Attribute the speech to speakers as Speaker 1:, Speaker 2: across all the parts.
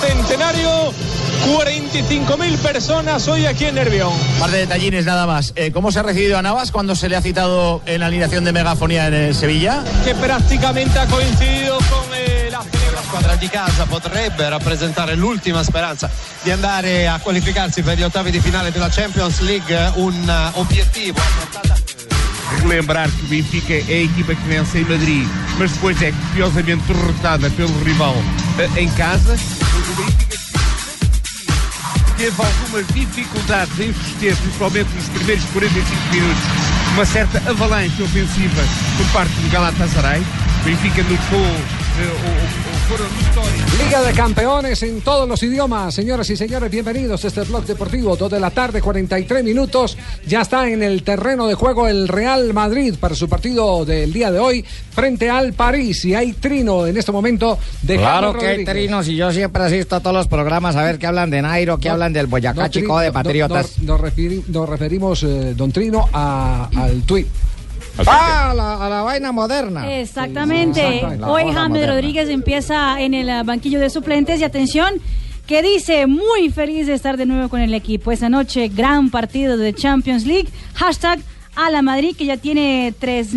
Speaker 1: centenario. 45 mil personas hoy aquí en Nervión.
Speaker 2: Par de detallines nada más. Eh, ¿Cómo se ha recibido a Navas cuando se le ha citado en la alineación de megafonía en eh, Sevilla?
Speaker 1: Que prácticamente ha coincidido con eh, la celebración.
Speaker 3: squadra di casa potrebbe rappresentare l'ultima speranza di andare a qualificarsi per gli ottavi di finale della Champions League, un eh, obiettivo.
Speaker 4: relembrar que o Benfica é a equipa que vence em Madrid, mas depois é copiosamente derrotada pelo rival eh, em casa. O Benfica teve algumas dificuldades em suster, principalmente nos primeiros 45 minutos, uma certa avalanche ofensiva por parte do Galatasaray. O Benfica lutou, eh, ou- ou- ou foram vitórias.
Speaker 5: Liga de Campeones en todos los idiomas. Señoras y señores, bienvenidos a este blog deportivo. 2 de la tarde, 43 minutos. Ya está en el terreno de juego el Real Madrid para su partido del día de hoy frente al París. Y hay trino en este momento de
Speaker 6: Claro
Speaker 5: James
Speaker 6: que hay
Speaker 5: Rodríguez.
Speaker 6: trinos y yo siempre asisto a todos los programas a ver qué hablan de Nairo, qué hablan del Boyacá
Speaker 5: Don
Speaker 6: Chico
Speaker 5: Trino,
Speaker 6: de
Speaker 5: don-
Speaker 6: Patriotas.
Speaker 5: don- Nos, referi- nos referimos, eh, don Trino, a- al tuit.
Speaker 6: ¡Ah, a la, a la vaina moderna!
Speaker 7: Exactamente.
Speaker 6: Exactamente. La
Speaker 7: Hoy
Speaker 6: cosa
Speaker 7: James
Speaker 6: moderna.
Speaker 7: Rodríguez empieza en el ah, banquillo de suplentes y atención que dice muy feliz de estar de nuevo con el equipo. Esa noche gran partido de Champions League. Hashtag a la Madrid que ya tiene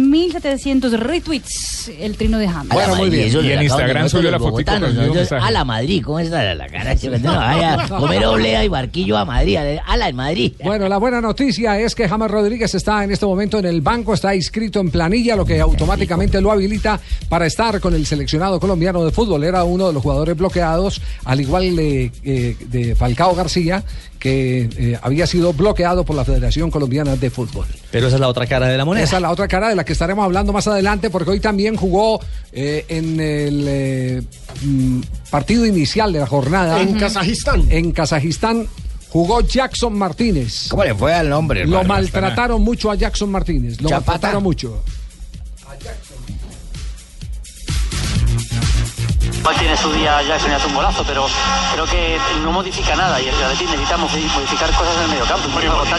Speaker 7: 3.700 retweets el trino de James.
Speaker 8: Bueno, muy bien.
Speaker 9: Y en Instagram subió la fotico
Speaker 8: fotito
Speaker 9: con el mismo mensaje.
Speaker 8: A la Madrid, ¿cómo está la cara? Se metió, vaya, comer oblea y barquillo a Madrid, a la- a la de Madrid.
Speaker 5: Bueno, la buena noticia es que James Rodríguez está en este momento en el banco, está inscrito en planilla, lo que automáticamente lo habilita para estar con el seleccionado colombiano de fútbol. Era uno de los jugadores bloqueados, al igual de, eh, de Falcao García, que eh, había sido bloqueado por la Federación Colombiana de Fútbol.
Speaker 10: Pero esa es la otra cara de la moneda.
Speaker 5: Esa es la otra cara de la que estaremos hablando más adelante, porque hoy también jugó eh, en el eh, mm, partido inicial de la jornada.
Speaker 11: En Ujú.
Speaker 5: Kazajistán. En Kazajistán jugó Jackson Martínez.
Speaker 6: ¿Cómo le fue al nombre?
Speaker 5: Lo
Speaker 6: hermano?
Speaker 5: maltrataron mucho a Jackson Martínez. Lo
Speaker 6: Chapata.
Speaker 5: maltrataron mucho.
Speaker 12: Hoy tiene su día Jackson y hace un golazo, pero creo que no modifica nada y el Atleti necesitamos modificar cosas en el mediocampo.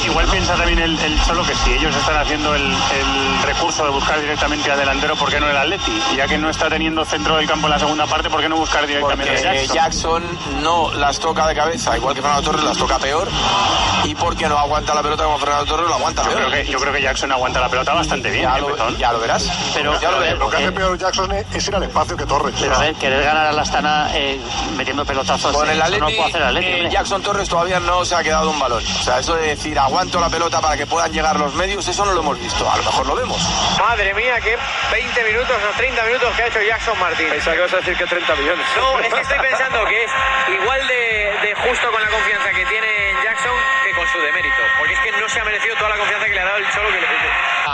Speaker 13: Igual piensa también el, el Cholo que si ellos están haciendo el, el recurso de buscar directamente al delantero, ¿por qué no el Atleti? Y Ya que no está teniendo centro del campo en la segunda parte, ¿por qué no buscar directamente a
Speaker 14: Porque
Speaker 13: Jackson?
Speaker 14: Jackson no las toca de cabeza, igual que Fernando Torres las toca peor. Y porque no aguanta la pelota como Fernando Torres, lo aguanta
Speaker 13: Yo
Speaker 14: peor.
Speaker 13: creo, que, yo creo que Jackson aguanta la pelota bastante bien.
Speaker 14: Ya
Speaker 13: ¿eh,
Speaker 14: lo-
Speaker 13: Petón?
Speaker 14: ya lo verás.
Speaker 13: Pero,
Speaker 14: Ya lo verás.
Speaker 13: pero-
Speaker 14: Lo que
Speaker 12: Eh,
Speaker 14: hace peor
Speaker 13: Jackson es ir al espacio que Torres.
Speaker 12: Pero a ver, querer ganar a la Astana eh, metiendo pelotazos
Speaker 14: Con
Speaker 12: eh, eso
Speaker 14: el
Speaker 12: no
Speaker 14: Atleti,
Speaker 12: lo puede hacer el Atleti,
Speaker 14: eh,
Speaker 12: hombre.
Speaker 14: Jackson Torres todavía no se ha quedado un balón. O sea, eso de decir aguanto la pelota para que puedan llegar los medios, eso no lo hemos visto. A lo mejor lo vemos.
Speaker 15: Madre mía, que 20 minutos o 30 minutos que ha hecho Jackson Martín. Pensaba que vas a decir que 30 millones. No, es que estoy pensando que es igual de, de justo con la confianza que tiene en Jackson que con su demérito. Porque es que no se ha merecido toda la confianza que le ha dado el Cholo que le
Speaker 12: Ah,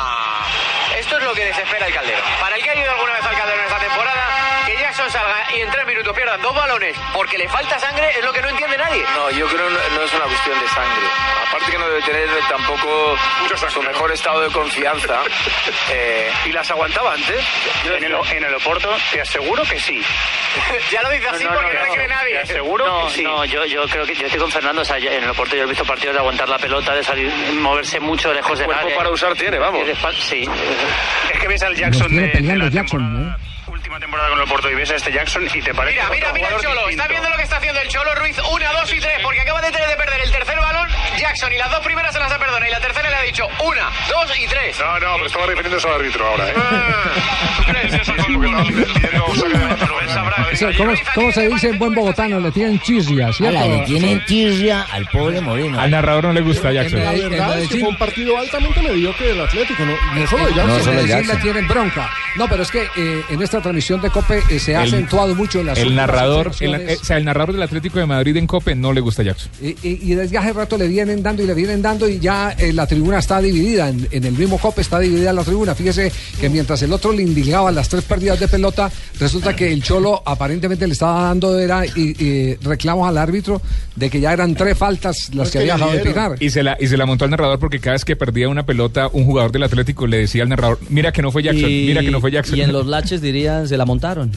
Speaker 15: Esto es lo que desespera el Caldero. Para el que ha ido alguna vez al Caldero en esta temporada, que Jackson salga y en tres minutos pierdan dos balones porque le falta sangre es lo que no entiende nadie.
Speaker 16: No, yo creo no, no es una cuestión de sangre. Aparte que no debe tener tampoco su mejor estado de confianza. Eh,
Speaker 13: ¿Y las aguantaba antes? En el, en el Oporto, te aseguro que sí.
Speaker 15: Ya lo dice
Speaker 13: así porque no, le cree nadie. Te aseguro
Speaker 12: No,
Speaker 13: que sí.
Speaker 12: no, yo, yo creo que yo estoy con Fernando, o sea, yo- en el Oporto yo he visto partidos de aguantar la pelota, de salir, moverse mucho lejos de
Speaker 13: Cuerpo
Speaker 12: área.
Speaker 13: para usar tiene, vamos.
Speaker 12: Y de espal- Sí.
Speaker 13: Es que ves al Jackson de, de la
Speaker 5: Jackson,
Speaker 13: última temporada con el Oporto y ves a este Jackson y te parece.
Speaker 15: Mira,
Speaker 13: otro
Speaker 15: mira, mira el
Speaker 13: jugador
Speaker 15: Cholo.
Speaker 13: distinto.
Speaker 15: ¿Está viendo lo que está haciendo el Cholo Ruiz? Una, dos y tres, porque acaba de tener de perder el tercer balón Jackson y las dos primeras se las ha perdonado y la tercera le ha dicho una, dos y tres.
Speaker 13: No, no, pero estaba refiriéndose al árbitro ahora, ¿eh?
Speaker 15: Ah, ¿Tú crees eso? Porque no, pidiendo un saque de banda. Rubén sabrá
Speaker 5: se- ¿cómo, cómo se dice en buen bogotano? Le tienen chisria, ¿cierto?
Speaker 15: Ala, le tienen chisria al pobre Moreno. Al narrador no le gusta
Speaker 12: La verdad es que fue un partido altamente mediocre del Atlético, no, no solo de
Speaker 5: En
Speaker 12: Jackson.
Speaker 5: Medellín la tienen bronca. No, pero es que eh, en esta transmisión de COPE eh, se ha
Speaker 9: El-
Speaker 5: acentuado mucho las
Speaker 9: El
Speaker 5: últimas
Speaker 9: narrador, el,
Speaker 5: observaciones.
Speaker 9: eh, o sea, el narrador del Atlético de Madrid en Cope no le gusta a Jackson.
Speaker 5: Y, y- y desde hace rato le vienen dando y le vienen dando y ya eh, la tribuna está dividida, en, en el mismo COPE está dividida la tribuna. Fíjese que mientras el otro le indicaba las tres pérdidas de pelota, resulta que el Cholo aparentemente le estaba dando era, y, y reclamos al árbitro de que ya eran tres faltas las que había dejado de pitar.
Speaker 9: Y se, la, y se la montó al narrador porque cada vez que perdía una pelota, un jugador del Atlético le decía al narrador, mira que no fue Jackson,
Speaker 10: Y-
Speaker 9: mira que no fue Jackson.
Speaker 10: Y en los laches dirían, se la montaron.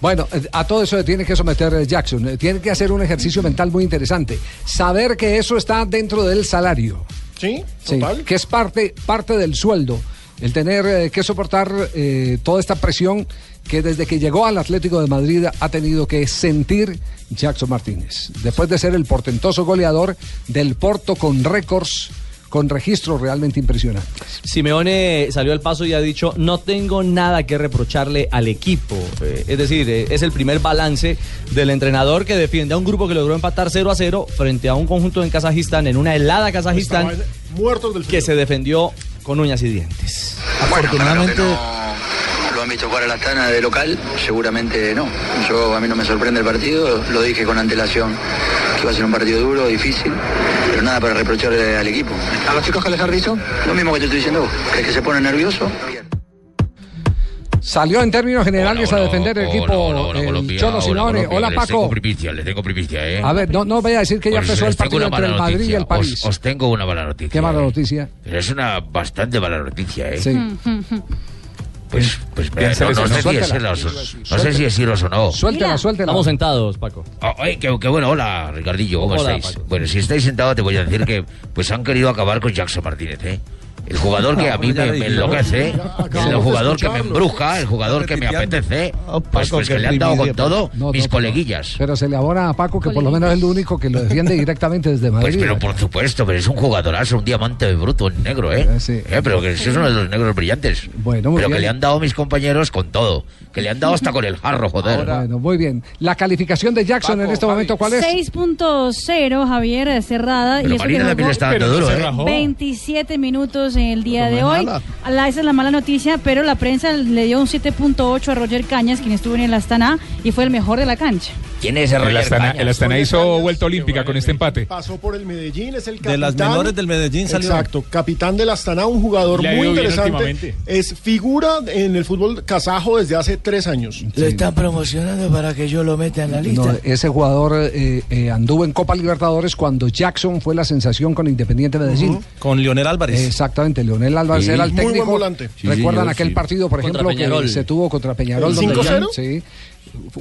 Speaker 5: Bueno, eh, a todo eso le tiene que someter eh, Jackson. Eh, Tiene que hacer un ejercicio mental muy interesante. Saber que eso está dentro del salario.
Speaker 12: Sí,
Speaker 5: Sí,
Speaker 12: total.
Speaker 5: que es parte, parte del sueldo. El tener eh, que soportar eh, toda esta presión que desde que llegó al Atlético de Madrid ha tenido que sentir Jackson Martínez. Después de ser el portentoso goleador del Porto con récords, con registros realmente impresionantes.
Speaker 10: Simeone salió al paso y ha dicho, no tengo nada que reprocharle al equipo. Eh, es decir, eh, es el primer balance del entrenador que defiende a un grupo que logró empatar 0 a 0 frente a un conjunto en Kazajistán, en una helada Kazajistán,
Speaker 12: muertos del
Speaker 10: que se defendió con uñas y dientes.
Speaker 17: Afortunadamente lo han visto jugar a la Tana de local, seguramente no. Yo a mí no me sorprende el partido, lo dije con antelación que iba a ser un partido duro, difícil, pero nada para reprocharle al equipo. A los chicos que les rizo, lo mismo que te estoy diciendo vos, ¿crees que se pone nervioso?
Speaker 5: Salió en términos generales a defender el equipo el Cholo Simeone. Hola, Paco.
Speaker 18: Les tengo primicia, les tengo primicia, ¿eh?
Speaker 5: A ver, no, no vaya a decir que ya
Speaker 18: Os-
Speaker 5: empezó
Speaker 18: os
Speaker 5: el
Speaker 18: tengo
Speaker 5: partido
Speaker 18: una
Speaker 5: entre
Speaker 18: mala
Speaker 5: el Madrid y
Speaker 18: noticia,
Speaker 5: el París.
Speaker 18: Os, os tengo una mala noticia.
Speaker 5: Qué mala noticia.
Speaker 18: Pero es una bastante mala noticia, ¿eh? Pues, pues
Speaker 5: Bien,
Speaker 18: mira,
Speaker 5: se
Speaker 18: no,
Speaker 5: lesionó.
Speaker 18: no sé si
Speaker 5: Suéltela.
Speaker 18: es iros o- no sé si es iros o no.
Speaker 5: Suéltela, suéltela.
Speaker 18: Estamos
Speaker 10: sentados, Paco.
Speaker 18: Ah, Ay, qué, qué bueno, hola Ricardillo, ¿cómo
Speaker 10: Hola,
Speaker 18: estáis?
Speaker 10: Paco.
Speaker 18: Bueno, si estáis sentados te voy a decir que pues han querido acabar con Jackson Martínez, ¿eh? El jugador que a mí me,
Speaker 19: Ya le
Speaker 18: me
Speaker 19: dijimos,
Speaker 18: enloquece,
Speaker 19: ya acabamos
Speaker 18: el
Speaker 19: de
Speaker 18: jugador que me
Speaker 19: escucharlo.
Speaker 18: embruja, el jugador que me apetece,
Speaker 5: Ah,
Speaker 18: pues, pues que le han dado con todo
Speaker 5: No,
Speaker 18: mis
Speaker 5: no,
Speaker 18: coleguillas.
Speaker 5: Pero se le abona a Paco que por lo menos es el único que lo defiende directamente desde
Speaker 18: Pues,
Speaker 5: Madrid.
Speaker 18: pero por supuesto, pero es un jugadorazo, un diamante de bruto, un negro, ¿eh? Eh, Pero que es uno de los negros brillantes.
Speaker 5: Ah, Bueno, muy
Speaker 18: pero
Speaker 5: bien.
Speaker 18: que le han dado mis compañeros con todo. Que le han dado hasta con el jarro, joder.
Speaker 5: Bueno, muy bien. La calificación de Jackson en este momento, ¿cuál es?
Speaker 20: 6.0 Javier eh, cerrada
Speaker 18: Pero
Speaker 20: y eso
Speaker 18: Marina
Speaker 20: que
Speaker 18: también
Speaker 20: jugó
Speaker 18: está dando Pero no duro, se ¿eh? rajó.
Speaker 20: 27 minutos en el día
Speaker 18: no
Speaker 20: de
Speaker 18: es
Speaker 20: hoy.
Speaker 18: nada.
Speaker 20: La- esa es la mala noticia, pero la prensa le dio un 7.8 a Roger Cañas, quien estuvo en el Astana y fue el mejor de la cancha.
Speaker 18: ¿Quién es el
Speaker 9: El
Speaker 18: Roger
Speaker 9: Astana,
Speaker 18: Cañas?
Speaker 9: el Astana hizo vuelta olímpica con este empate.
Speaker 12: Pasó por el Medellín, es el capitán.
Speaker 9: De las menores del Medellín salió.
Speaker 12: Exacto, capitán del Astana, un jugador
Speaker 9: Le ha ido
Speaker 12: muy
Speaker 9: bien
Speaker 12: interesante.
Speaker 9: últimamente.
Speaker 12: Es figura en el fútbol kazajo desde hace tres años.
Speaker 5: Lo están
Speaker 12: promocionando para que yo lo meta en la
Speaker 5: No, ese jugador eh, eh, anduvo en Copa Libertadores cuando Jackson fue la sensación con Independiente Medellín.
Speaker 14: Con Leonel Álvarez.
Speaker 5: Exactamente, Leonel Álvarez
Speaker 14: Sí.
Speaker 5: era el
Speaker 14: Muy buen
Speaker 5: técnico.
Speaker 14: volante. Sí,
Speaker 5: Recuerdan
Speaker 14: señor,
Speaker 5: aquel
Speaker 14: sí.
Speaker 5: partido, por
Speaker 14: Contra
Speaker 5: ejemplo, que
Speaker 14: Peñarol.
Speaker 5: se tuvo contra Peñarol.
Speaker 14: ¿El
Speaker 5: donde
Speaker 14: 5-0?
Speaker 5: Sí.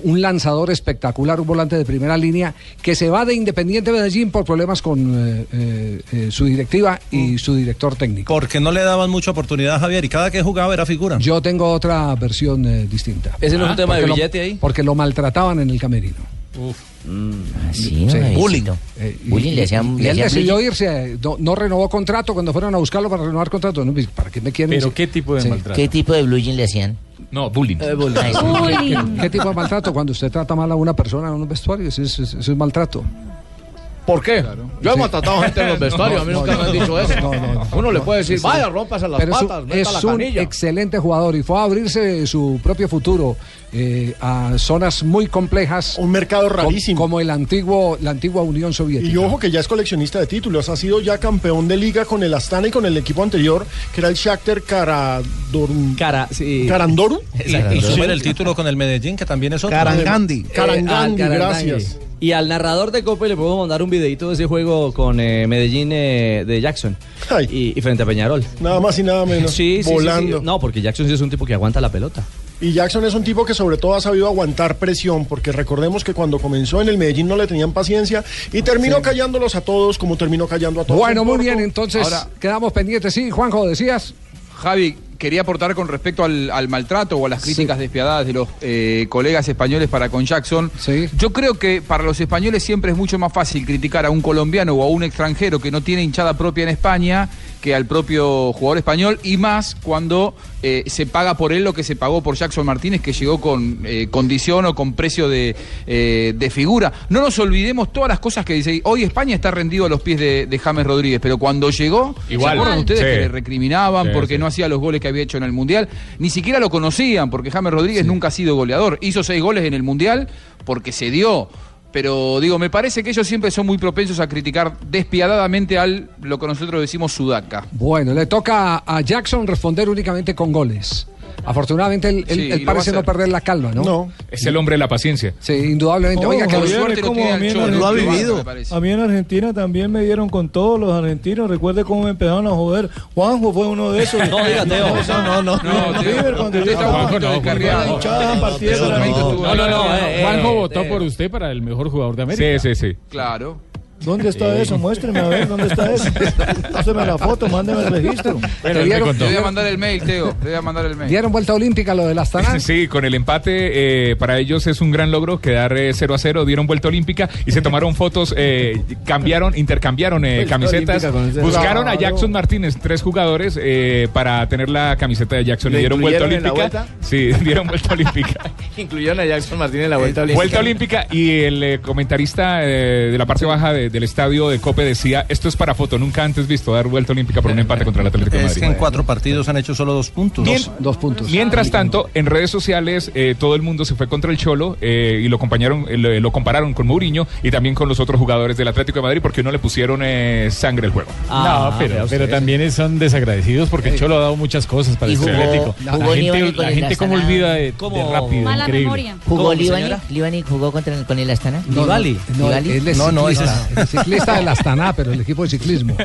Speaker 5: Un lanzador espectacular, un volante de primera línea, que se va de Independiente Medellín por problemas con eh, eh, eh, su directiva
Speaker 14: Mm.
Speaker 5: y su director técnico.
Speaker 14: Porque no le daban mucha oportunidad a Javier y cada que jugaba era figura.
Speaker 5: Yo tengo otra versión eh, distinta.
Speaker 14: ¿Ese no es un tema de
Speaker 5: Porque lo-
Speaker 14: billete ahí?
Speaker 5: Porque lo maltrataban en el camerino.
Speaker 18: Ah,
Speaker 15: Sí,
Speaker 5: Mm. Sí.
Speaker 15: ay,
Speaker 5: Bullying.
Speaker 15: sí, no.
Speaker 5: Eh, y-
Speaker 15: Bullying le hacían.
Speaker 5: y
Speaker 15: le
Speaker 5: él
Speaker 15: hacían
Speaker 5: decidió
Speaker 15: bullying.
Speaker 5: irse, eh, no, no renovó contrato cuando fueron a buscarlo para renovar contrato. no, pues, ¿Para qué me quieren?
Speaker 15: ¿Pero qué tipo de maltrato? ¿Qué
Speaker 5: tipo de bullying le hacían?
Speaker 9: No, bullying.
Speaker 15: Ay, sí.
Speaker 5: ¿Qué, qué tipo de maltrato? Cuando usted trata mal a una persona en un vestuario, eso es, eso es maltrato.
Speaker 14: ¿Por qué? Yo he maltratado gente en los vestuarios, a mí nunca me han dicho eso. Uno le puede decir,
Speaker 5: sí, sí.
Speaker 14: vaya, rompas a las
Speaker 5: Pero es un-
Speaker 14: patas,
Speaker 5: es
Speaker 14: meta la
Speaker 5: un
Speaker 14: canilla.
Speaker 5: excelente jugador y fue a abrirse su propio futuro eh, a zonas muy complejas. Un mercado
Speaker 12: rarísimo.
Speaker 5: Como el antiguo, la antigua Unión Soviética.
Speaker 12: Y ojo que ya es coleccionista de títulos, ha sido ya campeón de liga con el Astana y con el equipo anterior, que era el Shakhtar Karadorm... Karandoru.
Speaker 14: Y- Exacto. Y sumar el título con el Medellín, que también es otro.
Speaker 10: Eh,
Speaker 14: Ah,
Speaker 10: al Carangandi. Y al narrador de Copa le podemos mandar un videito de ese juego con eh, Medellín eh, de Jackson. Y, y frente a Peñarol.
Speaker 12: Nada más y nada menos.
Speaker 10: Sí, sí, sí,
Speaker 12: Volando.
Speaker 10: sí. No, porque Jackson sí es un tipo que aguanta la pelota.
Speaker 12: Y Jackson es un tipo que sobre todo ha sabido aguantar presión, porque recordemos que cuando comenzó en el Medellín no le tenían paciencia y terminó callándolos a todos como terminó callando a todos.
Speaker 5: Bueno,
Speaker 12: en
Speaker 5: muy
Speaker 12: Porto.
Speaker 5: bien, entonces
Speaker 12: Ahora-
Speaker 5: quedamos pendientes. Sí, Juanjo, decías.
Speaker 13: Javi, quería aportar con respecto al, al maltrato o a las críticas despiadadas de los eh, colegas españoles para con Jackson. Yo creo que para los españoles siempre es mucho más fácil criticar a un colombiano o a un extranjero que no tiene hinchada propia en España que al propio jugador español y más cuando eh, se paga por él lo que se pagó por Jackson Martínez, que llegó con eh, condición o con precio de, eh, de figura. No nos olvidemos todas las cosas que dice. Hoy España está rendido a los pies de, de James Rodríguez, pero cuando llegó,
Speaker 21: Igual.
Speaker 13: ¿se acuerdan ustedes
Speaker 21: Sí.
Speaker 13: que le recriminaban
Speaker 21: Sí,
Speaker 13: porque
Speaker 21: sí.
Speaker 13: no hacía los goles que había hecho en el Mundial? Ni siquiera lo conocían, porque James Rodríguez nunca ha sido goleador. Hizo seis goles en el Mundial porque se dio. Pero digo, me parece que ellos siempre son muy propensos a criticar despiadadamente al lo que nosotros decimos sudaca.
Speaker 5: Bueno, le toca a Jackson responder únicamente con goles. Afortunadamente, él, él-
Speaker 13: Sí,
Speaker 5: él
Speaker 13: lo va a
Speaker 5: parece no
Speaker 13: hacer.
Speaker 5: perder la calma, ¿no?
Speaker 13: No.
Speaker 9: Es el hombre de la paciencia.
Speaker 5: Sí, indudablemente.
Speaker 8: Oh,
Speaker 5: Oiga, que
Speaker 8: Javier, es como a mí en Argentina- A mí en Argentina también me dieron con todos los argentinos. Recuerde cómo me empezaron a joder. Juanjo fue uno de esos.
Speaker 14: No, diga, Teo.
Speaker 8: No, no, no.
Speaker 14: No, Teo.
Speaker 8: River, cuando
Speaker 14: Usted
Speaker 8: yo
Speaker 14: está un poquito
Speaker 8: Cuando
Speaker 14: descarriado.
Speaker 8: la hinchada partida
Speaker 14: Teo,
Speaker 8: para mí.
Speaker 14: Ah, No, no, no. eh, eh,
Speaker 21: Juanjo
Speaker 14: eh,
Speaker 21: votó
Speaker 14: eh.
Speaker 21: por usted para el mejor jugador de América.
Speaker 9: Sí, sí, sí.
Speaker 13: Claro.
Speaker 8: ¿Dónde está eso? Muéstreme a ver dónde está eso. Páseme la foto, mándeme el registro.
Speaker 5: Bueno,
Speaker 13: te,
Speaker 5: él me
Speaker 13: dieron-
Speaker 5: contó.
Speaker 13: te voy a mandar el mail, Teo. Te voy a mandar el mail.
Speaker 5: Dieron vuelta olímpica lo de las Astana.
Speaker 9: Sí, con el empate eh, para ellos es un gran logro quedar eh, 0 a 0, dieron vuelta olímpica y se tomaron fotos, eh, cambiaron, intercambiaron eh,
Speaker 21: Vuelta
Speaker 9: camisetas,
Speaker 21: olímpica con ese-
Speaker 9: buscaron a
Speaker 21: Claro.
Speaker 9: Jackson Martínez, tres jugadores eh, para tener la camiseta de Jackson
Speaker 14: ¿Le
Speaker 9: y dieron vuelta
Speaker 14: incluyeron en la
Speaker 9: olímpica. Sí, dieron vuelta olímpica.
Speaker 14: Incluyeron a Jackson Martínez en la Eh, vuelta olímpica.
Speaker 9: Vuelta olímpica y el eh, comentarista eh, de la parte baja de- del estadio de Cope decía, esto es para foto, nunca antes visto dar vuelta olímpica por un empate contra el Atlético de Madrid.
Speaker 22: Es que en cuatro partidos han hecho solo dos puntos.
Speaker 9: Bien.
Speaker 22: Dos.
Speaker 5: puntos.
Speaker 9: Mientras tanto, en redes sociales eh, todo el mundo se fue contra el Cholo eh, y lo, acompañaron, eh, lo, lo compararon con Mourinho y también con los otros jugadores del Atlético de Madrid porque no le pusieron eh, sangre al juego. Ah,
Speaker 21: no, pero, pero también son desagradecidos porque el Cholo ha dado muchas cosas para
Speaker 9: Y
Speaker 21: este
Speaker 9: jugó-
Speaker 21: Atlético.
Speaker 9: jugó
Speaker 21: La gente,
Speaker 15: Nibali con
Speaker 21: la
Speaker 15: el
Speaker 21: gente cómo
Speaker 15: Astana.
Speaker 21: olvida de, de
Speaker 15: Como-
Speaker 21: rápido,
Speaker 15: Mala
Speaker 21: increíble.
Speaker 15: memoria. ¿Jugó
Speaker 21: ¿Cómo,
Speaker 15: Livani?
Speaker 21: señora?
Speaker 15: Livani jugó contra el- con el Astana.
Speaker 5: No, no, ¿eh? no, él es ciclista,
Speaker 15: ese
Speaker 5: el ciclista del Astana, pero el equipo de ciclismo.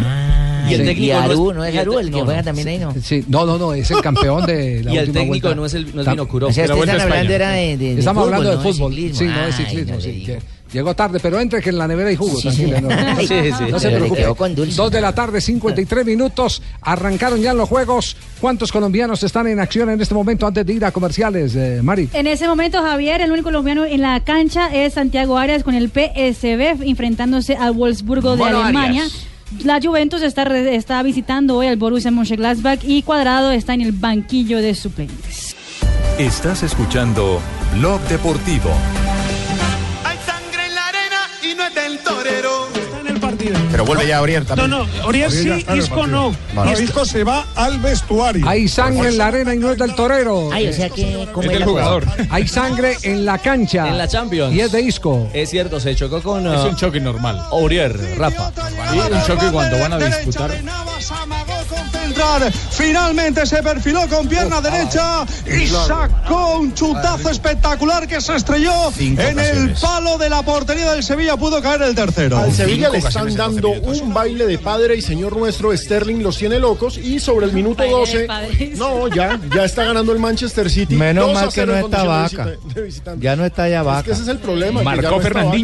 Speaker 15: Y el
Speaker 5: Ah, Sí.
Speaker 15: técnico Y no es- Aru, ¿no es y el Aru el que
Speaker 5: no,
Speaker 15: juega
Speaker 5: no,
Speaker 15: también
Speaker 5: sí,
Speaker 15: ahí, no?
Speaker 5: Sí, no, no, no, es el campeón de la
Speaker 15: Y el
Speaker 5: última
Speaker 15: técnico
Speaker 5: vuelta.
Speaker 15: no es el- no es
Speaker 5: Tam-
Speaker 15: Vinokuro. O sea, De la ustedes Vuelta a están España. hablando era de- de- de
Speaker 5: Estamos
Speaker 15: fútbol,
Speaker 5: hablando
Speaker 15: no
Speaker 5: de
Speaker 15: de
Speaker 5: fútbol.
Speaker 15: ciclismo.
Speaker 5: sí, no
Speaker 15: Ay,
Speaker 5: de ciclismo.
Speaker 15: no le
Speaker 5: sí, que llegó tarde, pero entre que en la nevera hay jugo. tranquila, no,
Speaker 15: Sí, sí,
Speaker 5: no
Speaker 15: sí,
Speaker 5: se
Speaker 15: le
Speaker 5: preocupe.
Speaker 15: quedó con dulce.
Speaker 5: Dos de la tarde, 53 minutos. Arrancaron ya los juegos. ¿Cuántos colombianos están en acción en este momento antes de ir a comerciales, eh, Mari?
Speaker 20: En ese momento, Javier, el único colombiano en la cancha es Santiago Arias con el PSV enfrentándose al Wolfsburgo de
Speaker 19: Bueno,
Speaker 20: Alemania.
Speaker 19: Arias.
Speaker 20: La Juventus está, re- está visitando hoy al Borussia Mönchengladbach y Cuadrado está en el banquillo de suplentes.
Speaker 23: Estás escuchando Blog Deportivo.
Speaker 24: y no es del torero. Está en el partido.
Speaker 7: Pero vuelve ya Aurier
Speaker 24: No,
Speaker 7: también.
Speaker 24: no, Oriel
Speaker 7: Aurier ya
Speaker 24: sí,
Speaker 7: está en el
Speaker 24: Isco
Speaker 7: partido.
Speaker 24: no.
Speaker 7: Vale.
Speaker 24: Isco se va al
Speaker 5: vestuario. Hay sangre en la arena y no es del torero.
Speaker 15: Ay, o sea que. ¿cómo es la cosa?
Speaker 5: Hay sangre en la cancha.
Speaker 10: En la Champions.
Speaker 5: Ah. Y es de Isco.
Speaker 10: Es cierto, se chocó con.
Speaker 21: Es
Speaker 10: ah,
Speaker 21: un choque normal.
Speaker 10: Aurier, Rafa.
Speaker 21: un choque cuando van a disputar.
Speaker 24: centrar. Finalmente se perfiló con pierna derecha y sacó un chutazo espectacular que se estrelló
Speaker 12: Cinco
Speaker 24: en el
Speaker 12: ocasiones.
Speaker 24: palo de la portería del Sevilla. Pudo caer el tercero.
Speaker 12: Al Sevilla le están dando un baile de padre y señor nuestro, Sterling los tiene locos y sobre el minuto
Speaker 24: Baile de
Speaker 12: 12,
Speaker 24: padres.
Speaker 12: no, ya, ya está ganando el Manchester City.
Speaker 25: Menos
Speaker 12: 2 a
Speaker 25: mal que
Speaker 12: 0
Speaker 25: no
Speaker 12: en
Speaker 25: está
Speaker 12: condición de
Speaker 25: Vaca.
Speaker 12: visita- de visitante.
Speaker 25: Ya no está ya
Speaker 12: Es que
Speaker 25: vaca.
Speaker 12: ese es el problema. que ya no está Vaca.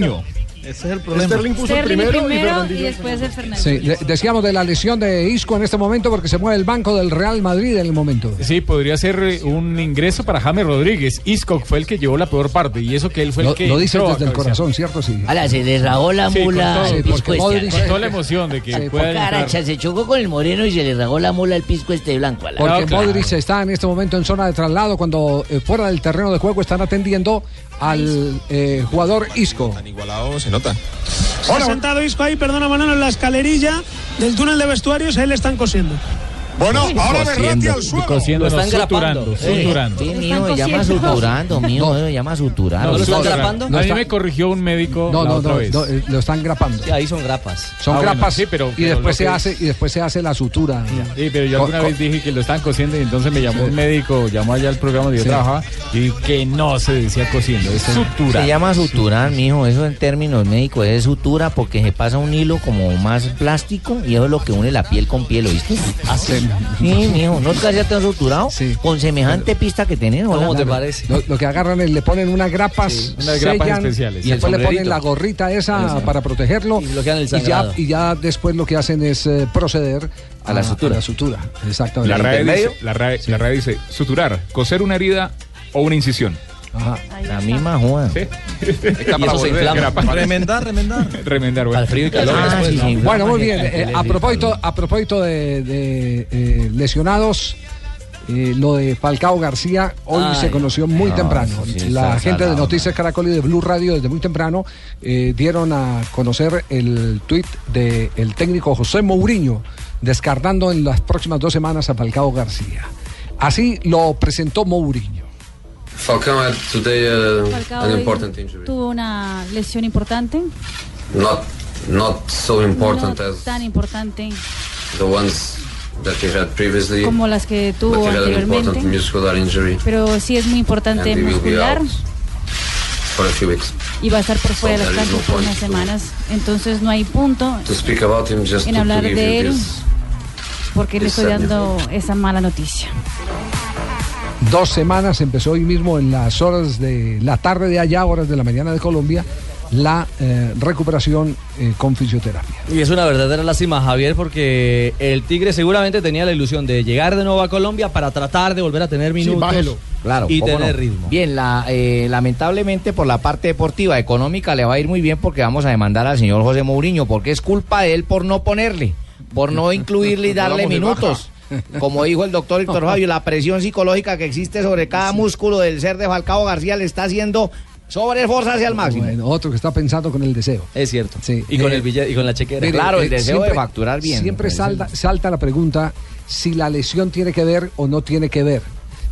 Speaker 22: Ese es el
Speaker 12: problema. Sterling puso el
Speaker 20: Sterling
Speaker 12: primero,
Speaker 20: primero,
Speaker 12: y
Speaker 20: y,
Speaker 12: Fernandinho el
Speaker 20: después de Fernández.
Speaker 5: Sí, le- decíamos de la lesión de Isco en este momento porque se mueve el banco del Real Madrid en el momento.
Speaker 21: Sí, podría ser eh, un ingreso para James Rodríguez. Iscock fue el que llevó la peor parte y eso que él fue el
Speaker 5: Lo,
Speaker 21: que.
Speaker 5: lo dice
Speaker 21: entró a
Speaker 5: desde el
Speaker 21: cabecear.
Speaker 5: corazón, ¿cierto? Sí.
Speaker 15: Ala, se le rajó la
Speaker 21: Sí, con
Speaker 15: mula
Speaker 21: todo,
Speaker 15: al
Speaker 21: porque
Speaker 15: pisco este.
Speaker 21: Modric- con toda la emoción de que
Speaker 15: Sí,
Speaker 21: pueda
Speaker 15: poca
Speaker 21: entrar.
Speaker 15: aracha, se chocó con el moreno y se le rajó la mula al pisco este blanco. ala.
Speaker 5: Porque Modric está en este momento en zona de traslado cuando eh, fuera del terreno de juego están atendiendo al eh, jugador Isco.
Speaker 26: Igualado se nota.
Speaker 24: Está sentado Isco ahí, perdona Manolo, en la escalerilla del túnel de vestuarios, ahí le están cosiendo.
Speaker 26: Bueno, ahora Berratti al suelo.
Speaker 15: Cosiendo,
Speaker 26: Lo están
Speaker 15: no,
Speaker 26: grapando.
Speaker 15: suturando,
Speaker 26: Sí.
Speaker 21: suturando.
Speaker 15: Sí,
Speaker 26: Lo
Speaker 15: mío,
Speaker 26: están
Speaker 15: llama
Speaker 26: cosiendo.
Speaker 15: suturando, mío,
Speaker 5: No.
Speaker 15: eh, llama suturando.
Speaker 21: A mí me corrigió un médico
Speaker 5: No,
Speaker 21: la
Speaker 5: no,
Speaker 21: otra
Speaker 5: no,
Speaker 21: vez.
Speaker 5: no, eh, lo están grapando.
Speaker 10: ahí son grapas.
Speaker 5: Son
Speaker 21: Ah, bueno,
Speaker 5: grapas
Speaker 21: sí, pero-
Speaker 5: y
Speaker 21: pero
Speaker 5: después
Speaker 21: lo
Speaker 5: se
Speaker 21: que-
Speaker 5: hace y después se hace la sutura.
Speaker 21: Sí, pero yo
Speaker 5: Co-
Speaker 21: alguna
Speaker 5: co-
Speaker 21: vez dije que lo estaban cosiendo y entonces me llamó
Speaker 5: Sí.
Speaker 21: un médico, llamó allá al programa donde yo
Speaker 15: Sí.
Speaker 21: trabajaba y dijo que no se decía cosiendo, es sutura.
Speaker 15: Se llama suturar, mijo, eso en términos médicos es sutura porque se pasa un hilo como más plástico y eso es lo que une la piel con piel, ¿oíste? Así. Sí, mijo, ¿no casi te han suturado? Con semejante pista que tenés, ¿Cómo te parece?
Speaker 5: Lo, lo que agarran es le ponen unas grapas,
Speaker 15: unas grapas
Speaker 5: sellan,
Speaker 15: especiales.
Speaker 5: y
Speaker 15: Y el
Speaker 5: después le ponen
Speaker 15: sombrerito.
Speaker 5: la gorrita esa para protegerlo y,
Speaker 10: bloquean el
Speaker 5: ya,
Speaker 10: sangrado.
Speaker 5: y ya después lo que hacen es eh, proceder a, la sutura. A la sutura, exactamente.
Speaker 9: La RAE, dice, la, RAE, la RAE dice suturar, coser una herida o una incisión.
Speaker 15: La misma Juan.
Speaker 13: Está para volver, era para-
Speaker 15: Remendar, remendar.
Speaker 9: Remendar, bueno. Ah,
Speaker 15: frío y
Speaker 1: Ah,
Speaker 13: calor después, ¿no?
Speaker 5: Bueno, muy bien.
Speaker 13: Ay,
Speaker 5: Eh,
Speaker 13: ay,
Speaker 5: a
Speaker 13: ay,
Speaker 5: propósito, a propósito de, de, eh, lesionados, eh, lo de Falcao García hoy
Speaker 1: Ay,
Speaker 5: se conoció muy
Speaker 1: Ah, no,
Speaker 5: temprano.
Speaker 1: sí,
Speaker 5: La
Speaker 1: está
Speaker 5: gente de
Speaker 1: salado,
Speaker 5: Noticias Caracol y de Blue Radio desde muy temprano eh, dieron a conocer el tuit del técnico José Mourinho descartando en las próximas dos semanas a Falcao García. Así lo presentó Mourinho.
Speaker 27: Falcao had today uh,
Speaker 20: Falcao
Speaker 27: an
Speaker 20: hoy
Speaker 27: important injury.
Speaker 20: Tuvo una lesión importante,
Speaker 27: Not not so important
Speaker 20: no
Speaker 27: as
Speaker 20: tan importante
Speaker 27: the ones that he had previously.
Speaker 20: como las que
Speaker 27: but
Speaker 20: tuvo
Speaker 27: he had an important
Speaker 20: anteriormente,
Speaker 27: muscular injury
Speaker 20: pero sí es muy importante
Speaker 27: And he will be
Speaker 20: muscular
Speaker 27: out. for a few weeks.
Speaker 20: y va a estar por fuera de las
Speaker 27: there is
Speaker 20: clases
Speaker 27: no
Speaker 20: por unas
Speaker 27: point to-
Speaker 20: semanas, entonces no hay punto
Speaker 27: To speak about him, just
Speaker 20: en
Speaker 27: to, to
Speaker 20: hablar
Speaker 27: give
Speaker 20: de
Speaker 27: you
Speaker 20: él
Speaker 27: this.
Speaker 20: porque le
Speaker 27: this
Speaker 20: estoy dando esa mala noticia.
Speaker 5: Dos semanas empezó hoy mismo en las horas de la tarde de allá, horas de la mañana de Colombia, la eh, recuperación eh, con fisioterapia.
Speaker 10: Y es una verdadera lástima, Javier, porque el Tigre seguramente tenía la ilusión de llegar de nuevo a Colombia para tratar de volver a tener minutos
Speaker 25: bájelo.
Speaker 15: Claro,
Speaker 10: y
Speaker 15: ¿cómo
Speaker 10: tener
Speaker 15: no?
Speaker 10: ritmo.
Speaker 15: Bien, la, eh, lamentablemente por la parte deportiva, económica, le va a ir muy bien porque vamos a demandar al señor José Mourinho, porque es culpa de él por no ponerle, por no incluirle y
Speaker 25: No
Speaker 15: darle
Speaker 25: damos de
Speaker 15: minutos. Como dijo el doctor Héctor Fabio, la presión psicológica que existe sobre cada músculo del ser de Falcao García le está haciendo sobreesforzarse al máximo.
Speaker 5: Bueno, otro que está pensando con el deseo.
Speaker 10: Es cierto. Y
Speaker 5: Eh,
Speaker 10: con el billete, y con la chequera.
Speaker 5: Mire,
Speaker 15: claro, el
Speaker 5: eh,
Speaker 15: deseo
Speaker 5: siempre-
Speaker 15: de facturar bien. eh,
Speaker 5: Siempre
Speaker 15: Ese es el-
Speaker 5: salta, salta la pregunta si la lesión tiene que ver o no tiene que ver.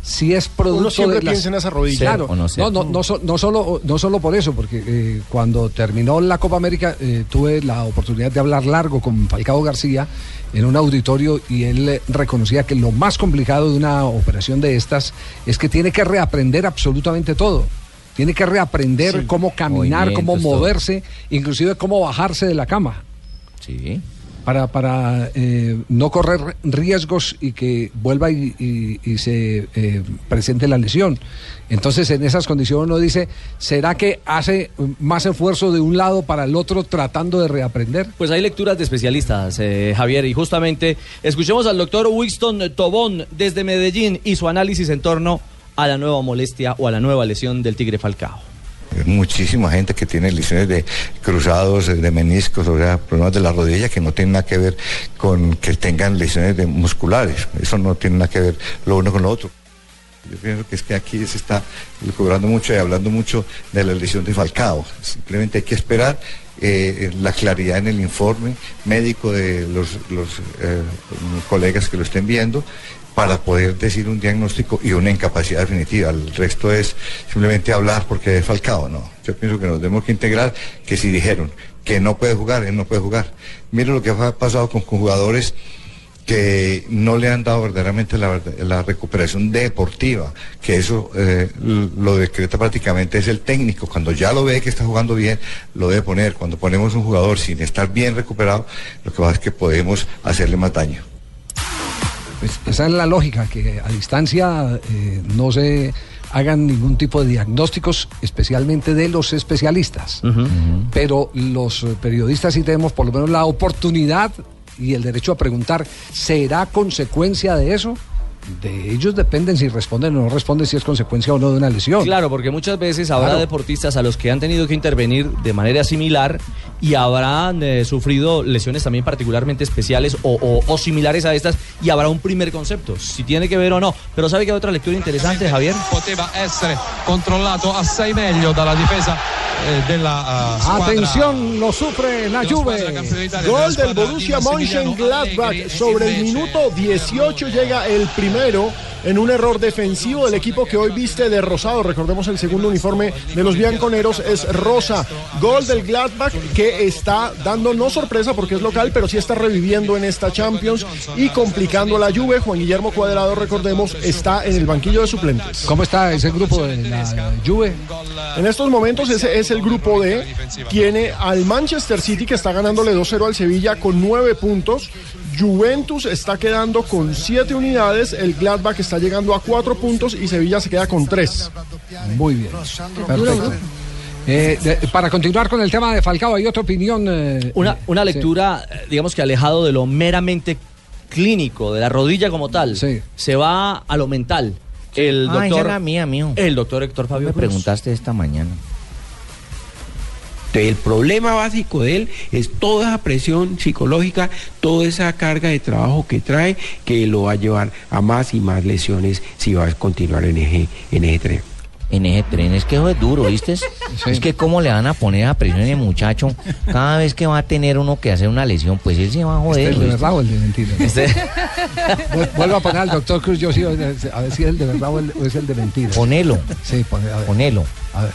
Speaker 5: Si es producto
Speaker 12: siempre
Speaker 5: de las-
Speaker 12: piensa en esa rodilla.
Speaker 5: Claro,
Speaker 12: Ser o no ser.
Speaker 5: no, no, no, so- no solo, no solo por eso, porque eh, cuando terminó la Copa América eh, tuve la oportunidad de hablar largo con Falcao García en un auditorio y él eh, reconocía que lo más complicado de una operación de estas es que tiene que reaprender absolutamente todo. Tiene que reaprender
Speaker 15: Sí.
Speaker 5: cómo caminar, cómo
Speaker 15: Movimientos, todo.
Speaker 5: moverse, inclusive cómo bajarse de la cama
Speaker 15: Sí.
Speaker 5: para, para eh, no correr riesgos y que vuelva y, y- y se eh, presente la lesión. Entonces, en esas condiciones uno dice, ¿será que hace más esfuerzo de un lado para el otro tratando de reaprender?
Speaker 10: Pues hay lecturas de especialistas, eh, Javier, y justamente escuchemos al doctor Winston Tobón desde Medellín y su análisis en torno a la nueva molestia o a la nueva lesión del Tigre Falcao.
Speaker 28: Muchísima gente que tiene lesiones de cruzados, eh, de meniscos, o sea, problemas de la rodilla que no tienen nada que ver con que tengan lesiones de musculares. Eso no tiene nada que ver lo uno con lo otro. Yo pienso que es que aquí se está cobrando mucho y hablando mucho de la lesión de Falcao. Simplemente hay que esperar eh, la claridad en el informe médico de los, los, eh, colegas que lo estén viendo para poder decir un diagnóstico y una incapacidad definitiva. El resto es simplemente hablar porque es Falcao, no. Yo pienso que nos tenemos que integrar que si dijeron que no puede jugar, él no puede jugar. Mire lo que ha pasado con, con jugadores que no le han dado verdaderamente la, verd- la recuperación deportiva, que eso eh, l- lo decreta prácticamente es el técnico. Cuando ya lo ve que está jugando bien, lo debe poner. Cuando ponemos un jugador sin estar bien recuperado, lo que pasa es que podemos hacerle más daño.
Speaker 5: Pues esa es la lógica, que a distancia eh, no se hagan ningún tipo de diagnósticos, especialmente de los especialistas. pero los eh, periodistas sí tenemos por lo menos la oportunidad y el derecho a preguntar, ¿será consecuencia de eso? De ellos dependen si responden o no responden, si es consecuencia o no de una lesión.
Speaker 10: Claro, porque muchas veces habrá
Speaker 5: Claro.
Speaker 10: deportistas a los que han tenido que intervenir de manera similar y habrán eh, sufrido lesiones también particularmente especiales o, o- o similares a estas y habrá un primer concepto, si tiene que ver o no. Pero ¿sabe que hay otra lectura interesante, Javier?
Speaker 3: poteva essere controllato assai meglio dalla difesa eh, della eh, squadra
Speaker 5: Atención, lo sufre la Juve.
Speaker 12: Gol del Borussia Mönchengladbach sobre el minuto 18 llega el primero en un error defensivo del equipo que hoy viste de rosado. Recordemos el segundo uniforme de los bianconeros es rosa. Gol del Gladbach que está dando no sorpresa porque es local, pero sí está reviviendo en esta Champions y complicando a la Juve. Juan Guillermo Cuadrado, recordemos, está en el banquillo de suplentes.
Speaker 5: ¿Cómo está ese grupo de la Juve?
Speaker 12: En estos momentos ese es el grupo D. Tiene al Manchester City que está ganándole 2-0 al Sevilla con 9 puntos. Juventus está quedando con 7 unidades. El Gladbach está llegando a 4 puntos y Sevilla se queda con 3.
Speaker 5: Muy bien. Perfecto. Eh, de- para continuar con el tema de Falcao, hay otra opinión. eh,
Speaker 10: Una,
Speaker 5: eh,
Speaker 10: una
Speaker 5: sí.
Speaker 10: lectura, eh, digamos que alejado de lo meramente clínico, de la rodilla como tal, se va a lo mental. el
Speaker 15: Ah, esa
Speaker 10: doctor.
Speaker 15: era mía, mío.
Speaker 10: El doctor Héctor Fabio.
Speaker 15: Me
Speaker 10: Cruz.
Speaker 15: preguntaste esta mañana.
Speaker 29: El problema básico de él es toda esa presión psicológica, toda esa carga de trabajo que trae, que lo va a llevar a más y más lesiones si va a continuar en eje, en eje tren.
Speaker 15: En eje tren, es que eso es duro, ¿viste? Es que cómo le van a poner a presión el muchacho cada vez que va a tener uno que hacer una lesión, pues él se va a joder. Este
Speaker 5: ¿Este es de
Speaker 15: ¿oíste?
Speaker 5: verdad o el de mentira? Vuel- Vuelvo a poner al doctor Cruz, yo sí, eh, a ver si es el de verdad o, el- o es el de mentira.
Speaker 15: Ponelo.
Speaker 5: Sí, pone- a ver.
Speaker 15: Ponelo.
Speaker 5: A ver.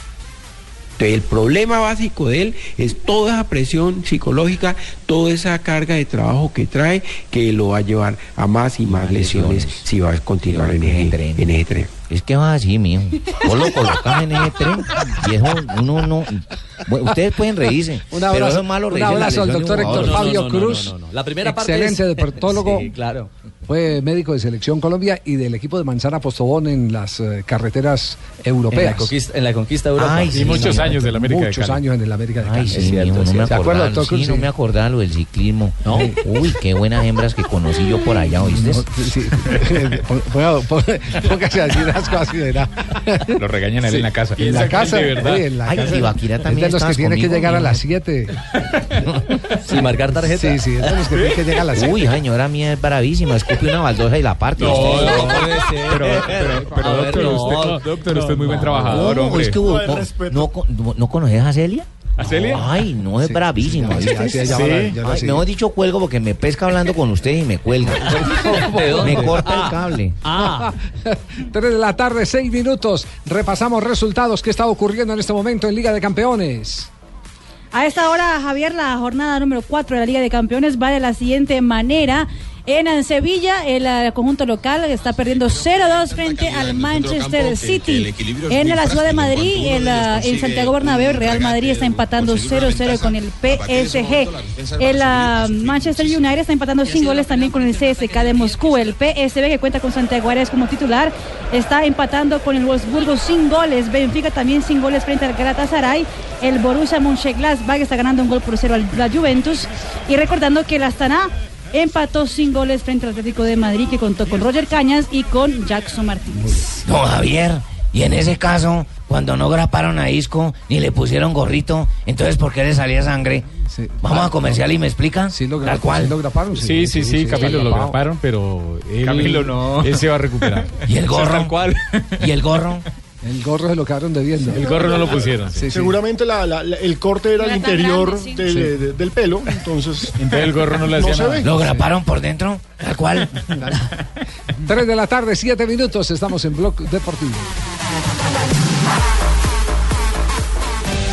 Speaker 29: Entonces, el problema básico de él es toda esa presión psicológica, toda esa carga de trabajo que trae, que lo va a llevar a más y más lesiones si va a continuar en eje, en eje tren.
Speaker 15: Es que va así, mijo. Vos lo colocás en ese tren y eso uno no. Bueno, ustedes pueden reírse.
Speaker 5: Un
Speaker 15: pero
Speaker 5: abrazo,
Speaker 15: eso es malo
Speaker 5: un
Speaker 15: reírse la
Speaker 5: abrazo al
Speaker 15: lesión de
Speaker 5: doctor
Speaker 15: un
Speaker 5: Héctor
Speaker 15: jugador.
Speaker 5: Fabio Cruz.
Speaker 10: La primera parte
Speaker 5: Excelente
Speaker 10: es-
Speaker 5: deportólogo.
Speaker 10: Sí, claro.
Speaker 5: Fue médico de Selección Colombia y del equipo de Manzana Postobón en las eh, carreteras europeas.
Speaker 10: En la conquista, en la conquista de Europa.
Speaker 5: Ay, Y sí, muchos no, años del América de
Speaker 15: Muchos Cali.
Speaker 5: años en el América de
Speaker 15: Ay,
Speaker 5: Cali.
Speaker 15: sí, mijo, no me
Speaker 5: ¿Se acuerda,
Speaker 15: acordaba.
Speaker 5: doctor
Speaker 15: sí,
Speaker 5: Cruz?
Speaker 15: no me acordaba lo del ciclismo. No. Uy, qué buenas hembras que conocí yo por allá, ¿oíste?
Speaker 5: Bueno, po- póngase a decir las cosas y verá.
Speaker 9: Lo regañan a él en la casa.
Speaker 5: En la casa,
Speaker 9: de verdad.
Speaker 5: oye, en la casa. Es de los que
Speaker 9: estás
Speaker 5: tiene que
Speaker 9: conmigo,
Speaker 5: llegar a
Speaker 9: mijo.
Speaker 5: las 7.
Speaker 10: Sin marcar tarjeta.
Speaker 5: Sí, sí, es de los que tiene que llegar a las 7.
Speaker 15: Uy, señora mía, es bravísima. Escupe una baldosa y la parte.
Speaker 9: No,
Speaker 15: ¿oíste?
Speaker 9: no, pero, pero, pero,
Speaker 15: A ver,
Speaker 9: doctor,
Speaker 15: no,
Speaker 9: usted,
Speaker 15: no,
Speaker 9: doctor, usted es muy buen
Speaker 15: no,
Speaker 9: trabajador,
Speaker 15: no,
Speaker 9: hombre.
Speaker 15: es que vos- vos- no, con- no, ¿no conoces a Celia?
Speaker 9: ¿A Celia?
Speaker 15: Ay, no, es
Speaker 9: Sí,
Speaker 15: bravísima.
Speaker 9: sí,
Speaker 15: ¿viste?
Speaker 9: sí, sí, ya la- ya la
Speaker 15: Ay,
Speaker 9: sigo.
Speaker 15: mejor dicho, cuelgo porque me pesca hablando con usted y me cuelga. me corta el cable.
Speaker 5: Ah. 3 de la tarde, 6 minutos. Repasamos resultados que está ocurriendo en este momento en Liga de Campeones.
Speaker 7: A esta hora, Javier, la jornada número 4 de la Liga de Campeones va de la siguiente manera. En eh, Sevilla, el eh, conjunto local está perdiendo 0-2 frente al Manchester City. En la ciudad de Madrid, el, eh, en Santiago Bernabéu, el Real Madrid está empatando 0-0 con el PSG. El eh, Manchester United está empatando sin goles también con el CSK de Moscú. El PSV, que cuenta con Santiago Arias como titular, está empatando con el Wolfsburgo sin goles. Benfica también sin goles frente al Galatasaray. El Borussia Mönchengladbach está ganando un gol por cero al la Juventus. Y recordando que el Astana empató sin goles frente al Atlético de Madrid, que contó con Roger Cañas y con Jackson Martínez.
Speaker 15: No, Javier. Y en ese caso, cuando no graparon a Isco ni le pusieron gorrito, entonces ¿por qué le salía sangre? Vamos a comercial y me explican. tal cual.
Speaker 21: Sí, sí, sí, Camilo lo graparon, pero él,
Speaker 9: Camilo no.
Speaker 21: él se va a recuperar.
Speaker 15: ¿Y el gorro? ¿Y el gorro?
Speaker 5: El gorro se lo quedaron debiendo.
Speaker 21: El gorro no lo pusieron. sí.
Speaker 12: Seguramente la- la- la- el corte era
Speaker 21: No
Speaker 12: al
Speaker 21: era tan
Speaker 12: interior
Speaker 21: grande, sí.
Speaker 12: del,
Speaker 21: Sí.
Speaker 12: de- del pelo, entonces.
Speaker 21: Entonces el gorro no le hacía
Speaker 12: se
Speaker 21: nada.
Speaker 12: ve.
Speaker 15: ¿Lo graparon por dentro? Tal cual.
Speaker 5: 3 de la tarde, 7 minutos. Estamos en Blog Deportivo.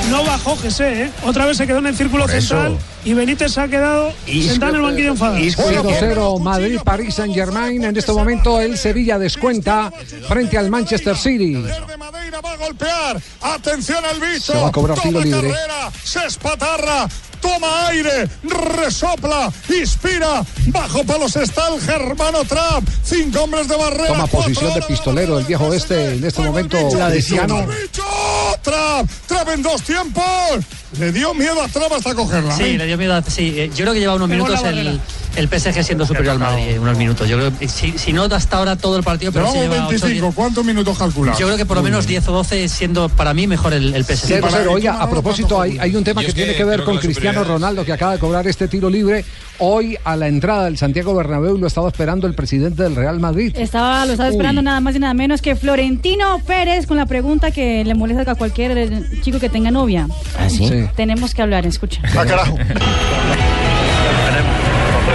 Speaker 24: No bajó José, ¿eh? Otra vez se quedó en el círculo
Speaker 5: Por eso.
Speaker 24: central y Benítez se ha quedado sentado en el banquillo enfadado.
Speaker 5: 0-0 Madrid, París, Saint Germain. En este momento el Sevilla descuenta frente al Manchester City.
Speaker 26: Va a golpear. Atención al bicho.
Speaker 5: Se va a cobrar tiro
Speaker 26: Toma
Speaker 5: libre.
Speaker 26: carrera. Se espatarra. Toma aire. Resopla. Inspira. Bajo palos está el Germano Trap. Cinco hombres de barrera.
Speaker 5: Toma posición de pistolero el viejo oeste en este momento.
Speaker 26: La
Speaker 5: Cristiano.
Speaker 26: Trap. Trap en dos tiempos. Le dio miedo a Trap hasta cogerla.
Speaker 30: Sí, le dio miedo. a- Sí, eh, yo creo que lleva unos
Speaker 26: Pegó
Speaker 30: minutos
Speaker 26: la
Speaker 30: el, el PSG siendo superior al Madrid. eh, Unos minutos. Yo creo que si, si no hasta ahora todo el partido, pero sí
Speaker 26: Llevamos
Speaker 30: lleva 8
Speaker 26: 25. ¿Cuántos minutos calculamos?
Speaker 30: Yo creo que por lo menos 10 o 12 siendo para mí mejor el, el PSG.
Speaker 5: 0-0. Oiga, a propósito, hay, hay un tema que tiene que ver con Cristiano Ronaldo que acaba de cobrar este tiro libre. Hoy a la entrada del Santiago Bernabéu lo estaba esperando el presidente del Real Madrid.
Speaker 7: Estaba, lo estaba esperando
Speaker 5: Uy.
Speaker 7: nada más y nada menos que Florentino Pérez con la pregunta que le molesta a cualquier eh, chico que tenga novia.
Speaker 15: ¿Ah, sí? Sí.
Speaker 7: Tenemos que hablar, escucha.
Speaker 5: Ah,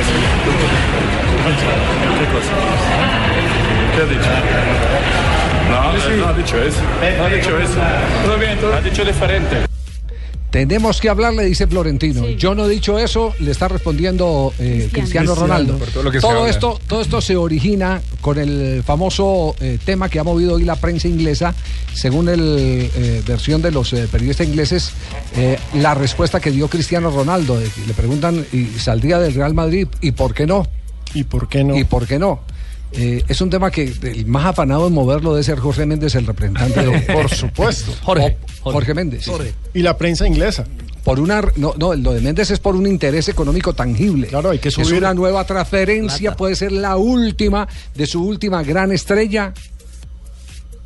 Speaker 31: Ah, ¿Qué cosa? ¿Qué ha dicho? No, no ha dicho eso. No ha dicho eso. Todo bien, todo. Ha dicho diferente.
Speaker 5: Tenemos que hablar, le dice Florentino. Yo no he dicho eso, le está respondiendo eh, Cristiano,
Speaker 9: Cristiano.
Speaker 5: Ronaldo.
Speaker 9: Por todo lo que se habla.
Speaker 5: esto, todo esto se origina con el famoso eh, tema que ha movido hoy la prensa inglesa, según la versión de los eh, periodistas ingleses, eh, la respuesta que dio Cristiano Ronaldo. de que le preguntan, ¿y saldría del Real Madrid? ¿Y por qué no?
Speaker 12: ¿Y por qué no?
Speaker 5: ¿Y por qué no? Eh, es un tema que el más afanado en moverlo debe ser Jorge Méndez, el representante de,
Speaker 12: Por supuesto.
Speaker 5: Jorge, Jorge. Méndez.
Speaker 12: Y la prensa inglesa.
Speaker 5: Por una, no, no, lo de Méndez es por un interés económico tangible. Claro, hay que Es
Speaker 12: subir
Speaker 5: una nueva transferencia, puede ser la última de su última gran estrella.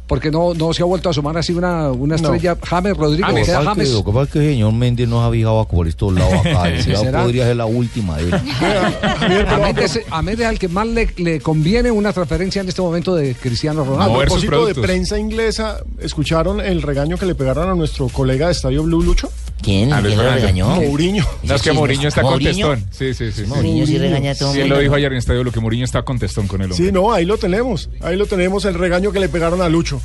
Speaker 5: Porque no, no se ha vuelto a asomar así una, una estrella. James Rodríguez,
Speaker 15: James.
Speaker 5: queda James.
Speaker 15: Lo que pasa es que el señor Méndez nos ha viajado por estos lados acá.
Speaker 5: Sí,
Speaker 15: ya
Speaker 5: ¿será?
Speaker 15: podría ser la última de él.
Speaker 5: A Méndez, a Méndez al que más le, le conviene una transferencia en este momento de Cristiano
Speaker 12: A
Speaker 5: Ronaldo.
Speaker 12: propósito de prensa inglesa, ¿escucharon el regaño que le pegaron a nuestro colega de Estadio Blue Lucho?
Speaker 15: ¿Quién?
Speaker 9: Ah, Luis ¿Quién lo Fernando. regañó?
Speaker 12: Mourinho.
Speaker 9: No, es que Mourinho está contestón. Sí, sí, sí. sí.
Speaker 12: Mourinho sí regaña a todo
Speaker 9: Sí, él
Speaker 12: mundo.
Speaker 9: lo dijo ayer en estadio, lo que Mourinho está contestón con el hombre.
Speaker 12: Sí, no, ahí lo tenemos. Ahí lo tenemos, el regaño que le pegaron a Lucho.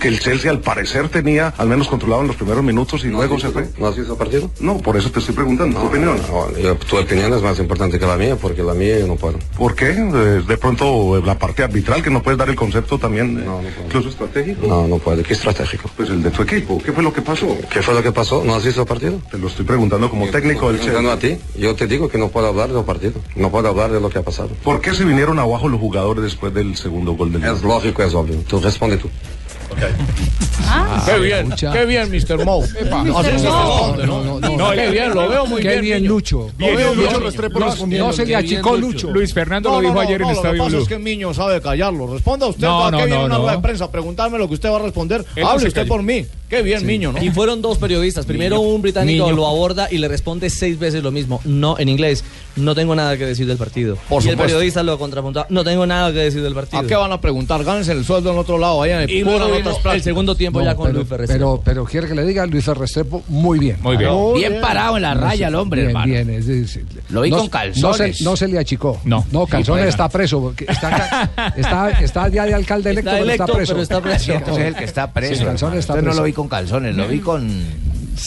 Speaker 8: que el Chelsea al parecer tenía al menos controlado en los primeros minutos y luego se fue.
Speaker 27: ¿No has visto el partido?
Speaker 8: No, por eso te estoy preguntando tu opinión.
Speaker 27: No, yo- tu opinión es más importante que la mía porque la mía yo no puedo.
Speaker 8: ¿Por qué? Eh, De pronto eh, la parte arbitral que no puedes dar el concepto también, eh, incluso estratégico.
Speaker 27: No, no puedo. ¿Qué estratégico?
Speaker 8: Pues el de tu equipo, ¿qué fue lo que pasó?
Speaker 27: ¿Qué fue lo que pasó? ¿No has visto el partido?
Speaker 8: Te lo estoy preguntando como técnico del
Speaker 27: Preguntando
Speaker 8: Chelsea.
Speaker 27: a ti, yo te digo que no puedo hablar del partido. No puedo hablar de lo que ha pasado.
Speaker 8: ¿Por qué se vinieron abajo los jugadores después del segundo gol del
Speaker 27: Es lógico, es obvio. Tú responde tú.
Speaker 32: Qué bien,
Speaker 27: escucha.
Speaker 32: qué bien, Mr. Mo.
Speaker 27: Epa.
Speaker 32: No,
Speaker 27: Mr.
Speaker 32: no,
Speaker 27: Mo.
Speaker 32: no, no, no, no,
Speaker 9: No,
Speaker 32: qué
Speaker 9: el-
Speaker 32: bien, lo veo muy
Speaker 9: qué
Speaker 32: bien.
Speaker 9: bien,
Speaker 32: Lucho.
Speaker 9: Bien,
Speaker 32: Lo veo
Speaker 9: Lucho,
Speaker 32: bien.
Speaker 9: los tres por
Speaker 32: No,
Speaker 9: respondiendo.
Speaker 32: no se le
Speaker 9: Qué bien,
Speaker 32: achicó
Speaker 9: Lucho.
Speaker 32: Lucho.
Speaker 9: Luis Fernando lo dijo ayer en
Speaker 32: no,
Speaker 9: Estadio
Speaker 32: Lo que pasa
Speaker 9: Blue.
Speaker 32: es que Miño sabe callarlo. Responda usted
Speaker 9: No,
Speaker 32: para
Speaker 9: no,
Speaker 32: que viene
Speaker 9: no,
Speaker 32: una
Speaker 9: no.
Speaker 32: rueda de prensa. Preguntarme lo que usted va a responder.
Speaker 10: Él no
Speaker 32: Hable
Speaker 10: se
Speaker 32: usted
Speaker 10: calla.
Speaker 32: por mí. Qué bien,
Speaker 10: Sí.
Speaker 32: Miño, ¿no?
Speaker 10: Y fueron dos periodistas. Primero
Speaker 32: Niño.
Speaker 10: un británico
Speaker 32: Niño.
Speaker 10: lo aborda y le responde seis veces lo mismo. No, en inglés. No tengo nada que decir del partido.
Speaker 32: Por
Speaker 10: y
Speaker 32: supuesto.
Speaker 10: el periodista lo contrapuntó. No tengo nada que decir del partido.
Speaker 32: ¿A qué van a preguntar? Gánense el sueldo en otro lado. Allá en
Speaker 10: Y
Speaker 32: el, puro
Speaker 10: luego vino
Speaker 32: notas plásticas.
Speaker 10: el segundo tiempo ya con
Speaker 5: pero,
Speaker 10: Luis Ferrestero.
Speaker 5: pero, pero quiere que le diga Luis Ferrestrepo, muy bien.
Speaker 10: Muy bien.
Speaker 5: No,
Speaker 10: Bien parado en la raya el hombre,
Speaker 5: bien,
Speaker 10: hermano.
Speaker 5: bien, es decir,
Speaker 10: Lo vi
Speaker 5: no-
Speaker 10: con calzones.
Speaker 5: No se, no se le achicó. No. No, calzones
Speaker 15: juega.
Speaker 5: está preso. porque Está, está, está ya de alcalde electo,
Speaker 15: Está
Speaker 5: pero
Speaker 15: electo,
Speaker 5: está preso.
Speaker 15: pero está preso. Entonces es el que está preso,
Speaker 5: Sí, calzones
Speaker 15: hermano.
Speaker 5: está
Speaker 15: Entonces no
Speaker 5: preso.
Speaker 15: lo vi con calzones, lo vi con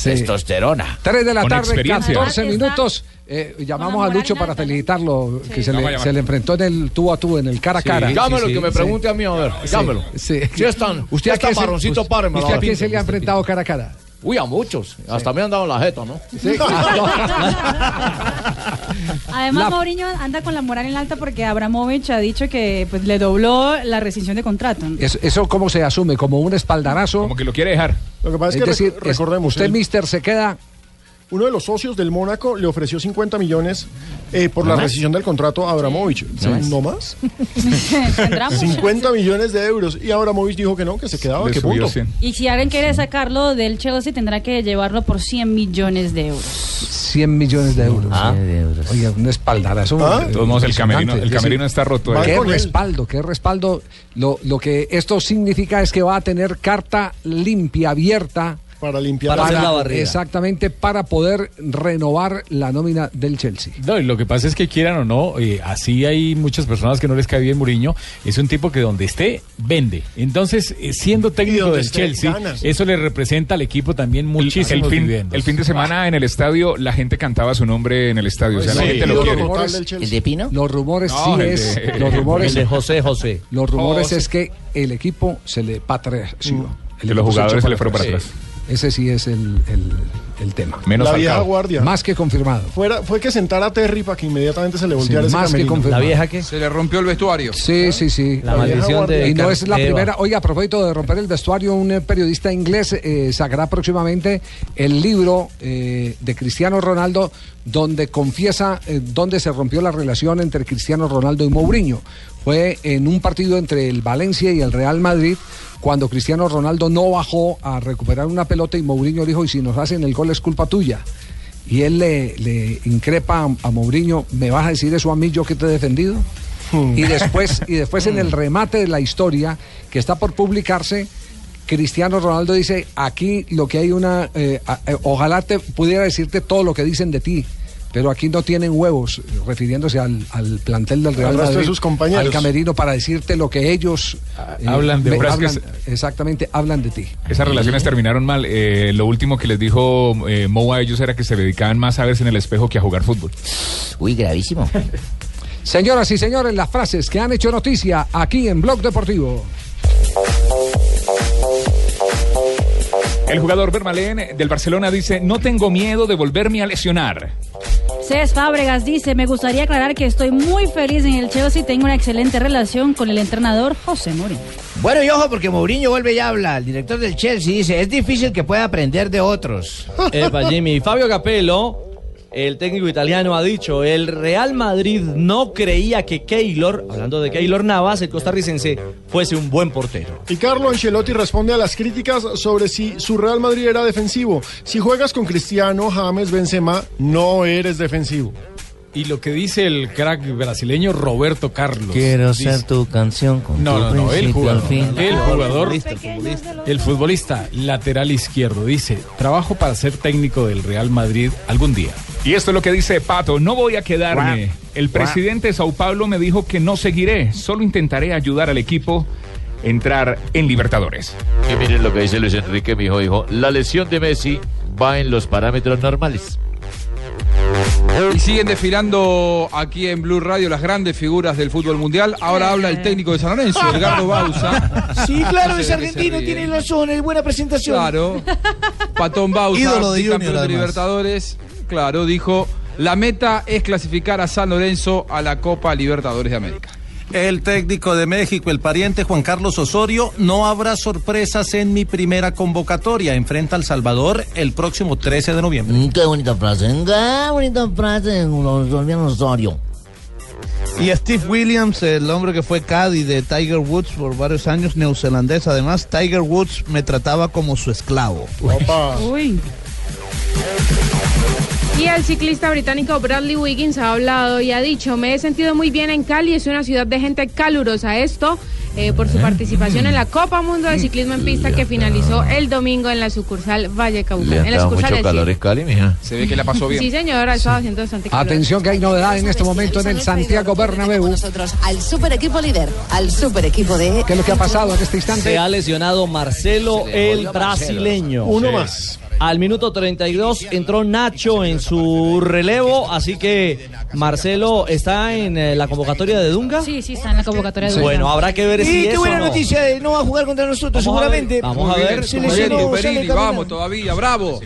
Speaker 15: testosterona.
Speaker 5: 3 de la
Speaker 15: Con
Speaker 5: tarde,
Speaker 15: experiencia.
Speaker 5: 14 minutos. Eh, llamamos a Lucho para felicitarlo, que se
Speaker 32: Vamos a
Speaker 5: le,
Speaker 32: llamar.
Speaker 5: se le enfrentó en el tú a tú, en el cara a cara.
Speaker 32: Llámelo, que me pregunte a mí, a ver.
Speaker 5: Sí,
Speaker 32: Llámelo.
Speaker 5: sí.
Speaker 32: Si están,
Speaker 5: ¿Usted
Speaker 32: usted
Speaker 5: a
Speaker 32: está
Speaker 5: qué se-
Speaker 32: marroncito,
Speaker 5: usted-
Speaker 32: páremelo.
Speaker 5: ¿Usted a quién se le ha enfrentado cara a cara?
Speaker 32: Uy, a muchos. Hasta me han dado la jeta, ¿no?
Speaker 5: Sí.
Speaker 20: Además,
Speaker 32: La-
Speaker 20: Mourinho anda con la moral en alta porque Abramovich ha dicho que pues, le dobló la rescisión de contrato. ¿no?
Speaker 5: ¿Eso, eso cómo se asume? ¿Como un espaldarazo? Como
Speaker 9: que lo quiere dejar.
Speaker 12: Lo que pasa es, que
Speaker 5: decir,
Speaker 12: rec- recordemos.
Speaker 5: usted,
Speaker 12: el-
Speaker 5: mister, se queda.
Speaker 12: Uno de los socios del Mónaco le ofreció 50 millones eh, por la
Speaker 5: más?
Speaker 12: rescisión del contrato a Abramovich.
Speaker 5: ¿No más?
Speaker 12: ¿No más?
Speaker 20: Tendrá mucho.
Speaker 12: 50 millones de euros. Y Abramovich dijo que no, que se quedaba.
Speaker 9: Le
Speaker 12: ¿Qué
Speaker 9: subió
Speaker 12: punto?
Speaker 9: 100.
Speaker 20: Y si alguien quiere sacarlo del Chelsea, tendrá que llevarlo por 100 millones de euros.
Speaker 5: 100 millones de euros. Oye, un espaldarazo.
Speaker 9: Ah. De todos modos,
Speaker 5: impresionante.
Speaker 9: el camerino- el
Speaker 5: Es decir,
Speaker 9: camerino está roto, eh.
Speaker 5: Qué
Speaker 9: Van con él.
Speaker 5: respaldo, qué respaldo. Lo, lo que esto significa es que va a tener carta limpia, abierta.
Speaker 12: Para limpiar
Speaker 21: Para hacer la barrida.
Speaker 5: Exactamente, para poder renovar la nómina del Chelsea.
Speaker 21: No, y lo que pasa es que quieran o no, eh, así hay muchas personas que no les cae bien Muriño, es un tipo que donde esté, vende. Entonces, eh, siendo técnico
Speaker 9: donde
Speaker 21: del
Speaker 9: esté,
Speaker 21: Chelsea,
Speaker 9: gana.
Speaker 21: eso le representa al equipo también
Speaker 9: el
Speaker 21: muchísimos
Speaker 9: fin,
Speaker 21: dividendos.
Speaker 9: el fin de semana en el estadio, la gente cantaba su nombre en el estadio. O
Speaker 12: Pues
Speaker 9: sea, Pues la gente lo quiere.
Speaker 5: ¿El de Pino? Los rumores
Speaker 9: No,
Speaker 5: pues sí
Speaker 9: el de-
Speaker 5: es. Los rumores,
Speaker 9: el de
Speaker 10: José José.
Speaker 5: Los rumores
Speaker 9: José.
Speaker 5: es que el equipo se le
Speaker 12: Mm.
Speaker 5: patració.
Speaker 9: Que los jugadores se le fueron para atrás.
Speaker 5: Ese sí es el, el- el tema.
Speaker 9: Menos
Speaker 12: La
Speaker 9: Falcao.
Speaker 12: vieja guardia.
Speaker 5: Más que confirmado.
Speaker 12: Fuera, fue que sentara a Terry para que inmediatamente se le volteara ese
Speaker 5: más que
Speaker 12: camerino.
Speaker 5: confirmado.
Speaker 13: Se le rompió el vestuario.
Speaker 5: Sí, sí, sí.
Speaker 12: La maldición de
Speaker 5: Y no
Speaker 12: Car-
Speaker 5: es la
Speaker 12: Eva.
Speaker 5: primera. Oiga, a propósito de romper el vestuario, un eh, periodista inglés eh, sacará próximamente el libro eh, de Cristiano Ronaldo, donde confiesa eh, dónde se rompió la relación entre Cristiano Ronaldo y Mourinho. Fue en un partido entre el Valencia y el Real Madrid. Cuando Cristiano Ronaldo no bajó a recuperar una pelota y Mourinho le dijo, y si nos hacen el gol es culpa tuya. Y él le, le increpa a, a Mourinho, ¿me vas a decir eso a mí, yo que te he defendido?
Speaker 12: Hmm.
Speaker 5: Y después, y después en el remate de la historia, que está por publicarse, Cristiano Ronaldo dice, aquí lo que hay una... eh, a- eh, ojalá te pudiera decirte todo lo que dicen de ti. Pero aquí no tienen huevos, refiriéndose al, al plantel del Real
Speaker 12: Al resto de
Speaker 5: Madrid,
Speaker 12: sus compañeros.
Speaker 5: al camerino, para decirte lo que ellos eh,
Speaker 9: hablan de-
Speaker 5: me-
Speaker 9: pero es que
Speaker 5: hablan- exactamente, hablan de ti.
Speaker 9: Esas relaciones terminaron mal. Eh, lo último que les dijo eh, Mo a ellos era que se dedicaban más a verse en el espejo que a jugar fútbol.
Speaker 15: Uy, gravísimo.
Speaker 5: Señoras y señores, las frases que han hecho noticia aquí en Blog Deportivo.
Speaker 9: El jugador Bermalén del Barcelona dice, no tengo miedo de volverme a lesionar.
Speaker 20: Cés Fábregas dice, me gustaría aclarar que estoy muy feliz en el Chelsea y tengo una excelente relación con el entrenador José Mourinho.
Speaker 15: Bueno, y ojo, porque Mourinho vuelve y habla. El director del Chelsea dice, es difícil que pueda aprender de otros.
Speaker 10: Epa, Jimmy. Y Fabio Capello El técnico italiano ha dicho, el Real Madrid no creía que Keylor, hablando de Keylor Navas, el costarricense, fuese un buen portero.
Speaker 12: Y Carlo Ancelotti responde a las críticas sobre si su Real Madrid era defensivo. Si juegas con Cristiano, James, Benzema, no eres defensivo.
Speaker 21: Y lo que dice el crack brasileño Roberto Carlos.
Speaker 15: Quiero
Speaker 21: Dice-
Speaker 15: ser tu canción con
Speaker 21: No,
Speaker 15: tu
Speaker 21: no, no, el
Speaker 15: principio al
Speaker 21: jugador.
Speaker 15: fin.
Speaker 21: El jugador. El futbolista lateral izquierdo dice, trabajo para ser técnico del Real Madrid algún día.
Speaker 9: Y esto es lo que dice Pato, no voy a quedarme.
Speaker 21: Guau.
Speaker 9: El presidente de Sao Paulo me dijo que no seguiré, solo intentaré ayudar al equipo a entrar en Libertadores.
Speaker 22: Y miren lo que dice Luis Enrique, mi hijo, dijo, la lesión de Messi va en los parámetros normales.
Speaker 13: Y siguen desfilando aquí en Blue Radio las grandes figuras del fútbol mundial. Ahora habla el técnico de San Lorenzo, Edgardo Bausa.
Speaker 25: Sí, claro,
Speaker 13: No sé de
Speaker 25: es
Speaker 13: qué se
Speaker 25: argentino,
Speaker 13: ríe.
Speaker 25: tiene razón, es buena presentación.
Speaker 13: Claro. Patón Bausa,
Speaker 25: Ídolo de
Speaker 13: campeón
Speaker 25: Junior,
Speaker 13: de
Speaker 25: además.
Speaker 13: Libertadores. Claro, dijo, la meta es clasificar a San Lorenzo a la Copa Libertadores de América.
Speaker 7: El técnico de México, el pariente Juan Carlos Osorio, no habrá sorpresas en mi primera convocatoria. Enfrenta al Salvador el próximo 13 de noviembre.
Speaker 15: Mm, Qué bonita frase, ¿eh? qué bonita frase, los colombianos Osorio.
Speaker 17: Y Steve Williams, el hombre que fue caddy de Tiger Woods por varios años, neozelandés. Además, Tiger Woods me trataba como su esclavo.
Speaker 18: Uy. Y el ciclista británico Bradley Wiggins ha hablado y ha dicho, me he sentido muy bien en Cali, es una ciudad de gente calurosa. Esto eh, por su participación en la Copa Mundo de Ciclismo en Pista que finalizó el domingo en la sucursal Valle Cauca.
Speaker 22: Le han
Speaker 18: En la
Speaker 22: dado
Speaker 18: sucursal del
Speaker 22: mucho calor ¿eh? en Cali, mija.
Speaker 13: Se ve que la pasó
Speaker 18: Sí, señora, estaba haciendo
Speaker 25: Ah,
Speaker 18: bastante calor.
Speaker 5: Atención que hay novedad en este momento en el Santiago Bernabéu.
Speaker 19: nosotros al super equipo líder, al super equipo de...
Speaker 5: ¿Qué es lo que ha pasado en este
Speaker 10: Se ha lesionado Marcelo el brasileño.
Speaker 12: Uno Sí. más.
Speaker 10: Al minuto 32 entró Nacho en su relevo, así que Marcelo está en eh, la convocatoria de Dunga.
Speaker 18: Sí, sí, está en la convocatoria de
Speaker 10: Bueno, habrá que ver
Speaker 25: y
Speaker 10: si
Speaker 25: qué
Speaker 10: eso
Speaker 25: buena
Speaker 10: no.
Speaker 25: noticia, eh, no va a jugar contra nosotros
Speaker 10: Vamos a ver,
Speaker 25: seguramente.
Speaker 10: vamos a
Speaker 25: Muy
Speaker 10: ver,
Speaker 25: bien, se
Speaker 10: muy
Speaker 25: lesionó,
Speaker 10: bien,
Speaker 25: sale
Speaker 13: Perini,
Speaker 25: caminando.
Speaker 13: vamos todavía, bravo.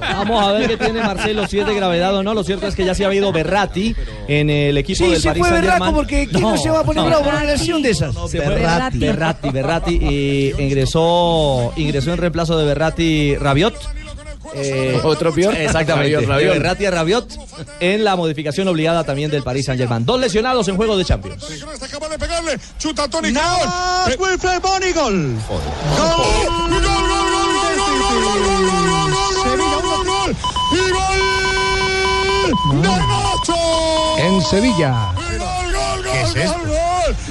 Speaker 10: Vamos a ver qué tiene Marcelo, si es de gravedad o no. Lo cierto es que ya se ha habido Berratti en el equipo
Speaker 25: Sí,
Speaker 10: del
Speaker 25: se
Speaker 10: Paris
Speaker 25: fue
Speaker 10: Saint-Germain.
Speaker 25: Berraco porque ¿quién no, se va a poner
Speaker 10: no.
Speaker 25: bravo por una lesión de esas?
Speaker 10: Se fue Berratti. Berratti, Berratti, y ingresó, ingresó en reemplazo de Berratti Rabiot. Eh,
Speaker 32: Otro peor.
Speaker 10: Exactamente.
Speaker 32: Rabiot,
Speaker 10: de
Speaker 32: Rabiot.
Speaker 10: Berratti a Rabiot en la modificación obligada también del Paris Saint Germain. Dos lesionados en juego de Champions.
Speaker 26: Acaba de pegarle, chuta Tony
Speaker 24: Navas, Wilfred Boni, gol. Gol.
Speaker 26: gol. Y gol de Nacho.
Speaker 5: En Sevilla.
Speaker 26: ¿Qué es esto?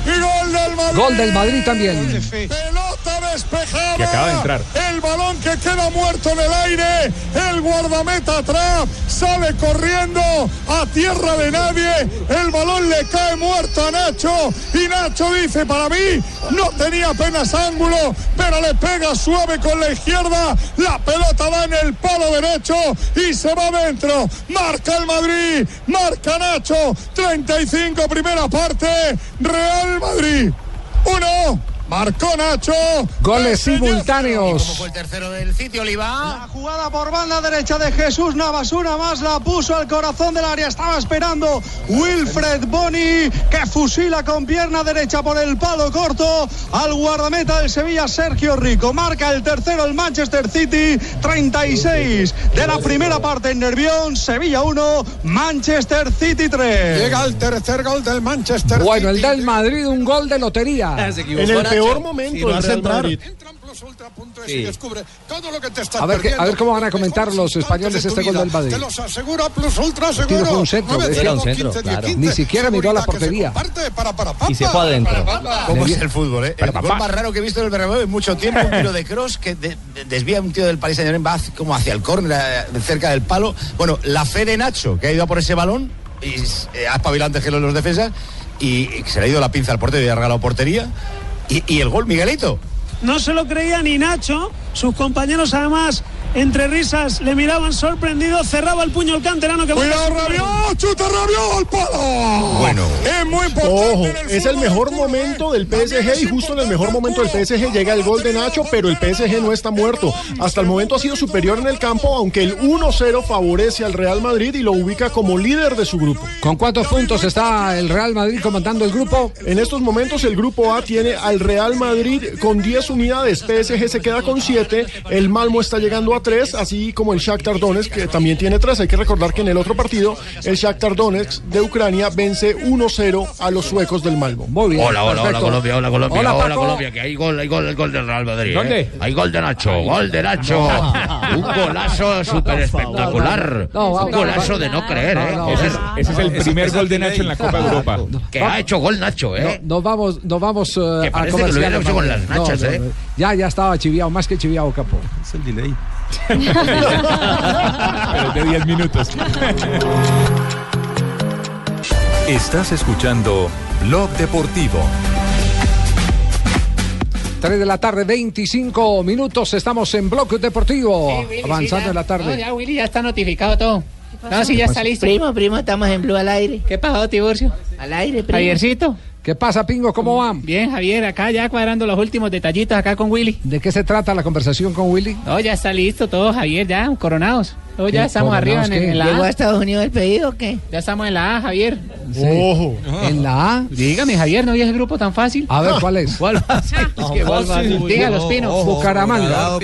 Speaker 26: Y gol del Madrid.
Speaker 5: Gol del Madrid también.
Speaker 26: Pelota despejada.
Speaker 5: Que acaba de entrar.
Speaker 26: El balón que queda muerto en el aire. El guardameta atrás. Sale corriendo a tierra de nadie. El balón le cae muerto a Nacho. Y Nacho dice: Para mí no tenía apenas ángulo, pero le pega suave con la izquierda. La pelota va en el palo derecho y se va adentro. Marca el Madrid. Marca Nacho. 35 primera parte. Real Madrid. Uno. Marcó Nacho.
Speaker 5: Goles simultáneos.
Speaker 24: del sitio, La jugada por banda derecha de Jesús Navas, una más la puso al corazón del área. Estaba esperando Wilfred Boni, que fusila con pierna derecha por el palo corto al guardameta del Sevilla, Sergio Rico. Marca el tercero el Manchester City, 36 de la primera parte en Nervión, Sevilla 1, Manchester City 3.
Speaker 12: Llega el tercer gol del Manchester
Speaker 5: Bueno, el del Madrid, un gol de lotería.
Speaker 12: Ah, se equivocó En el Nacho. peor momento, Sí, lo el hace Real entrar. Madrid. A ver, qué- a ver cómo van a comentar los españoles este gol del Madrid.
Speaker 26: Te los aseguro, Plus Ultra
Speaker 5: El tiro
Speaker 26: seguro.
Speaker 5: fue un centro.
Speaker 26: Nueve,
Speaker 5: es
Speaker 26: cero,
Speaker 5: que-
Speaker 26: quince, diez,
Speaker 5: claro.
Speaker 26: quince.
Speaker 5: Ni siquiera miró a la portería.
Speaker 14: Y se fue adentro. ¿Cómo es el fútbol, eh? El
Speaker 5: Pero,
Speaker 14: gol
Speaker 5: papá.
Speaker 14: más raro que he visto en el Bernabéu en mucho tiempo, un tiro de cross que de- de- desvía un tío del Paris Saint Germain, va hacia- como hacia el córner, eh, cerca del palo. Bueno, la fe de Nacho, que ha ido a por ese balón, y eh, ha espabilado antes que los los defensas, y y se le ha ido la pinza al portero y ha regalado portería. Y, y el gol, Miguelito.
Speaker 33: No se lo creía ni Nacho. Sus compañeros, además, entre risas, le miraban sorprendido. Cerraba el puño el canterano que
Speaker 26: Cuidado, Rabiot, chuta Rabiot al palo. Bueno. Es muy importante.
Speaker 12: Ojo,
Speaker 26: en el ¿eh?
Speaker 12: es el mejor momento del PSG y justo en el mejor momento del PSG llega el gol de Nacho, pero el PSG no está muerto. Hasta el momento ha sido superior en el campo, aunque el 1-0 favorece al Real Madrid y lo ubica como líder de su grupo.
Speaker 5: ¿Con cuántos puntos está el Real Madrid comandando el grupo?
Speaker 12: En estos momentos el grupo A tiene al Real Madrid con 10 unidades, PSG se queda con 7, el Malmo está llegando a tres, así como el Shakhtar Donetsk, que también tiene tres. Hay que recordar que en el otro partido, el Shakhtar Donetsk de Ucrania vence 1-0 a los suecos del Malmo.
Speaker 15: Hola, hola, hola, Colombia, hola, Colombia,
Speaker 12: Hola,
Speaker 15: hola,
Speaker 12: Paco.
Speaker 15: Colombia, que hay gol, hay gol, hay gol del Real Madrid. ¿eh?
Speaker 12: ¿Dónde?
Speaker 15: Hay gol de Nacho, gol de Nacho. Un golazo súper espectacular.
Speaker 5: no, no,
Speaker 15: Un
Speaker 5: no,
Speaker 15: golazo
Speaker 5: no,
Speaker 15: de no creer, ¿eh?
Speaker 5: no,
Speaker 15: Ese
Speaker 5: no,
Speaker 15: es-
Speaker 5: no,
Speaker 15: ese es el primer gol de Nacho en la Copa Europa. Que
Speaker 5: Va-
Speaker 15: ha hecho gol Nacho,
Speaker 5: No,
Speaker 15: ¿eh?
Speaker 5: nos vamos, nos vamos eh, a
Speaker 15: parece que lo
Speaker 5: comerciales,
Speaker 15: hubiera hecho con
Speaker 5: Manuel.
Speaker 15: las nachas, ¿eh?
Speaker 5: Ya, ya estaba chiviado, más que chiviado, capo. Es el delay.
Speaker 21: Pero de 10 minutos.
Speaker 22: Estás escuchando Blog Deportivo.
Speaker 5: 3 de la tarde, 25 minutos, estamos en Bloque Deportivo, avanzando en la
Speaker 34: No,
Speaker 5: tarde.
Speaker 34: ya, Willy, ya está notificado todo. No, sí, ya está listo.
Speaker 35: Primo, primo, estamos en Blue al aire.
Speaker 34: ¿Qué pasó, Tiburcio?
Speaker 35: Al aire, primo.
Speaker 34: Javiercito.
Speaker 5: ¿Qué pasa, Pingo? ¿Cómo van?
Speaker 34: Bien, Javier, acá ya cuadrando los últimos detallitos acá con Willy.
Speaker 5: ¿De qué se trata la conversación con Willy?
Speaker 34: No, ya está listo todo, Javier, ya, coronados. No, ya
Speaker 5: ¿Qué?
Speaker 34: estamos arriba
Speaker 5: ¿Coronados
Speaker 34: en, en
Speaker 5: qué?
Speaker 34: la
Speaker 5: ¿Llegó
Speaker 34: A.
Speaker 5: a
Speaker 34: Estados Unidos el pedido o qué? Ya estamos en la A, Javier.
Speaker 5: Sí. ¿En la A?
Speaker 34: Dígame, Javier, ¿no vi el grupo tan fácil?
Speaker 5: A ver, ¿cuál es?
Speaker 34: ¿Cuál fácil?
Speaker 5: ¿cuál fácil?
Speaker 34: Dígalos, Pino.
Speaker 5: Ojo, Bucaramanga.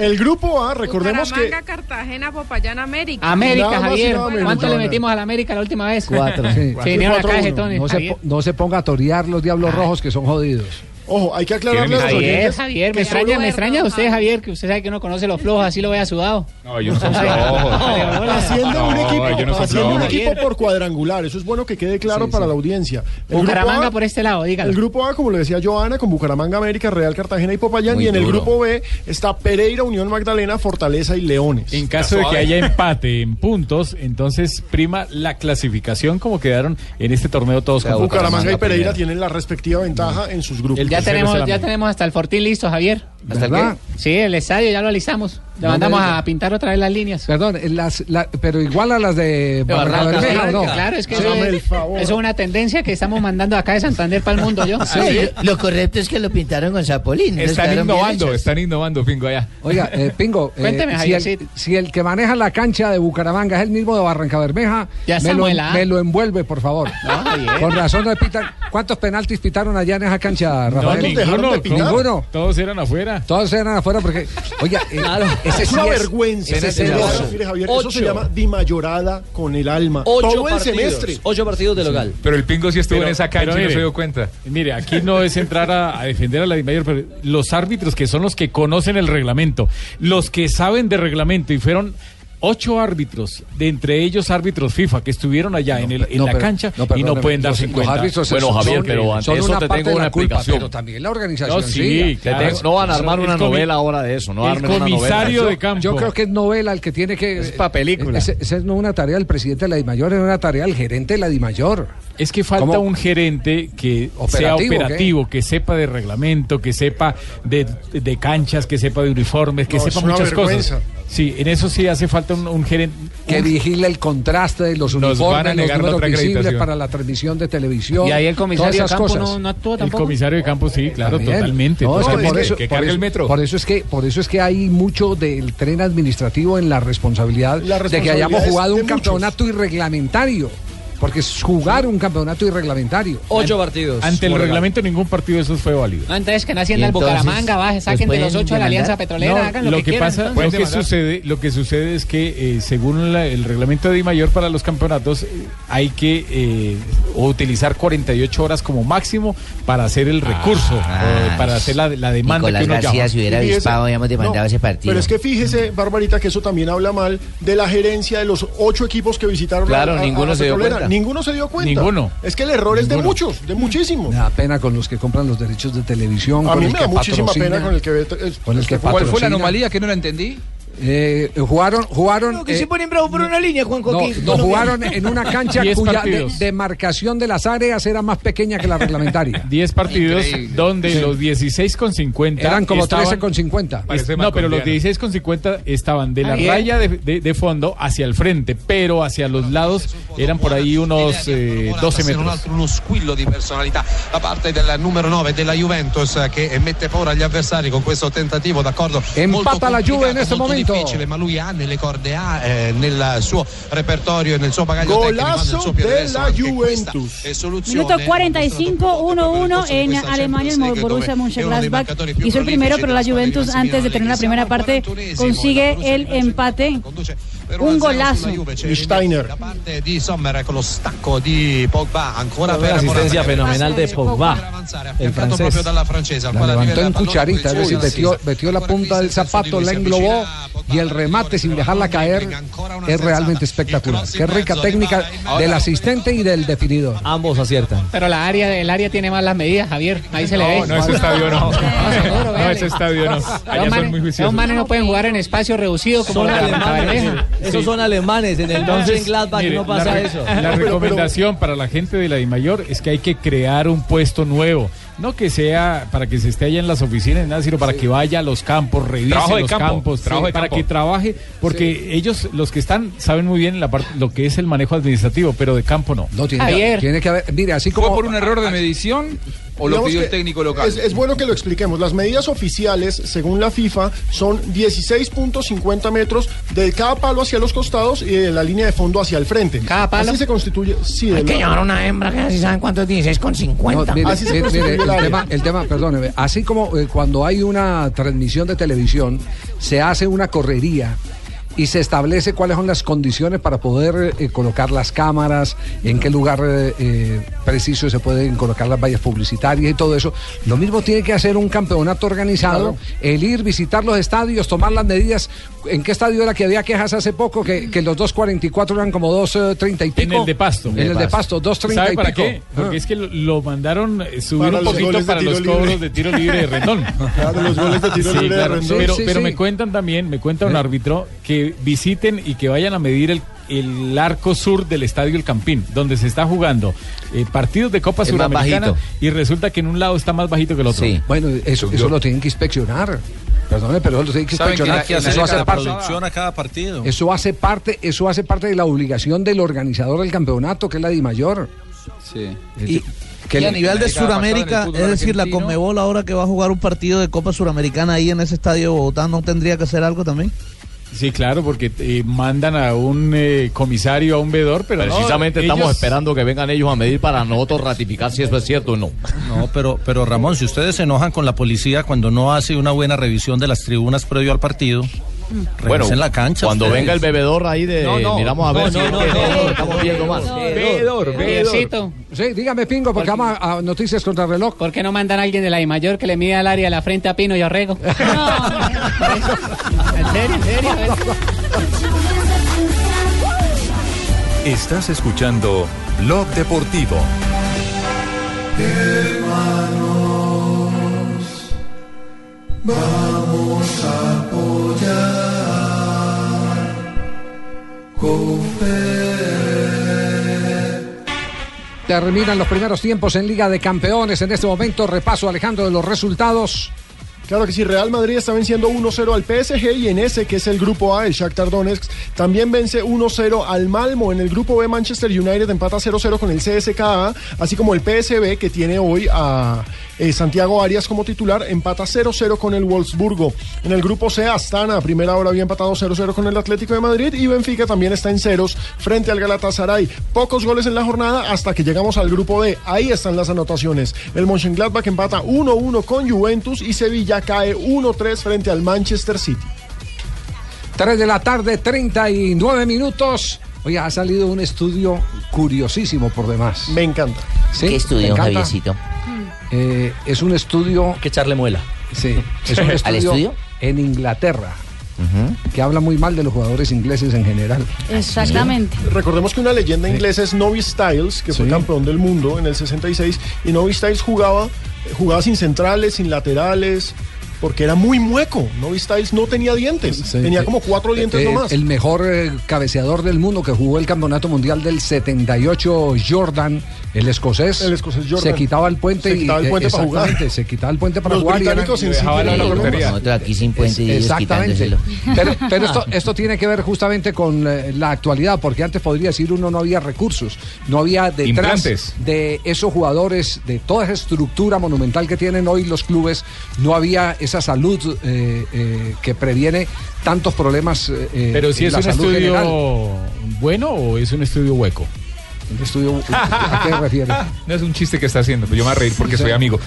Speaker 12: El grupo A, recordemos que
Speaker 18: Bucaramanga, Cartagena, Popayán, América.
Speaker 34: América,
Speaker 12: Nada más y
Speaker 34: Javier.
Speaker 12: nada menos.
Speaker 34: ¿Cuánto le metimos a la América la última vez?
Speaker 5: Cuatro.
Speaker 34: Se vinieron acá de jetones,
Speaker 5: No se,
Speaker 34: Javier. Ah.
Speaker 5: po- no se ponga a torear los diablos rojos que son jodidos.
Speaker 12: Ojo, hay que aclararle a los
Speaker 34: Javier,
Speaker 12: oyentes
Speaker 34: Javier, me
Speaker 12: que solo-
Speaker 34: extraña, me extraña usted, Javier, que usted sabe que uno conoce los flojos, así lo vea sudado.
Speaker 9: No, yo no soy flojo.
Speaker 12: haciendo un
Speaker 9: No,
Speaker 12: equipo,
Speaker 9: yo no soy
Speaker 12: haciendo un
Speaker 9: flojo.
Speaker 12: equipo por cuadrangular. Eso es bueno que quede claro para la audiencia. El
Speaker 34: Bucaramanga
Speaker 12: grupo A-
Speaker 34: por este lado, dígalo.
Speaker 12: El grupo A, como le decía Joana, con Bucaramanga, América, Real Cartagena y Popayán.
Speaker 9: Muy
Speaker 12: y en el
Speaker 9: duro.
Speaker 12: grupo B está Pereira, Unión Magdalena, Fortaleza y Leones.
Speaker 21: En caso de que haya em- empate en puntos, entonces prima la clasificación como quedaron en este torneo todos con
Speaker 12: Bucaramanga y Pereira
Speaker 21: primero.
Speaker 12: tienen la respectiva ventaja en sus grupos.
Speaker 34: Ya tenemos, ya tenemos hasta el fortín listo, Javier.
Speaker 5: ¿Hasta el ¿Verdad?
Speaker 34: Sí, el estadio ya lo alisamos.
Speaker 5: No
Speaker 34: Le
Speaker 5: me
Speaker 34: mandamos
Speaker 5: diga.
Speaker 34: a pintar otra vez las líneas.
Speaker 5: Perdón, en las, la- pero igual a las de
Speaker 34: De
Speaker 5: Barranca
Speaker 34: Barranca,
Speaker 5: Bermeja, ¿o
Speaker 34: Barranca,
Speaker 5: ¿no?
Speaker 34: Claro, es que eso
Speaker 5: Hágame el
Speaker 34: es,
Speaker 5: favor.
Speaker 34: eso es una tendencia que estamos mandando acá de Santander para el mundo, yo.
Speaker 35: Oye, Lo correcto es que lo pintaron con Zapolín.
Speaker 9: Están
Speaker 35: quedaron bien
Speaker 9: innovando,
Speaker 35: hechos.
Speaker 9: están innovando, Pingo, allá.
Speaker 5: Oiga, eh, Pingo, eh, si,
Speaker 9: Cuénteme,
Speaker 5: el,
Speaker 9: Javiercito.
Speaker 5: si el que maneja la cancha de Bucaramanga es el mismo de Barranca Bermeja,
Speaker 34: Ya
Speaker 5: me,
Speaker 34: estamos
Speaker 5: lo,
Speaker 34: en la A.
Speaker 5: me lo envuelve, por favor. Con razón no pitan. ¿Cuántos penaltis pitaron allá en esa cancha,
Speaker 21: No,
Speaker 5: Rafael?
Speaker 21: ninguno,
Speaker 5: Ninguno.
Speaker 21: Todos eran afuera.
Speaker 5: Todos eran afuera porque, oiga, eh, ese
Speaker 12: es
Speaker 5: sí
Speaker 12: una
Speaker 5: es-
Speaker 12: vergüenza.
Speaker 5: ese
Speaker 12: Ese
Speaker 5: es el oso.
Speaker 12: Mire, Javier, eso se
Speaker 5: Ocho.
Speaker 12: llama dimayorada con el alma.
Speaker 21: Ocho
Speaker 12: Todo el
Speaker 21: partidos.
Speaker 12: semestre.
Speaker 10: Ocho partidos de local.
Speaker 9: Pero el Pingo sí estuvo
Speaker 21: Pero-
Speaker 9: en esa cancha
Speaker 21: pero
Speaker 9: y no se
Speaker 21: mire,
Speaker 9: dio cuenta.
Speaker 21: Mire, aquí no es entrar a, a defender a la Dimayor, pero los árbitros que son los que conocen el reglamento, los que saben de reglamento y fueron ocho árbitros, de entre ellos árbitros FIFA, que estuvieron allá en, el- en
Speaker 5: no,
Speaker 21: la
Speaker 5: pero-
Speaker 21: cancha
Speaker 5: no,
Speaker 21: y no
Speaker 5: perdóneme,
Speaker 21: pueden darse
Speaker 5: los- los
Speaker 21: cuenta.
Speaker 5: árbitros Bueno, son- Javier, son- pero ante son eso una te parte tengo de la una culpa, explicación. pero también la organización,
Speaker 21: No, sí,
Speaker 5: sí,
Speaker 21: claro.
Speaker 5: te tengo- no
Speaker 36: van a armar
Speaker 21: El
Speaker 36: una
Speaker 21: comi-
Speaker 36: novela ahora de eso, no
Speaker 21: el
Speaker 36: armen una novela.
Speaker 21: comisario
Speaker 36: Yo-
Speaker 21: de campo.
Speaker 5: Yo creo que es novela el que tiene que. Es para película. Esa es no una tarea del presidente de la DIMAYOR, es una tarea del gerente de la DIMAYOR.
Speaker 21: Es que falta
Speaker 5: ¿Cómo?
Speaker 21: un gerente que sea
Speaker 5: ¿Operativo,
Speaker 21: operativo, que sepa de reglamento, que sepa de, de canchas, que sepa de uniformes, que
Speaker 5: No, es
Speaker 21: sepa
Speaker 5: una
Speaker 21: muchas
Speaker 5: vergüenza.
Speaker 21: cosas. Sí, en eso sí hace falta un, un gerente.
Speaker 5: Que vigile el contraste de los
Speaker 21: Nos van a
Speaker 5: uniformes, los
Speaker 21: negar la
Speaker 5: números
Speaker 21: otra
Speaker 5: visibles
Speaker 21: acreditación.
Speaker 5: para la transmisión de televisión. todas esas cosas.
Speaker 21: El comisario de campo sí, claro,
Speaker 5: También.
Speaker 21: totalmente.
Speaker 5: No, es que
Speaker 21: totalmente.
Speaker 5: por eso-
Speaker 21: que
Speaker 5: por
Speaker 21: cargue
Speaker 5: eso-
Speaker 21: el metro.
Speaker 5: Por eso es que, por eso es que hay mucho del tren administrativo en la responsabilidad, de que
Speaker 21: responsabilidad
Speaker 5: hayamos
Speaker 21: es
Speaker 5: jugado un
Speaker 21: de muchos.
Speaker 5: campeonato irreglamentario. Porque es jugar un campeonato irreglamentario.
Speaker 10: Ocho partidos.
Speaker 21: Ante el
Speaker 10: Por
Speaker 21: reglamento ningún partido de esos fue válido.
Speaker 34: No, entonces que
Speaker 21: Y
Speaker 34: no hacienda el
Speaker 21: entonces,
Speaker 34: Bucaramanga,
Speaker 5: pues
Speaker 34: baje, saquen de
Speaker 21: pueden
Speaker 34: los ocho a la
Speaker 21: demandar.
Speaker 34: Alianza Petrolera,
Speaker 21: No,
Speaker 34: hagan lo, que, quieran.
Speaker 21: pasa,
Speaker 34: entonces.
Speaker 21: lo que sucede, lo que sucede es que eh, según la- el reglamento de Dimayor para los campeonatos eh, hay que eh, utilizar 48 horas como máximo para hacer el recurso, eh, para hacer la, la demanda
Speaker 35: Nicolás
Speaker 21: que uno
Speaker 35: García
Speaker 21: llama.
Speaker 35: se hubiera
Speaker 12: Ah, Y ese-
Speaker 35: avispado, habíamos demandado
Speaker 12: no,
Speaker 35: ese partido.
Speaker 12: Pero es que fíjese, Barbarita, que eso también habla mal de la gerencia de los ocho equipos que visitaron.
Speaker 35: Claro,
Speaker 12: a- a- a
Speaker 35: ninguno
Speaker 12: la
Speaker 35: se dio
Speaker 12: petrolera.
Speaker 35: cuenta.
Speaker 12: Ninguno se dio cuenta.
Speaker 5: Ninguno.
Speaker 12: Es que el error es de muchos, de muchísimos.
Speaker 5: Me da pena con los que compran los derechos de televisión.
Speaker 12: A
Speaker 5: con
Speaker 12: mí
Speaker 5: el
Speaker 12: me
Speaker 5: que
Speaker 12: da muchísima
Speaker 5: patrocina,
Speaker 12: pena con el que ve. eh,
Speaker 5: con el que
Speaker 13: ¿Cuál fue la
Speaker 5: patrocina.
Speaker 13: anomalía que no la entendí?
Speaker 5: Eh, jugaron, jugaron. eh,
Speaker 13: ponen bravos por una línea, Juan
Speaker 5: no, no, jugaron en una cancha cuya de- demarcación de las áreas era más pequeña que la reglamentaria.
Speaker 21: 10 partidos donde
Speaker 5: Sí.
Speaker 21: los 16 con 50
Speaker 5: Eran como
Speaker 21: estaban-
Speaker 5: 13 con 50.
Speaker 21: Es- no, pero los 16 con 50 estaban de la
Speaker 5: Ah, bien.
Speaker 21: raya de, de- de fondo hacia el frente, pero hacia los lados eran por ahí unos eh, 12
Speaker 3: se non
Speaker 21: metros.
Speaker 3: altro uno squillo di personalità da parte del numero 9 della Juventus eh, che mette paura agli avversari con questo tentativo d'accordo
Speaker 5: Empata la Juve en este momento. Marchito.
Speaker 3: difficile, ma lui ha nelle corde, ha eh, nel suo repertorio e nel suo bagaglio
Speaker 12: Golazo
Speaker 3: tecnico, nel suo
Speaker 12: della
Speaker 3: anche questa
Speaker 12: Juventus.
Speaker 3: è soluzione.
Speaker 7: Minuto 45, 1-1 en Alemania, el Borussia Mönchengladbach hizo el primero, pero la Juventus antes de tener la primera parte consigue el empate, un golazo.
Speaker 12: Steiner.
Speaker 3: Da parte di Sommer con lo stacco di Pogba ancora
Speaker 10: Una
Speaker 3: per
Speaker 10: asistencia
Speaker 3: Morata.
Speaker 10: fenomenal de Pogba,
Speaker 3: el
Speaker 10: el
Speaker 3: Fiancato proprio
Speaker 10: francés.
Speaker 3: dalla francese al
Speaker 5: La
Speaker 3: quale
Speaker 5: levantó
Speaker 3: arriva
Speaker 5: en
Speaker 3: il pallone,
Speaker 5: cucharita, es
Speaker 3: poi
Speaker 5: decir,
Speaker 3: il suo
Speaker 5: metió, metió la punta del zapato, la englobó y el remate sin dejarla caer es realmente espectacular. Qué rica técnica del asistente y del definidor.
Speaker 10: ambos aciertan.
Speaker 28: Pero la área, el área tiene malas medidas, Javier. Ahí se le ve.
Speaker 9: No, no, ese estadio no.
Speaker 28: seguro,
Speaker 9: No,
Speaker 28: véale.
Speaker 9: ese estadio no. Allá son muy
Speaker 28: Los
Speaker 9: juiciosos.
Speaker 28: manes no pueden jugar en espacio reducido como
Speaker 10: Son
Speaker 28: la
Speaker 10: alemanes,
Speaker 28: Cabernet.
Speaker 10: esos son alemanes, en el
Speaker 21: Entonces,
Speaker 10: Mönchengladbach
Speaker 21: mire,
Speaker 10: no pasa
Speaker 21: la, re-
Speaker 10: eso.
Speaker 21: La recomendación para la gente de la DIMAYOR es que hay que crear un puesto nuevo. No que sea para que se esté allá en las oficinas, nada, sino para que vaya a los campos, revise
Speaker 9: Trabajo de
Speaker 21: los
Speaker 9: campo,
Speaker 21: campos,
Speaker 9: trabajo de
Speaker 21: para
Speaker 9: campo.
Speaker 21: que trabaje, porque ellos, los que están, saben muy bien la parte, lo que es el manejo administrativo, pero de campo no.
Speaker 5: No tiene, tiene que haber, mire, así como
Speaker 13: ¿Fue por un error de medición o lo
Speaker 12: Digamos
Speaker 13: pidió el
Speaker 12: que
Speaker 13: técnico local?
Speaker 12: Es, es bueno que lo expliquemos. Las medidas oficiales, según la FIFA, son 16.50 metros de cada palo hacia los costados y de la línea de fondo hacia el frente. ¿Cada
Speaker 25: palo?
Speaker 12: Así se constituye. Sí, de
Speaker 25: Hay que
Speaker 12: la-
Speaker 25: llevar una hembra que así saben cuánto es 16 con 50.
Speaker 5: No, mire,
Speaker 15: Ah,
Speaker 25: así
Speaker 5: mire,
Speaker 25: construye
Speaker 5: mire,
Speaker 25: el
Speaker 5: el,
Speaker 25: área.
Speaker 5: tema, el tema, perdóneme, así como eh, cuando hay una transmisión de televisión, se hace una correría y se establece cuáles son las condiciones para poder eh, colocar las cámaras, en qué lugar eh, eh, preciso se pueden colocar las vallas publicitarias y todo eso. Lo mismo tiene que hacer un campeonato organizado, el ir, visitar los estadios, tomar las medidas. ¿En qué estadio era que había quejas hace poco? Que, que los 2.44 eran como 2.30 y pico.
Speaker 21: En el de Pasto.
Speaker 5: En el de Pasto, 2.30
Speaker 21: ¿Sabe
Speaker 5: y
Speaker 21: para
Speaker 5: pico. Ah.
Speaker 21: qué? Porque es que lo, lo mandaron eh, subir
Speaker 12: Para
Speaker 21: un
Speaker 12: los
Speaker 21: poquito
Speaker 12: goles de
Speaker 21: para
Speaker 12: tiro
Speaker 21: los
Speaker 12: libre.
Speaker 21: cobros de tiro libre de Rendón.
Speaker 12: Claro, los goles de tiro
Speaker 21: Sí,
Speaker 12: libre de
Speaker 21: claro.
Speaker 12: Rendón.
Speaker 21: Pero,
Speaker 12: Sí,
Speaker 21: pero
Speaker 12: sí.
Speaker 21: me cuentan también, me cuenta un
Speaker 12: ¿Eh?
Speaker 21: árbitro que visiten y que vayan a medir el el arco sur del estadio El Campín, donde se está jugando eh, partidos de Copa
Speaker 5: Es más
Speaker 21: Suramericana
Speaker 5: bajito.
Speaker 21: y resulta que en un lado está más bajito que el otro.
Speaker 5: Bueno, eso, eso lo tienen que inspeccionar. Perdóneme, pero eso lo tienen que inspeccionar. eso, hace parte,
Speaker 27: a cada partido.
Speaker 5: eso hace parte, eso hace parte de la obligación del organizador del campeonato, que es la DIMAYOR.
Speaker 13: Sí.
Speaker 27: Y,
Speaker 5: que
Speaker 27: y a
Speaker 5: le-
Speaker 27: nivel de
Speaker 5: Cada pasada en el
Speaker 27: Sudamérica,
Speaker 5: fútbol
Speaker 27: es decir, la
Speaker 5: argentino.
Speaker 27: Conmebol ahora que va a jugar un partido de Copa Suramericana ahí en ese estadio de Bogotá, ¿no tendría que hacer algo también?
Speaker 21: Sí, claro, porque eh, mandan a un eh, comisario, a un vedor, pero no,
Speaker 22: Precisamente
Speaker 21: ellos-
Speaker 22: estamos esperando que vengan ellos a medir para nosotros ratificar si eso es cierto o no.
Speaker 27: No, pero, pero Ramón, si ustedes se enojan con la policía cuando no hace una buena revisión de las tribunas previo al partido,
Speaker 22: Mm. Bueno,
Speaker 27: en la cancha.
Speaker 22: cuando venga el bebedor ahí de
Speaker 27: No, no.
Speaker 22: miramos a
Speaker 27: No,
Speaker 22: ver
Speaker 27: no,
Speaker 22: si
Speaker 27: no,
Speaker 22: es que
Speaker 27: no,
Speaker 22: no,
Speaker 27: no,
Speaker 22: estamos viendo mal.
Speaker 28: Veedor, veedor.
Speaker 5: Sí, dígame, Pingo, porque vamos a, a noticias contra reloj.
Speaker 28: ¿Por qué no mandan a alguien de la I mayor que le mida el área de la frente a Pino y Orrego? ¿En serio? ¿En serio?
Speaker 1: Estás escuchando Blog Deportivo.
Speaker 20: Hermanos, vamos a apoyar con fe.
Speaker 5: Terminan los primeros tiempos en Liga de Campeones. En este momento, repaso, Alejandro, de los resultados.
Speaker 12: Claro que sí, Real Madrid está venciendo 1-0 al PSG y en ese que es el grupo A, el Shakhtar Donetsk, también vence 1-0 al Malmo. En el grupo B, Manchester United empata 0-0 con el CSKA, así como el PSB que tiene hoy a eh, Santiago Arias como titular, empata 0-0 con el Wolfsburgo. En el grupo C, Astana, a primera hora había empatado 0-0 con el Atlético de Madrid y Benfica también está en ceros frente al Galatasaray. Pocos goles en la jornada hasta que llegamos al grupo D. Ahí están las anotaciones. El Mönchengladbach empata 1-1 con Juventus y Sevilla cae 1-3 frente al Manchester City.
Speaker 5: 3 de la tarde, 39 minutos. Oye, ha salido un estudio curiosísimo por demás.
Speaker 12: Me encanta.
Speaker 5: ¿Sí?
Speaker 15: ¿Qué
Speaker 5: ¿Te
Speaker 15: estudió
Speaker 5: encanta?
Speaker 15: Javiercito?
Speaker 5: Eh, es un estudio.
Speaker 15: Que echarle muela.
Speaker 5: Sí. Es un
Speaker 15: ¿Al
Speaker 5: estudio,
Speaker 15: estudio?
Speaker 5: en Inglaterra que habla muy mal de los jugadores ingleses en general.
Speaker 7: Exactamente.
Speaker 12: Recordemos que una leyenda inglesa es Novi Styles, que fue campeón del mundo en el 66, y Novi Styles jugaba, jugaba sin centrales, sin laterales, porque era muy mueco. Novi Styles no tenía dientes, tenía como cuatro dientes
Speaker 5: Eh,
Speaker 12: nomás.
Speaker 5: El mejor eh, cabeceador del mundo que jugó el Campeonato Mundial del 78, Jordan, el escocés.
Speaker 12: El escocés
Speaker 5: Se
Speaker 12: Jordan.
Speaker 5: quitaba el puente
Speaker 12: Se
Speaker 5: y
Speaker 12: quitaba el
Speaker 5: eh,
Speaker 12: puente para
Speaker 5: exactamente,
Speaker 12: jugar.
Speaker 5: se quitaba el puente para
Speaker 12: Los
Speaker 5: jugar y eran-
Speaker 12: británicos en sí Dejaban
Speaker 15: la lotería. Nosotros aquí sin puente y ellos
Speaker 5: Exactamente.
Speaker 15: quitándoselo.
Speaker 5: Pero, pero esto, esto tiene que ver justamente con eh, la actualidad, porque antes podría decir uno no había recursos, no había detrás
Speaker 9: Implantes.
Speaker 5: de esos jugadores, de toda esa estructura monumental que tienen hoy los clubes, no había esa salud eh, eh, que previene tantos problemas. eh,
Speaker 21: Pero
Speaker 5: en
Speaker 21: si es
Speaker 5: la
Speaker 21: un
Speaker 5: salud
Speaker 21: estudio
Speaker 5: general.
Speaker 21: bueno o es un estudio hueco.
Speaker 5: Un estudio. ¿A qué refiere?
Speaker 9: No es un chiste que está haciendo, pero yo me voy a reír porque soy amigo.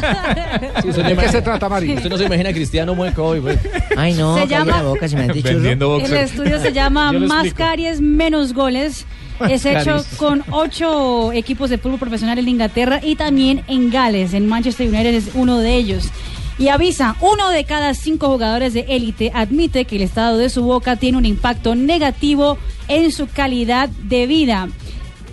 Speaker 5: ¿De qué se trata, Mari?
Speaker 10: Usted no se imagina a Cristiano Mueco hoy, pues. güey.
Speaker 15: Ay, no,
Speaker 7: Se llama-
Speaker 15: boca, se me han dicho.
Speaker 10: Vendiendo
Speaker 15: churro.
Speaker 7: El estudio se llama
Speaker 15: Yo lo
Speaker 7: Más
Speaker 15: explico.
Speaker 7: caries, menos goles. Es hecho
Speaker 15: Caries.
Speaker 7: con ocho equipos de fútbol profesional en Inglaterra y también en Gales. En Manchester United es uno de ellos. Y avisa, uno de cada cinco jugadores de élite admite que el estado de su boca tiene un impacto negativo en su calidad de vida.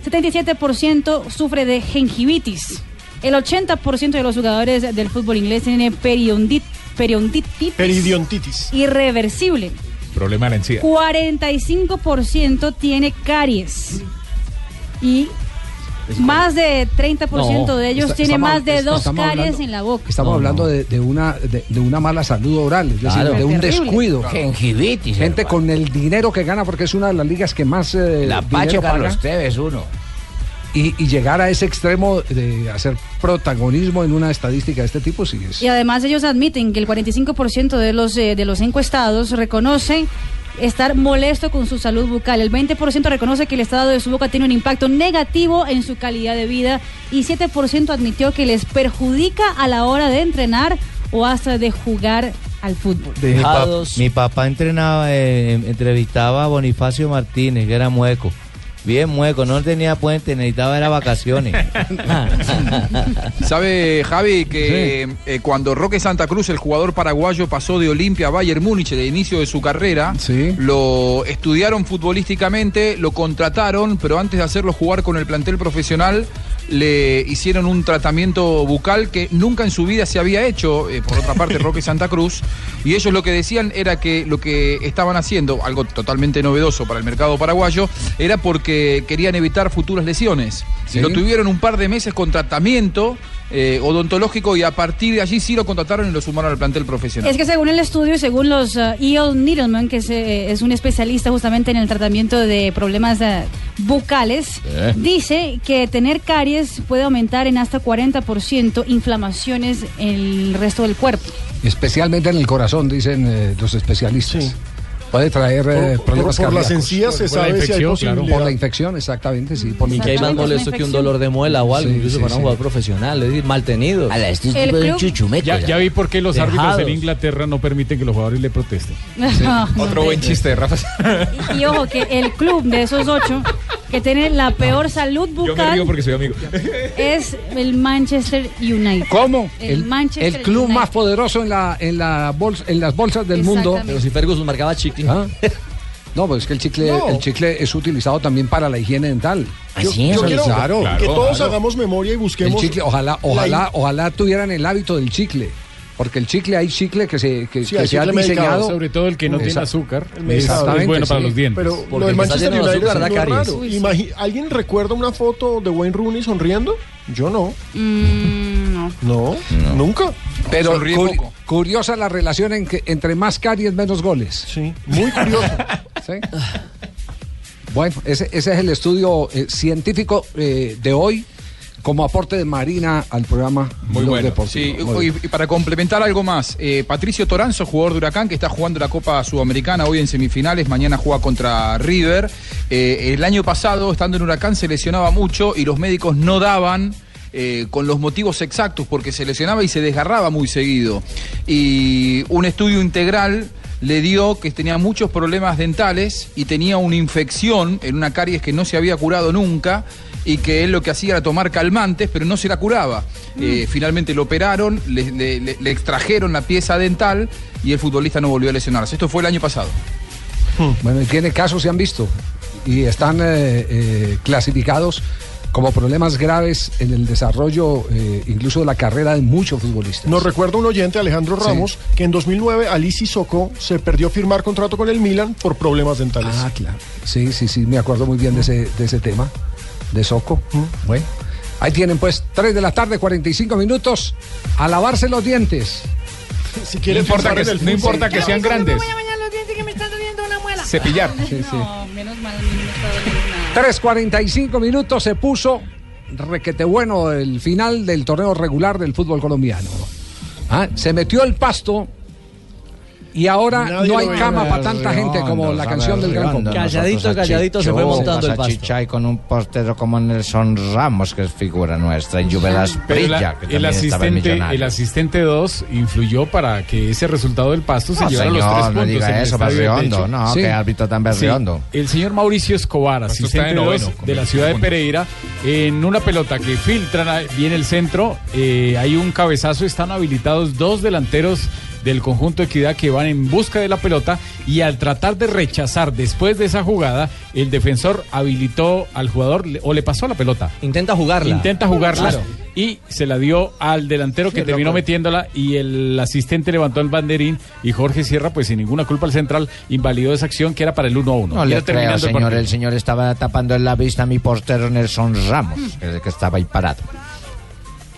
Speaker 7: 77% sufre de gingivitis. El 80% de los jugadores del fútbol inglés tiene periondi- periodontitis
Speaker 12: Peridiontitis.
Speaker 7: irreversible.
Speaker 9: Problema de la encía.
Speaker 7: 45% tiene caries. Y más de 30%
Speaker 5: No,
Speaker 7: de ellos
Speaker 5: está-
Speaker 7: tiene
Speaker 5: estamos-
Speaker 7: más de
Speaker 5: está-
Speaker 7: dos
Speaker 5: estamos
Speaker 7: caries
Speaker 5: hablando-
Speaker 7: en la boca.
Speaker 5: Estamos hablando De, de una, de, de una mala salud oral, es
Speaker 15: Claro.
Speaker 5: decir, de un
Speaker 15: Terrible.
Speaker 5: descuido.
Speaker 15: Claro. Gengivitis,
Speaker 5: Gente con el dinero que gana, porque es una de las ligas que más. eh,
Speaker 15: La Pache
Speaker 5: dinero
Speaker 15: Carlos
Speaker 5: paga.
Speaker 15: Tevez, uno.
Speaker 5: Y, y llegar a ese extremo de hacer protagonismo en una estadística de este tipo, sí es.
Speaker 7: Y además ellos admiten que el 45% de los, eh, de los encuestados reconoce estar molesto con su salud bucal. El 20% reconoce que el estado de su boca tiene un impacto negativo en su calidad de vida y 7% admitió que les perjudica a la hora de entrenar o hasta de jugar al fútbol.
Speaker 15: Mi, pap-
Speaker 10: Dejados.
Speaker 15: mi papá entrenaba, eh, entrevistaba a Bonifacio Martínez, que era mueco. Bien mueco, no tenía puente, necesitaba era vacaciones.
Speaker 13: Sabe Javi que eh, cuando Roque Santa Cruz, el jugador paraguayo, pasó de Olimpia a Bayern Múnich el inicio de su carrera, lo estudiaron futbolísticamente, lo contrataron, pero antes de hacerlo jugar con el plantel profesional, le hicieron un tratamiento bucal que nunca en su vida se había hecho, eh, por otra parte Roque Santa Cruz, y ellos lo que decían era que lo que estaban haciendo, algo totalmente novedoso para el mercado paraguayo, era porque querían evitar futuras lesiones.
Speaker 5: Sí.
Speaker 13: Lo tuvieron un par de meses con tratamiento eh, odontológico y a partir de allí sí lo contrataron y lo sumaron al plantel profesional.
Speaker 7: Es que según el estudio, y según los uh, E.O. Needleman, que es, eh, es un especialista justamente en el tratamiento de problemas eh, bucales,
Speaker 13: Eh.
Speaker 7: dice que tener caries puede aumentar en hasta 40% inflamaciones en el resto del cuerpo.
Speaker 5: Especialmente en el corazón, dicen eh, los especialistas. Puede traer eh,
Speaker 12: Por-
Speaker 5: problemas
Speaker 12: por- por las
Speaker 5: cardíacos.
Speaker 12: encías se Por la sabe si hay infección, claro. posibilidad.
Speaker 5: Por la infección, exactamente, sí. Por la
Speaker 10: Y que hay más
Speaker 5: infección.
Speaker 10: molesto que un dolor de muela o algo,
Speaker 5: Sí,
Speaker 10: incluso
Speaker 5: sí,
Speaker 10: para
Speaker 5: sí.
Speaker 10: un jugador profesional, es decir, mal tenido.
Speaker 15: A la este
Speaker 7: El tipo de club- chuchumeco,
Speaker 21: Ya,
Speaker 7: ya.
Speaker 21: ya vi por qué los árbitros
Speaker 10: Dejados.
Speaker 21: en Inglaterra no permiten que los jugadores le protesten.
Speaker 7: No, Ah, no
Speaker 9: Otro
Speaker 7: te-
Speaker 9: buen chiste de Rafa.
Speaker 7: Y, y ojo, que el club de esos ocho que tiene la peor salud
Speaker 9: Yo me río
Speaker 7: bucal
Speaker 9: porque soy amigo.
Speaker 7: es el Manchester United.
Speaker 5: ¿Cómo?
Speaker 7: El,
Speaker 5: El,
Speaker 7: Manchester
Speaker 5: el club
Speaker 7: United.
Speaker 5: más poderoso en, la, en, la bolsa, en las bolsas del mundo. Ah.
Speaker 7: Exactamente. Pero
Speaker 10: si Ferguson marcaba chicle.
Speaker 5: No, pues es que el chicle,
Speaker 12: No.
Speaker 5: el chicle es utilizado también para la higiene dental.
Speaker 12: Yo quiero
Speaker 5: claro,
Speaker 12: que todos
Speaker 5: claro.
Speaker 12: hagamos memoria y
Speaker 5: El
Speaker 12: busquemos.
Speaker 5: chicle, ojalá,
Speaker 12: la
Speaker 5: ojalá,
Speaker 12: in-
Speaker 5: ojalá tuvieran el hábito del chicle. Porque el chicle, hay chicle que se, que,
Speaker 12: Sí,
Speaker 5: que
Speaker 12: hay
Speaker 5: se ha
Speaker 12: chicle medicado,
Speaker 5: diseñado.
Speaker 21: Sobre todo el que no tiene
Speaker 5: Esa-
Speaker 21: azúcar.
Speaker 12: El
Speaker 21: Es,
Speaker 12: medicado.
Speaker 21: es bueno para
Speaker 5: sí.
Speaker 21: los dientes.
Speaker 12: Pero lo del Manchester United es muy raro. Imagi- ¿Alguien recuerda una foto de Wayne Rooney sonriendo? Yo no. No, nunca.
Speaker 5: Pero curi- curiosa la relación en que entre más caries, menos goles.
Speaker 12: Sí, muy curioso.
Speaker 5: Bueno, ese, ese es el estudio eh, científico eh, de hoy como aporte de Marina al programa
Speaker 13: Muy
Speaker 5: Blog
Speaker 13: bueno.
Speaker 5: Deportivo.
Speaker 13: Sí,
Speaker 5: Muy
Speaker 13: y,
Speaker 5: bien.
Speaker 13: y para complementar algo más, eh, Patricio Toranzo, jugador de Huracán, que está jugando la Copa Sudamericana hoy en semifinales, mañana juega contra River. Eh, el año pasado, estando en Huracán, se lesionaba mucho y los médicos no daban. eh, con los motivos exactos, porque se lesionaba y se desgarraba muy seguido. Y un estudio integral le dio que tenía muchos problemas dentales y tenía una infección en una caries que no se había curado nunca y que él lo que hacía era tomar calmantes, pero no se la curaba.
Speaker 21: Mm.
Speaker 13: Eh, finalmente lo operaron, le, le- le- le extrajeron la pieza dental y el futbolista no volvió a lesionarse. Esto fue el año pasado.
Speaker 5: Bueno, y tiene casos, se han visto, y están eh, eh, clasificados como problemas graves en el desarrollo eh, incluso de la carrera de muchos futbolistas.
Speaker 12: Nos recuerda un oyente, Alejandro
Speaker 5: Sí.
Speaker 12: Ramos, que en 2009 Alice Socó se perdió firmar contrato con el Milan por problemas dentales.
Speaker 5: Ah, claro. Sí, sí, sí, me acuerdo muy bien de ese, de ese tema, de Soco.
Speaker 9: Mm,
Speaker 5: Bueno, ahí tienen pues 3 de la tarde, 45 minutos, a lavarse los dientes.
Speaker 12: Si
Speaker 9: No importa que, no importa que sean grandes. Cepillar.
Speaker 7: No, menos mal.
Speaker 5: 3.45 minutos se puso requete bueno el final del torneo regular del fútbol colombiano. Ah, se metió el pasto y ahora
Speaker 13: Nadie
Speaker 5: no
Speaker 10: lo
Speaker 5: hay
Speaker 10: ve.
Speaker 5: cama para tanta gente como la canción del gran combo.
Speaker 25: Y con un portero como Nelson Ramos, que es figura nuestra, en Juve Las
Speaker 21: Pero la-
Speaker 25: Brilla, que
Speaker 21: el,
Speaker 25: también estaba en
Speaker 21: asistente, el
Speaker 25: Millonarios.
Speaker 21: asistente 2 influyó para que ese resultado del pasto se
Speaker 25: No,
Speaker 21: llevara los
Speaker 25: señor,
Speaker 21: tres
Speaker 25: no
Speaker 21: puntos.
Speaker 25: diga
Speaker 21: en el
Speaker 25: eso,
Speaker 21: estadio de
Speaker 25: Berriondo,
Speaker 21: Techo.
Speaker 25: no, qué árbitro tan berriondo.
Speaker 21: El señor Mauricio Escobar,
Speaker 25: Pasto
Speaker 21: asistente
Speaker 25: Pues está de noveno,
Speaker 21: 2
Speaker 25: con
Speaker 21: de la
Speaker 25: 20
Speaker 21: ciudad de
Speaker 25: puntos.
Speaker 21: Pereira, en una pelota que filtran a- bien el centro, eh, hay un cabezazo, están habilitados dos delanteros del conjunto Equidad que van en busca de la pelota y al tratar de rechazar después de esa jugada, el defensor habilitó al jugador le- o le pasó la pelota.
Speaker 10: Intenta jugarla.
Speaker 21: Intenta jugarla
Speaker 10: Claro.
Speaker 21: y se la dio al delantero que
Speaker 10: Sí,
Speaker 21: terminó
Speaker 10: loco.
Speaker 21: metiéndola y el asistente levantó el banderín y Jorge Sierra, pues sin ninguna culpa al central, invalidó esa acción que era para el 1-1.
Speaker 25: No
Speaker 21: Y
Speaker 25: le
Speaker 21: era
Speaker 25: creo,
Speaker 21: terminando el
Speaker 25: señor.
Speaker 21: partido.
Speaker 25: El señor estaba tapando en la vista a mi portero Nelson Ramos, el que estaba ahí parado.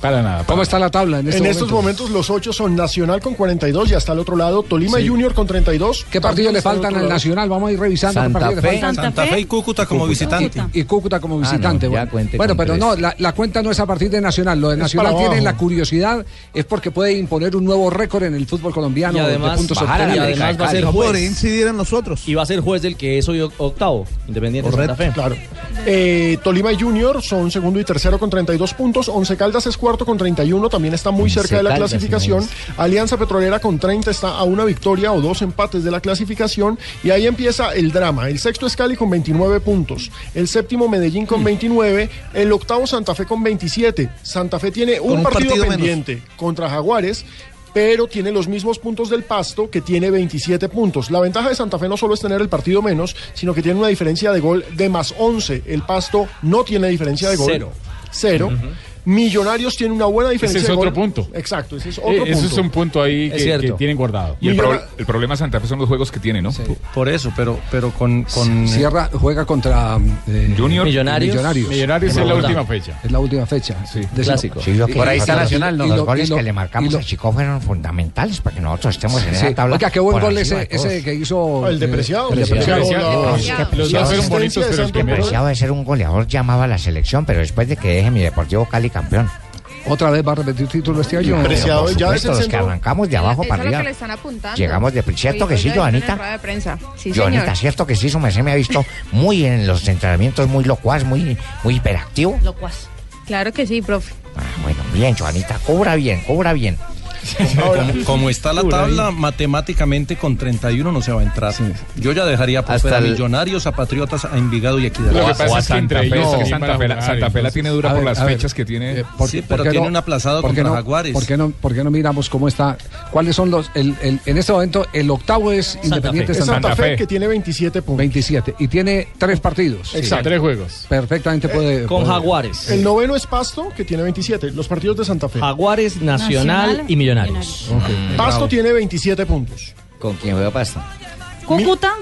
Speaker 21: Para nada.
Speaker 5: ¿Cómo está la tabla en
Speaker 12: En
Speaker 5: este
Speaker 12: estos momentos los ocho son Nacional con 42 y hasta el otro lado Tolima
Speaker 5: Sí.
Speaker 12: Junior con 32.
Speaker 5: ¿Qué partidos le faltan al Nacional? Vamos a ir revisando qué
Speaker 12: Santa
Speaker 5: partidos
Speaker 12: Fe.
Speaker 5: le faltan.
Speaker 12: Santa Santa Fe y Cúcuta como visitante.
Speaker 5: Y Cúcuta como visitante.
Speaker 25: ya
Speaker 5: bueno.
Speaker 25: cuente
Speaker 5: Bueno,
Speaker 25: con
Speaker 5: pero
Speaker 25: tres.
Speaker 5: no, la, la cuenta no es a partir de Nacional. Lo de
Speaker 25: Es
Speaker 5: Nacional
Speaker 25: para
Speaker 5: tiene
Speaker 25: abajo.
Speaker 5: la curiosidad, es porque puede imponer un nuevo récord en el fútbol colombiano
Speaker 10: Y
Speaker 5: de
Speaker 10: además,
Speaker 5: puntos
Speaker 10: bajar a la
Speaker 5: obtenidos.
Speaker 10: América de Cali. No podría incidir
Speaker 5: en nosotros.
Speaker 10: Y va a ser juez del que es hoy oc- octavo, Independiente Santa Fe.
Speaker 12: Claro. Eh, Tolima Junior son segundo y tercero con 32 puntos. Once Caldas es cuarto con 31. También está muy
Speaker 25: Once
Speaker 12: cerca de la
Speaker 25: Caldas,
Speaker 12: clasificación. Alianza Petrolera con 30 está a una victoria o dos empates de la clasificación. Y ahí empieza el drama. El sexto es Cali con 29 puntos. El séptimo Medellín con 29. El octavo Santa Fe con 27. Santa Fe tiene un,
Speaker 34: Con un
Speaker 12: partido,
Speaker 34: partido menos.
Speaker 12: pendiente contra Jaguares pero tiene los mismos puntos del Pasto, que tiene 27 puntos. La ventaja de Santa Fe no solo es tener el partido menos, sino que tiene una diferencia de gol de más 11. El Pasto no tiene diferencia de gol.
Speaker 21: Cero.
Speaker 12: Cero. Millonarios tiene una buena diferencia
Speaker 21: es
Speaker 12: de
Speaker 21: otro
Speaker 12: gol.
Speaker 21: punto.
Speaker 12: Exacto, ese es
Speaker 21: Eh,
Speaker 12: otro punto.
Speaker 21: Eso es un punto ahí
Speaker 12: Es
Speaker 21: que,
Speaker 12: cierto.
Speaker 21: que tienen guardado.
Speaker 9: Y el, pro- el problema de Santa Fe son los juegos que tiene, ¿no?
Speaker 27: Por eso, pero, pero con, con
Speaker 5: Sierra juega contra eh,
Speaker 9: Junior. Millonarios.
Speaker 5: Millonarios.
Speaker 9: Millonarios es
Speaker 5: En
Speaker 9: la
Speaker 5: Bogotá.
Speaker 9: última fecha.
Speaker 5: Es la última fecha. Sí.
Speaker 25: Clásico. Sí, lo que Por ahí está Nacional, ¿no? Los goles que le marcamos a
Speaker 5: Chico fueron
Speaker 25: fundamentales para que nosotros estemos en
Speaker 5: Sí.
Speaker 25: esa tabla.
Speaker 5: Oiga, qué buen
Speaker 25: por
Speaker 5: gol
Speaker 25: arriba
Speaker 5: ese,
Speaker 25: de todos.
Speaker 5: ese que hizo. eh,
Speaker 12: El depreciado.
Speaker 25: El depreciado.
Speaker 12: Los dos fueron bonitos, pero el primero.
Speaker 25: Depreciado de ser un goleador llamaba a la selección, pero después de que deje mi Deportivo Cali campeón.
Speaker 5: Otra vez va a repetir título este año.
Speaker 25: Pero, por supuesto, los que
Speaker 5: centro.
Speaker 25: arrancamos de abajo
Speaker 18: Eso
Speaker 25: para
Speaker 18: es lo que
Speaker 25: arriba.
Speaker 18: le están apuntando.
Speaker 25: Llegamos de pri- ¿cierto
Speaker 18: Hoy
Speaker 25: que sí,
Speaker 18: ya está en
Speaker 25: Joanita?
Speaker 18: la rueda de prensa. Sí, señor.
Speaker 25: Joanita, cierto que sí, su merced me ha visto muy en los entrenamientos, muy locuaz, muy, muy hiperactivo.
Speaker 18: Locuaz. Claro que sí, profe.
Speaker 25: Bueno, bien, Joanita, cobra bien, cobra bien.
Speaker 27: Como, como está la tabla, matemáticamente con 31 no se va a entrar. Yo ya dejaría por
Speaker 9: Hasta
Speaker 27: fuera a
Speaker 9: el-
Speaker 27: Millonarios, a Patriotas, a Envigado y Equidad.
Speaker 9: Lo que pasa es que entre ellos
Speaker 27: No.
Speaker 9: Santa Fe, la, Santa Fe la tiene dura
Speaker 5: A
Speaker 9: por
Speaker 5: ver,
Speaker 9: las
Speaker 5: a ver.
Speaker 9: fechas que tiene.
Speaker 27: Sí, pero tiene un aplazado
Speaker 5: ¿por qué
Speaker 27: contra
Speaker 5: no,
Speaker 27: Jaguares.
Speaker 5: ¿por qué, no, por qué no miramos cómo está? ¿Cuáles son los.? El, el- en este momento, el octavo es Independiente
Speaker 12: Es
Speaker 5: Santa,
Speaker 12: Santa Fe que tiene 27 puntos.
Speaker 5: 27. Y tiene tres partidos.
Speaker 12: Exacto. Tres
Speaker 21: juegos.
Speaker 5: Perfectamente
Speaker 10: Eh,
Speaker 27: Eh,
Speaker 5: puede. puede-
Speaker 12: El noveno es Pasto, que tiene 27. Los partidos de Santa Fe.
Speaker 10: Jaguares, Nacional, y Millonarios.
Speaker 12: Pasto tiene 27 puntos.
Speaker 15: ¿Con quién juega Pasto?
Speaker 7: Cúcuta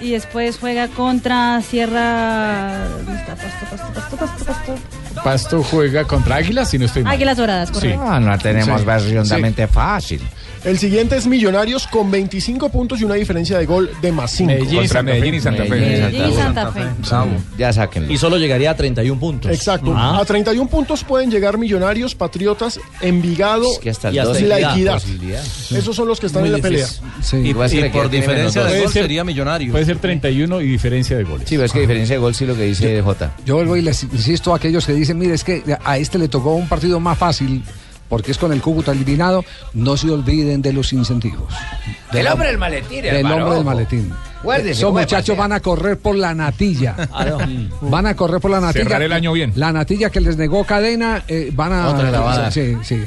Speaker 7: y después juega contra Sierra. ¿Dónde está? Pasto, pasto, pasto, pasto, pasto.
Speaker 21: Pasto juega contra Águilas y no estoy mal.
Speaker 7: Águilas Doradas, correcto.
Speaker 25: Ah, no la tenemos
Speaker 12: Sí.
Speaker 25: berriondamente fácil.
Speaker 12: El siguiente es Millonarios con 25 puntos y una diferencia de gol de más 5.
Speaker 10: Medellín y Contra Santa Fe. Medellín y Santa Fe. Medellín y Santa Fe. Bravo.
Speaker 15: Ya sáquenlo.
Speaker 10: Y solo llegaría a 31 puntos.
Speaker 12: Exacto.
Speaker 10: Ah.
Speaker 12: A 31 puntos pueden llegar Millonarios, Patriotas, Envigado
Speaker 10: Es que hasta el
Speaker 12: y
Speaker 10: doce.
Speaker 12: la
Speaker 10: Equidad.
Speaker 12: equidad.
Speaker 10: Posibilidad.
Speaker 12: Esos son los que están en la pelea.
Speaker 27: Y,
Speaker 21: pues,
Speaker 15: Igual se
Speaker 27: y
Speaker 15: le queda
Speaker 27: por
Speaker 15: tiene
Speaker 27: diferencia
Speaker 15: menos
Speaker 27: de
Speaker 15: dos.
Speaker 27: gol sería Millonarios.
Speaker 21: Puede ser 31 y diferencia de goles.
Speaker 15: Sí,
Speaker 25: Ah.
Speaker 15: pero es que diferencia de gol sí lo que dice J.
Speaker 5: Yo vuelvo y les insisto a aquellos que dicen, mire, es que a este le tocó un partido más fácil porque es con el Cúcuta eliminado. No se olviden de los incentivos.
Speaker 15: Del hombre del maletín,
Speaker 5: Del
Speaker 15: hermano.
Speaker 5: hombre del maletín.
Speaker 15: Guárdese,
Speaker 37: Eh,
Speaker 5: Esos
Speaker 15: juegue,
Speaker 5: muchachos van a correr por la natilla.
Speaker 15: Ah, no.
Speaker 5: Van a correr por la natilla.
Speaker 9: Cerrar el año bien.
Speaker 5: La natilla que les negó cadena, eh, van a...
Speaker 9: Otra la va a dar.
Speaker 5: Sí, sí.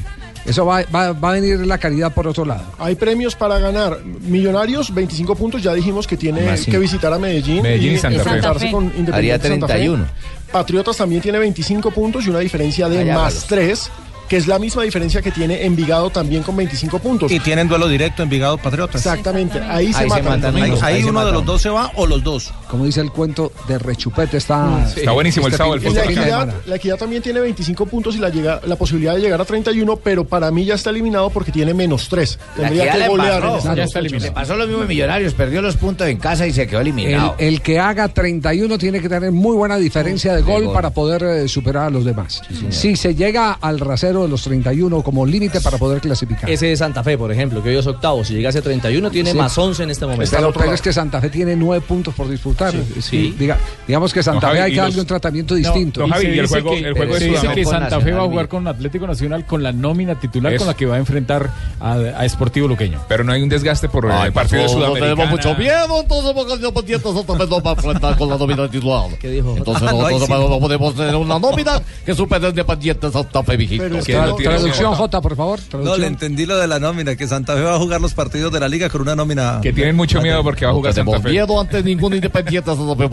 Speaker 5: Eso va, va- va a venir la caridad por otro lado.
Speaker 12: Hay premios para ganar. Millonarios, 25 puntos. Ya dijimos que tiene
Speaker 5: Más cinco.
Speaker 12: que visitar a Medellín.
Speaker 5: Medellín y Santa Fe.
Speaker 12: enfrentarse
Speaker 5: Santa Fe.
Speaker 12: con Independiente
Speaker 15: Haría
Speaker 12: Santa Fe.
Speaker 15: 31.
Speaker 12: Patriotas también tiene 25 puntos y una diferencia de
Speaker 27: Allá
Speaker 12: más
Speaker 27: valos.
Speaker 12: 3, que es la misma diferencia que tiene Envigado también con 25 puntos.
Speaker 27: Y tienen duelo directo Envigado Patriotas.
Speaker 12: Exactamente. Ahí se matan.
Speaker 27: Ahí, ahí uno de los dos se va o los dos.
Speaker 5: Como dice el cuento de Rechupete, está...
Speaker 27: Está buenísimo el
Speaker 5: este
Speaker 27: sábado
Speaker 5: fin-
Speaker 27: el
Speaker 5: este
Speaker 12: La
Speaker 27: fútbol.
Speaker 5: fin de
Speaker 12: equidad,
Speaker 5: semana.
Speaker 12: la Equidad también tiene 25 puntos y la, llega, la posibilidad de llegar a 31, pero para mí ya está eliminado porque tiene menos 3. Tendría que golear. en esta noche.
Speaker 15: Le pasó lo mismo en Millonarios, perdió los puntos en casa y se quedó
Speaker 5: El,
Speaker 15: eliminado.
Speaker 5: el que haga 31 tiene que tener muy buena diferencia de, gol,
Speaker 15: gol.
Speaker 5: para poder eh, superar a los demás. si se llega al rasero primero de los 31 como límite para poder clasificar.
Speaker 10: Ese de Santa Fe, por ejemplo, que hoy es octavo. Si llegase a 31, tiene
Speaker 5: Sí.
Speaker 10: más 11 en este momento.
Speaker 5: Pero, pero es que Santa Fe tiene nueve puntos por disputar.
Speaker 10: Sí, sí.
Speaker 5: Diga- digamos que Santa
Speaker 21: Don
Speaker 5: Fe
Speaker 21: Javi,
Speaker 5: hay que
Speaker 21: y los-
Speaker 5: darle un tratamiento distinto.
Speaker 21: No, y se dice que- se dice que Santa Fe va a jugar
Speaker 5: con-
Speaker 21: con Atlético Nacional con la nómina titular
Speaker 38: Eso.
Speaker 21: con la que va a enfrentar a, a Sportivo Luqueño.
Speaker 38: Pero no hay un desgaste por
Speaker 21: Ay,
Speaker 38: el partido de
Speaker 21: por favor, no
Speaker 38: Sudamericana.
Speaker 21: tenemos mucho
Speaker 37: miedo, entonces porque yo pendiente Santa Fe no va a enfrentar con la nómina titular. ¿Qué dijo? Entonces
Speaker 21: Ah, no, ahí
Speaker 37: nosotros
Speaker 21: sí.
Speaker 37: no, podemos tener una nómina que supere de pendiente Santa Fe,
Speaker 14: Pero
Speaker 37: mijito.
Speaker 14: es que no tiene
Speaker 5: Traducción, J, por favor.
Speaker 14: No,
Speaker 5: traducción.
Speaker 14: le entendí lo de la nómina, que Santa Fe va a jugar los partidos de la liga con una nómina.
Speaker 38: Que tienen mucho miedo porque va a jugar Santa Fe.
Speaker 37: miedo ante ningún independiente Santa Fe.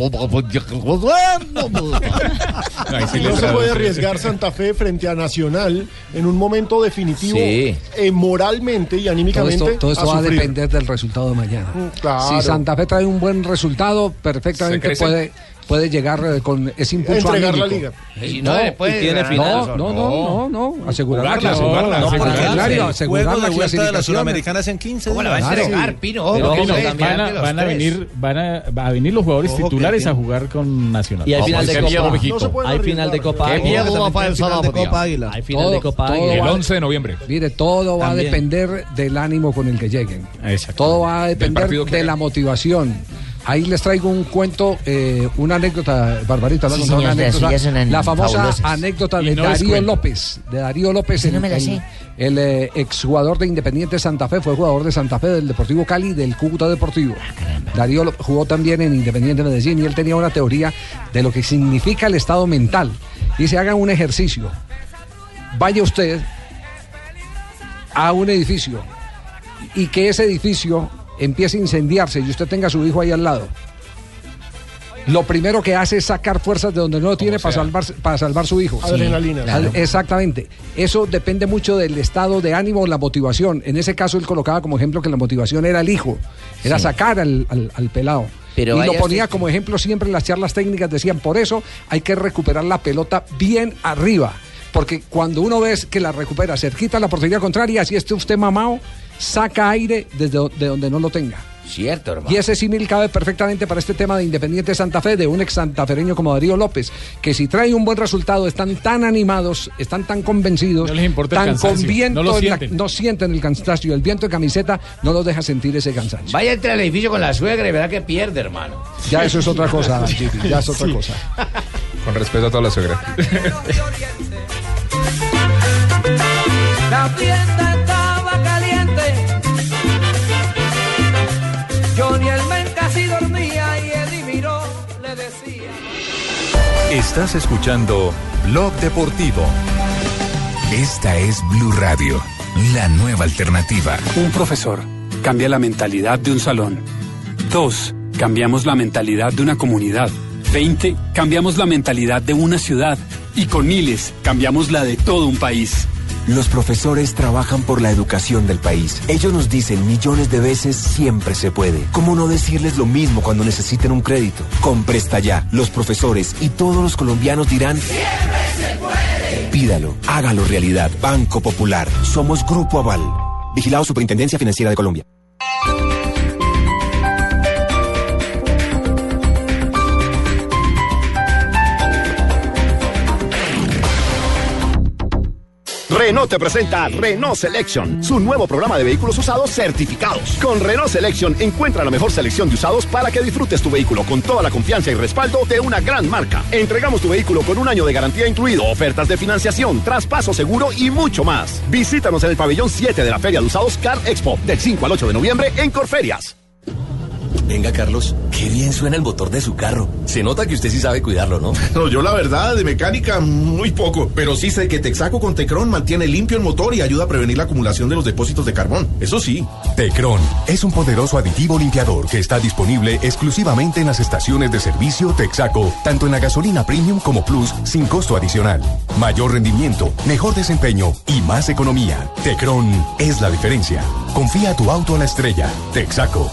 Speaker 37: Bueno,
Speaker 31: No se puede arriesgar Santa Fe frente a Nacional en un momento definitivo,
Speaker 5: Sí.
Speaker 31: eh, moralmente y
Speaker 5: Todo
Speaker 31: anímicamente.
Speaker 5: esto, todo esto
Speaker 31: a
Speaker 5: va a
Speaker 31: sufrir. Mm,
Speaker 5: depender del resultado de mañana.
Speaker 31: claro.
Speaker 5: Si Santa Fe trae un buen resultado,
Speaker 31: Se
Speaker 5: perfectamente
Speaker 31: crece.
Speaker 5: puede, puede llegar eh, con ese impulso
Speaker 31: Entregar la
Speaker 5: anímico.
Speaker 31: liga. Y
Speaker 5: No,
Speaker 31: no, después-
Speaker 5: y tiene
Speaker 31: no,
Speaker 5: final. No, no,
Speaker 31: no,
Speaker 5: no, no, asegurar
Speaker 14: Jugarla,
Speaker 5: la-
Speaker 14: jugarla,
Speaker 5: no,
Speaker 14: asegurar.
Speaker 5: porque,
Speaker 14: El
Speaker 5: claro, asegurar
Speaker 14: juego de
Speaker 5: la
Speaker 14: vuelta de la
Speaker 5: clasificación.
Speaker 14: Sudamericana es en 15
Speaker 5: ¿Cómo la va a
Speaker 31: Ah,
Speaker 14: días.
Speaker 5: entregar,
Speaker 14: Sí.
Speaker 5: Pino?
Speaker 14: Pero
Speaker 21: Porque
Speaker 14: vamos a
Speaker 21: no, van, a,
Speaker 14: cambiarle los
Speaker 21: van a
Speaker 14: tres.
Speaker 21: venir, van a, va a venir los jugadores
Speaker 14: Ojo que
Speaker 21: titulares
Speaker 14: tiene-
Speaker 21: a jugar con Nacional.
Speaker 10: Y hay
Speaker 21: No,
Speaker 10: final
Speaker 21: pues,
Speaker 10: de
Speaker 21: qué miedo,
Speaker 10: Copa.
Speaker 21: mijito.
Speaker 10: Hay final de Copa.
Speaker 21: Qué
Speaker 10: Águila.
Speaker 21: miedo,
Speaker 10: También
Speaker 21: papá,
Speaker 10: hay
Speaker 21: el
Speaker 10: final de
Speaker 21: sábado,
Speaker 10: Copa
Speaker 21: tío.
Speaker 10: Águila. Hay final de
Speaker 5: Todo-
Speaker 10: Copa
Speaker 5: todo
Speaker 10: Águila.
Speaker 5: va- El 11
Speaker 38: de noviembre.
Speaker 5: Mire, todo va a
Speaker 10: También.
Speaker 5: depender del ánimo con el que lleguen. Todo va a depender
Speaker 38: partido
Speaker 5: de
Speaker 38: que
Speaker 5: la motivación. Ahí les traigo un cuento, eh, una anécdota, Barbarita, la
Speaker 13: Sí,
Speaker 5: ha contado
Speaker 13: señor, las
Speaker 5: una anécdota,
Speaker 13: suyas son
Speaker 5: la famosa
Speaker 13: fabulosas.
Speaker 5: anécdota
Speaker 13: Y
Speaker 5: de
Speaker 13: no es
Speaker 5: eh, Darío
Speaker 13: cuento.
Speaker 5: López. De Darío López,
Speaker 13: Sí, no
Speaker 5: el,
Speaker 13: me la
Speaker 5: el-
Speaker 13: sé.
Speaker 5: el, eh, exjugador de Independiente Santa Fe, fue jugador de Santa Fe, del Deportivo Cali, del Cúcuta Deportivo.
Speaker 13: Ah,
Speaker 5: Darío Ló- jugó también en Independiente Medellín y él tenía una teoría de lo que significa el estado mental. Dice, hagan un ejercicio. Vaya usted a un edificio y que ese edificio empiece a incendiarse y usted tenga a su hijo ahí al lado. Lo primero que hace es sacar fuerzas de donde no lo tiene para salvar, para salvar su hijo.
Speaker 31: Sí, Adrenalina.
Speaker 5: Al- Exactamente. Eso depende mucho del estado de ánimo o la motivación. En ese caso, él colocaba como ejemplo que la motivación era el hijo, era
Speaker 13: Sí.
Speaker 5: sacar al, al- al pelado.
Speaker 13: Pero
Speaker 5: y
Speaker 13: vaya
Speaker 5: lo ponía
Speaker 13: usted-
Speaker 5: como ejemplo siempre en las charlas técnicas, decían, por eso hay que recuperar la pelota bien arriba. Porque cuando uno ve que la recupera cerquita a la portería contraria, si esté usted mamado, saca aire desde do- de donde no lo tenga.
Speaker 13: Cierto, hermano.
Speaker 5: Y ese símil cabe perfectamente para este tema de Independiente Santa Fe, de un ex santafereño como Darío López, que si trae un buen resultado están tan animados, están tan convencidos,
Speaker 21: No les importa el
Speaker 5: tan
Speaker 21: cansancio,
Speaker 5: con viento,
Speaker 21: no lo
Speaker 5: en la-
Speaker 21: sienten.
Speaker 5: no sienten el cansancio, el viento de camiseta no los deja sentir ese cansancio.
Speaker 13: Vaya entre al edificio con la suegra y verá que pierde, hermano.
Speaker 5: Ya eso es otra cosa, Chiqui, ya es otra
Speaker 13: Sí.
Speaker 5: cosa.
Speaker 38: Con respeto a toda la suegra.
Speaker 39: La fiesta estaba caliente. Johnny el men casi dormía y Eddie miró, le decía.
Speaker 9: Estás escuchando Blog Deportivo.
Speaker 40: Esta es Blue Radio, la nueva alternativa.
Speaker 22: Un profesor cambia la mentalidad de un salón. Dos, cambiamos la mentalidad de una comunidad. Veinte, cambiamos la mentalidad de una ciudad. Y con miles, cambiamos la de todo un país.
Speaker 15: Los profesores trabajan por la educación del país. Ellos nos dicen millones de veces siempre se puede. ¿Cómo no decirles lo mismo cuando necesiten un crédito? Con Presta Ya, los profesores y todos los colombianos dirán siempre se puede. Pídalo, hágalo realidad. Banco Popular. Somos Grupo Aval. Vigilado Superintendencia Financiera de Colombia.
Speaker 12: Renault te presenta Renault Selection, su nuevo programa de vehículos usados certificados. Con Renault Selection encuentra la mejor selección de usados para que disfrutes tu vehículo con toda la confianza y respaldo de una gran marca. Entregamos tu vehículo con un año de garantía incluido, ofertas de financiación, traspaso seguro y mucho más. Visítanos en el pabellón 7 de la Feria de Usados Car Expo del 5 al 8 de noviembre en Corferias.
Speaker 41: Venga, Carlos, qué bien suena el motor de su carro. Se nota que usted sí sabe cuidarlo, ¿no?
Speaker 42: No, yo la verdad, de mecánica, muy poco. Pero sí sé que Texaco con Tecron mantiene limpio el motor y ayuda a prevenir la acumulación de los depósitos de carbón. Eso sí.
Speaker 9: Tecron es un poderoso aditivo limpiador que está disponible exclusivamente en las estaciones de servicio Texaco, tanto en la gasolina premium como plus sin costo adicional. Mayor rendimiento, mejor desempeño y más economía. Tecron es la diferencia. Confía tu auto a la estrella. Texaco.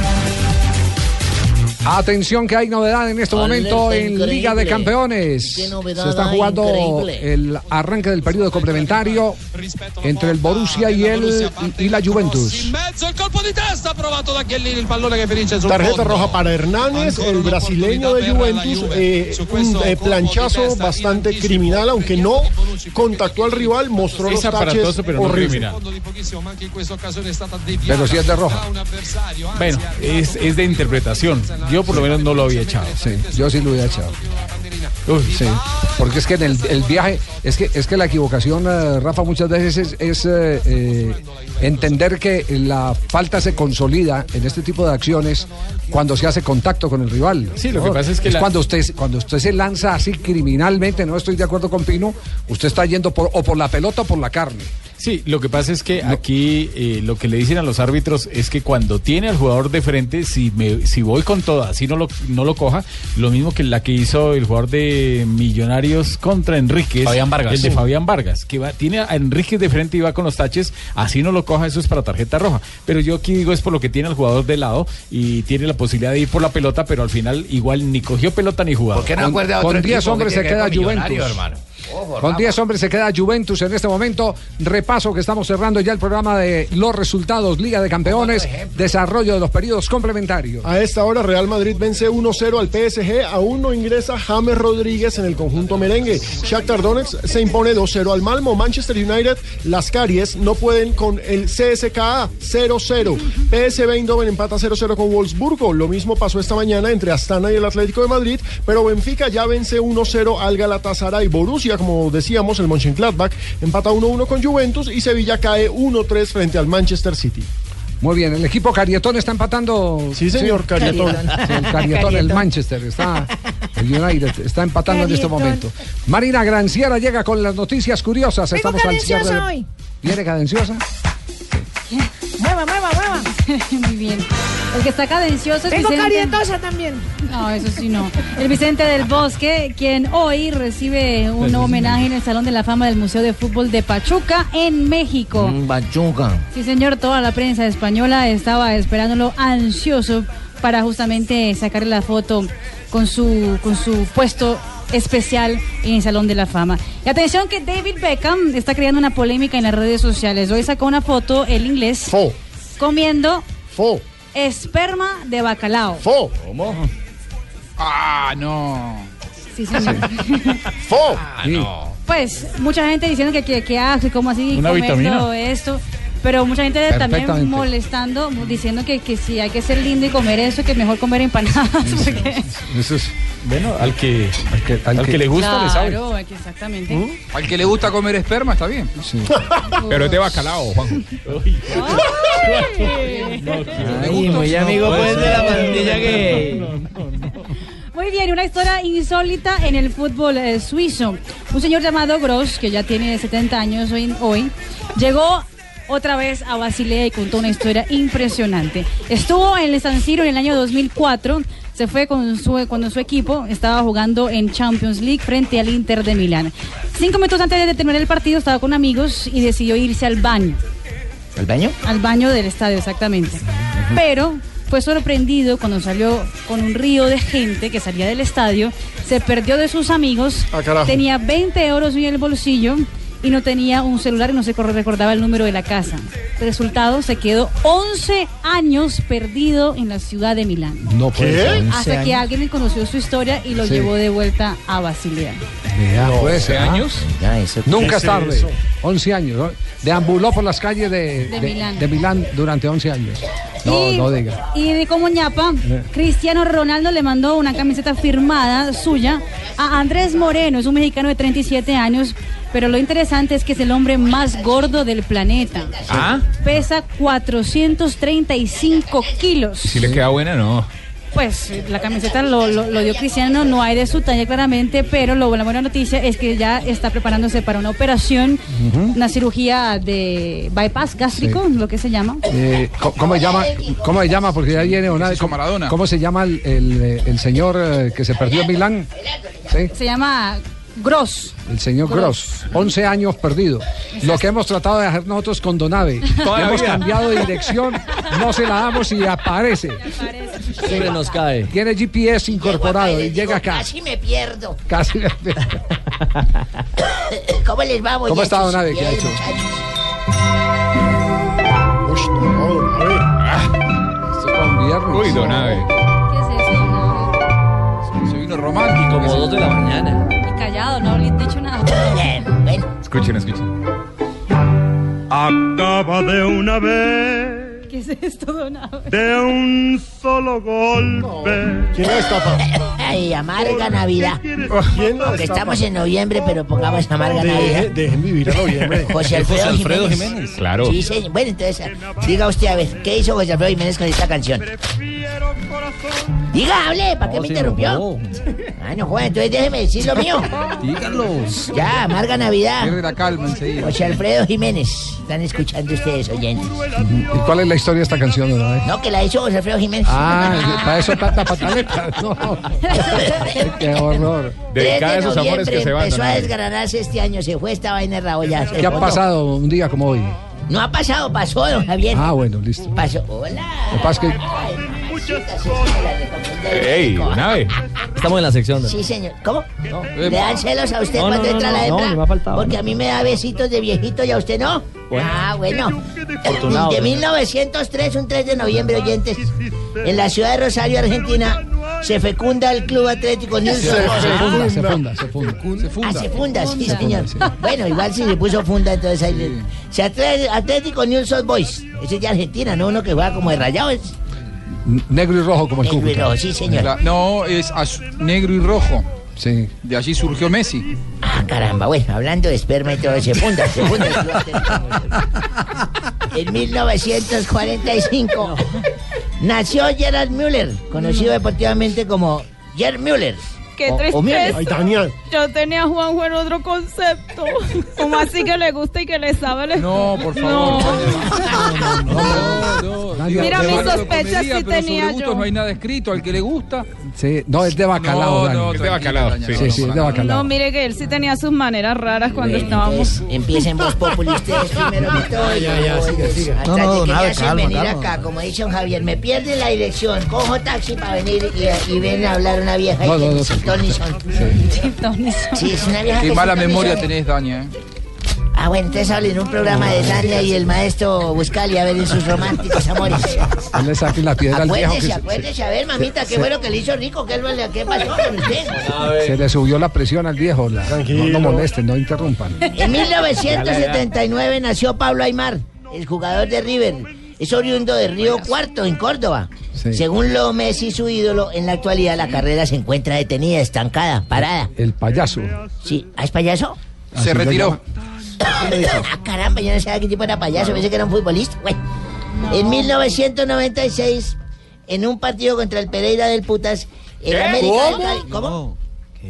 Speaker 5: Atención que hay novedad en este
Speaker 22: Alerta
Speaker 5: momento en
Speaker 22: increíble.
Speaker 5: Liga de Campeones.
Speaker 22: Qué novedad
Speaker 5: Se está
Speaker 22: hay,
Speaker 5: jugando
Speaker 22: increíble.
Speaker 5: el arranque del periodo complementario entre el Borussia y, el, y la Juventus.
Speaker 28: mezzo il colpo di testa provato da Chiellini il pallone che finisce sul
Speaker 12: Tarjeta
Speaker 28: fondo.
Speaker 12: roja para Hernández, el brasileño de Juventus, eh, un eh, planchazo bastante criminal, aunque no contactó al rival, mostró los
Speaker 21: Es
Speaker 12: taches
Speaker 21: aparatoso, pero no
Speaker 12: horribles.
Speaker 21: criminal.
Speaker 5: Pero si es de roja.
Speaker 21: Bueno, es, es de interpretación. Yo por lo menos no lo había echado.
Speaker 5: Sí, yo sí lo hubiera echado. sí. Porque es que en el, el viaje, es que, es que la equivocación, eh, Rafa, muchas veces es, es, eh, eh, entender que la falta se consolida en este tipo de acciones cuando se hace contacto con el rival.
Speaker 21: Sí, lo que pasa es que la-
Speaker 5: cuando usted cuando usted se lanza así criminalmente, no estoy de acuerdo con Pino, usted está yendo por, o por la pelota o por la carne.
Speaker 21: Sí, lo que pasa es que aquí eh, lo que le dicen a los árbitros es que cuando tiene al jugador de frente, si me, si voy con toda, si no lo, no lo coja, lo mismo que la que hizo el jugador de Millonarios contra Enríquez,
Speaker 3: Fabián Vargas.
Speaker 21: el de Fabián Vargas, que va, tiene a Enríquez de frente y va con los taches, así no lo coja, eso es para tarjeta roja. Pero yo aquí digo es por lo que tiene al jugador de lado y tiene la posibilidad de ir por la pelota, pero al final igual ni cogió pelota ni jugador.
Speaker 5: Con- Con 10 hombres se queda Juventus. Con 10 hombres se queda Juventus en este momento. Repaso que estamos cerrando ya el programa de los resultados, Liga de Campeones, desarrollo de los periodos complementarios.
Speaker 12: A esta hora Real Madrid vence 1-0 al PSG, aún no ingresa James Rodríguez en el conjunto merengue. Shakhtar Donetsk se impone 2-0 al Malmo. Manchester United, las caries no pueden con el CSKA 0-0. PSV Eindhoven empata 0-0 con Wolfsburgo. Lo mismo pasó esta mañana entre Astana y el Atlético de Madrid, pero Benfica ya vence 1-0 al Galatasaray. Borussia, como decíamos, el Mönchengladbach empata 1-1 con Juventus y Sevilla cae 1-3 frente al Manchester City.
Speaker 5: Muy bien, el equipo Carietón está empatando.
Speaker 12: Sí, señor, Carietón.
Speaker 5: Sí, el Carietón, el Manchester, está, el United está empatando en este
Speaker 12: Carietón.
Speaker 5: momento. Marina Granciera llega con las noticias curiosas. Estamos al cierre
Speaker 7: cadenciosa
Speaker 5: del-
Speaker 7: hoy.
Speaker 5: ¿Viene cadenciosa?
Speaker 7: Mueva, mueva, mueva. Muy bien. El que está cadencioso es
Speaker 18: Tengo
Speaker 7: carietosa también. No, eso sí no. El Vicente del Bosque, quien hoy recibe un
Speaker 15: Gracias,
Speaker 7: homenaje en el Salón de la Fama del Museo de Fútbol de Pachuca en México.
Speaker 15: Mm, Pachuca.
Speaker 7: Sí, señor, toda la prensa española estaba esperándolo ansioso para justamente sacarle la foto con su, con su puesto especial en el Salón de la Fama. Y atención que David Beckham está creando una polémica en las redes sociales. Hoy sacó una foto, el inglés, comiendo esperma de bacalao.
Speaker 13: ¿Cómo? Ah, no.
Speaker 7: Sí, señor.
Speaker 13: ¡Fo!
Speaker 15: Ah,
Speaker 7: Pues mucha gente diciendo que, que, que ah, que cómo así
Speaker 13: Una
Speaker 7: comer
Speaker 13: vitamina.
Speaker 7: todo esto. Pero mucha gente también
Speaker 5: Perfectamente.
Speaker 7: molestando, diciendo que, que si hay que ser lindo y comer eso, que mejor comer empanadas. porque-
Speaker 5: Eso es.
Speaker 21: Bueno, al que, al que,
Speaker 13: que-
Speaker 21: le gusta, le sabe.
Speaker 7: Claro, que exactamente.
Speaker 5: ¿Mm?
Speaker 13: Al que le gusta comer esperma, está bien.
Speaker 9: Pero es de bacalao, Juan.
Speaker 18: Oh.
Speaker 14: pues.
Speaker 15: Ay, muy amigo pues de la pandilla que...
Speaker 7: Muy bien, una historia insólita en el fútbol eh, suizo. Un señor llamado Gross, que ya tiene 70 años hoy, hoy, llegó otra vez a Basilea y contó una historia impresionante. Estuvo en el San Siro en el año 2004. Se fue con su, cuando su equipo estaba jugando en Champions League frente al Inter de Milán. Cinco minutos antes de terminar el partido estaba con amigos y decidió irse al baño.
Speaker 15: ¿Al baño?
Speaker 7: Al baño del estadio, exactamente. Pero fue sorprendido cuando salió con un río de gente que salía del estadio, se perdió de sus amigos,
Speaker 12: carajo.
Speaker 7: tenía 20 euros en el bolsillo y no tenía un celular y no se corre- recordaba el número de la casa. Resultado, se quedó 11 años perdido en la ciudad de Milán.
Speaker 5: No puede ser, 11
Speaker 7: Hasta que
Speaker 5: años.
Speaker 7: alguien conoció su historia y lo
Speaker 5: Sí.
Speaker 7: llevó de vuelta a Basilea.
Speaker 5: Vea, pues, ¿ah?
Speaker 15: Ya, ese-
Speaker 5: Nunca es
Speaker 15: ese-
Speaker 5: tarde. 11 años. ¿no? Deambuló por las calles de,
Speaker 7: De
Speaker 5: de-
Speaker 7: Milán.
Speaker 5: de Milán durante 11 años. No,
Speaker 7: Y-
Speaker 5: no diga.
Speaker 7: Y de como ñapa,
Speaker 5: Eh.
Speaker 7: Cristiano Ronaldo le mandó una camiseta firmada suya a Andrés Moreno, es un mexicano de 37 años, pero lo interesante es que es el hombre más gordo del planeta.
Speaker 9: Ah.
Speaker 7: Pesa 435 kilos.
Speaker 9: Y si le queda buena, no.
Speaker 7: Pues la camiseta lo, lo- lo dio Cristiano, no hay de su talla claramente, pero lo, la buena noticia es que ya está preparándose para una operación,
Speaker 5: Ujú.
Speaker 7: una cirugía de bypass gástrico, lo que se llama.
Speaker 5: Eh, co- ¿cómo, se llama? ¿Cómo se llama? Porque ya viene una. ¿Cómo, ¿Cómo se llama el, el, eh, el señor eh, que se perdió en Milán? Sí.
Speaker 7: Se llama Gross.
Speaker 5: El señor Gross, 11 años perdido. Lo que hemos tratado de hacer nosotros con Donave.
Speaker 10: Toda la
Speaker 5: Hemos
Speaker 10: vida.
Speaker 5: cambiado de dirección, no se la damos y aparece.
Speaker 10: Siempre nos cae.
Speaker 5: Tiene GPS incorporado y llega acá.
Speaker 8: Casi me pierdo.
Speaker 5: Casi.
Speaker 8: ¿Cómo les va,
Speaker 5: ¿Cómo está
Speaker 8: muchachos?
Speaker 5: Donave? ¿Qué ha
Speaker 8: Bien,
Speaker 5: hecho?
Speaker 9: Uy, Donave.
Speaker 13: Se vino romántico.
Speaker 10: Como dos de la mañana.
Speaker 7: Y callado, no le he dicho nada.
Speaker 9: Escuchen, escuchen.
Speaker 5: Ah,
Speaker 22: Acaba de una vez,
Speaker 7: ¿Qué es esto, Donave?
Speaker 22: de un solo golpe.
Speaker 8: ¿Quién la destapa? Ay, amarga Navidad.
Speaker 5: Oh,
Speaker 22: ¿Quién la
Speaker 8: Porque
Speaker 22: destapa?
Speaker 8: estamos en noviembre, pero pongamos amarga Navidad.
Speaker 12: Deje- Dejen vivir a noviembre.
Speaker 8: José Alfredo, Jiménez.
Speaker 12: Claro.
Speaker 8: Sí, señor. Bueno, entonces, diga usted a ver, ¿qué hizo José Alfredo Jiménez con esta canción? Diga, hable, ¿para qué
Speaker 15: Oh,
Speaker 8: me interrumpió? Ah, no, Juan, entonces déjeme decir lo mío.
Speaker 10: Dígalo.
Speaker 8: Ya, amarga Navidad.
Speaker 10: Pierde la calma enseguida.
Speaker 8: José Alfredo Jiménez. Están escuchando ustedes, oyentes.
Speaker 5: ¿Y cuál es la historia de esta canción, Donave?
Speaker 8: No, que la hizo José Alfredo Jiménez.
Speaker 5: Ah, para eso tanta pataleta. No, qué horror.
Speaker 8: 3 de noviembre Empezó a desgranarse este año, se fue esta vaina de rabo ya. se
Speaker 5: ¿Qué ha
Speaker 8: botó.
Speaker 5: pasado un día como hoy?
Speaker 8: No ha pasado, pasó, don Javier.
Speaker 5: Ah, bueno, listo.
Speaker 8: Pasó. Hola.
Speaker 5: Lo que pasa es que
Speaker 8: Ay, mamacita, sí, se la recomiendo.
Speaker 10: Ey,
Speaker 9: Donave.
Speaker 10: Estamos en la sección.
Speaker 8: Sí, señor. ¿Cómo? No.
Speaker 10: Eh,
Speaker 8: ¿Le dan celos a usted
Speaker 10: no,
Speaker 8: cuando
Speaker 10: no, no,
Speaker 8: entra
Speaker 10: no, no,
Speaker 8: la hembra?
Speaker 10: no me ha faltado,
Speaker 8: Porque
Speaker 10: no.
Speaker 8: a mí me da besitos de viejito y a usted no.
Speaker 10: Bueno.
Speaker 8: Ah, bueno.
Speaker 10: Afortunado,
Speaker 8: De
Speaker 10: ¿no?
Speaker 8: 1903, un 3 de noviembre, oyentes, en la ciudad de Rosario, Argentina, se fecunda el Club Atlético Nilsson.
Speaker 5: se funda, se
Speaker 8: Rosario.
Speaker 5: funda, se funda.
Speaker 8: Ah, se funda, sí, señor. Bueno, igual si le puso funda, entonces ahí le- Se atre- Atlético News Old Boys. Ese es de Argentina, ¿no? Uno que juega como de rayados.
Speaker 5: Negro y rojo como el
Speaker 8: Negro y
Speaker 5: Cúcuta.
Speaker 8: rojo, sí, señor.
Speaker 13: La- no, es az- negro y rojo.
Speaker 5: Sí.
Speaker 13: De allí surgió Messi.
Speaker 8: Ah, caramba, bueno, hablando de esperma y todo, se funda, se funda. el Club Atlético News. En 1945 nació Gerard Müller, conocido deportivamente como Ger Müller.
Speaker 18: Qué
Speaker 8: O- o Müller.
Speaker 18: tristeza. Yo tenía a Juanjo en otro concepto. Como así que le gusta y que le sabe. Le... No,
Speaker 13: por favor.
Speaker 18: Mira, mis
Speaker 13: Hablando de
Speaker 18: sospechas
Speaker 13: comedia,
Speaker 18: sí
Speaker 13: pero
Speaker 18: tenía
Speaker 13: sobre gustos
Speaker 18: yo.
Speaker 13: no hay nada escrito. Al que le gusta.
Speaker 5: Sí, no, es de bacalao.
Speaker 13: No,
Speaker 5: Dani.
Speaker 13: no, Es de bacalao, tranquilo,
Speaker 5: Sí,
Speaker 13: Dani,
Speaker 5: sí,
Speaker 13: no,
Speaker 5: es de
Speaker 13: no,
Speaker 5: bacalao.
Speaker 18: No, mire que él sí tenía sus maneras raras cuando
Speaker 8: Bueno,
Speaker 18: estábamos.
Speaker 8: entonces, Empiecen vos populistas primero que todo.
Speaker 22: Ya, ya,
Speaker 8: y
Speaker 22: siga,
Speaker 8: luego,
Speaker 22: siga.
Speaker 8: Hasta
Speaker 22: No, no,
Speaker 8: que me
Speaker 22: nada,
Speaker 8: hacen
Speaker 22: calma,
Speaker 8: venir
Speaker 22: calma.
Speaker 8: acá, como dice don Javier, me pierden la dirección, cojo taxi para venir y, y ven a hablar una vieja
Speaker 13: No,
Speaker 8: y que
Speaker 13: no,
Speaker 8: ni
Speaker 13: no,
Speaker 8: son Tony son. Sí, es una vieja
Speaker 13: Qué
Speaker 8: que
Speaker 13: mala
Speaker 8: sí, Tony
Speaker 13: memoria
Speaker 8: son.
Speaker 13: tenés, Dania. ¿eh?
Speaker 8: Ah, bueno, entonces hablen en un programa de Dania y el maestro Buscali a ver en sus románticos amores.
Speaker 5: No le saquen la piedra al viejo. que
Speaker 8: Acuérdese,
Speaker 5: se-
Speaker 8: acuérdese, a ver, mamita, qué
Speaker 5: se-
Speaker 8: bueno que le hizo rico, qué, qué pasó con usted.
Speaker 5: Se le subió la presión al viejo. la- no, no molesten, no interrumpan.
Speaker 8: En 1979 nació Pablo Aymar, el jugador de River. Es oriundo de Río Cuarto, en Córdoba.
Speaker 5: Sí.
Speaker 8: Según lo Messi, su ídolo, en la actualidad la carrera se encuentra detenida, estancada, parada.
Speaker 5: El payaso.
Speaker 8: Sí, ¿ah, ¿es payaso?
Speaker 5: Así lo retiró.
Speaker 8: ah, caramba, yo no sabía qué tipo era payaso, pensé que era un futbolista. güey. En 1996, en un partido contra el Pereira del Putas, el
Speaker 20: ¿Qué?
Speaker 8: América de
Speaker 20: ¿Cómo?
Speaker 8: Cali- ¿Cómo?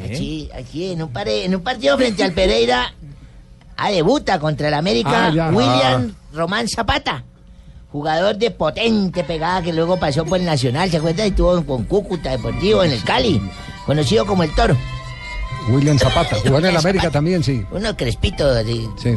Speaker 8: Aquí, aquí en, un pare- en un partido frente al Pereira, ah, debuta contra el América
Speaker 20: Ah, ya.
Speaker 8: William Román Zapata, jugador de potente pegada que luego pasó por el Nacional, ¿se acuerdan? Estuvo con Cúcuta Deportivo en el Cali, conocido como el Toro.
Speaker 5: William Zapata. Jugó en el América también, sí.
Speaker 8: Uno crespito. así.
Speaker 5: Sí.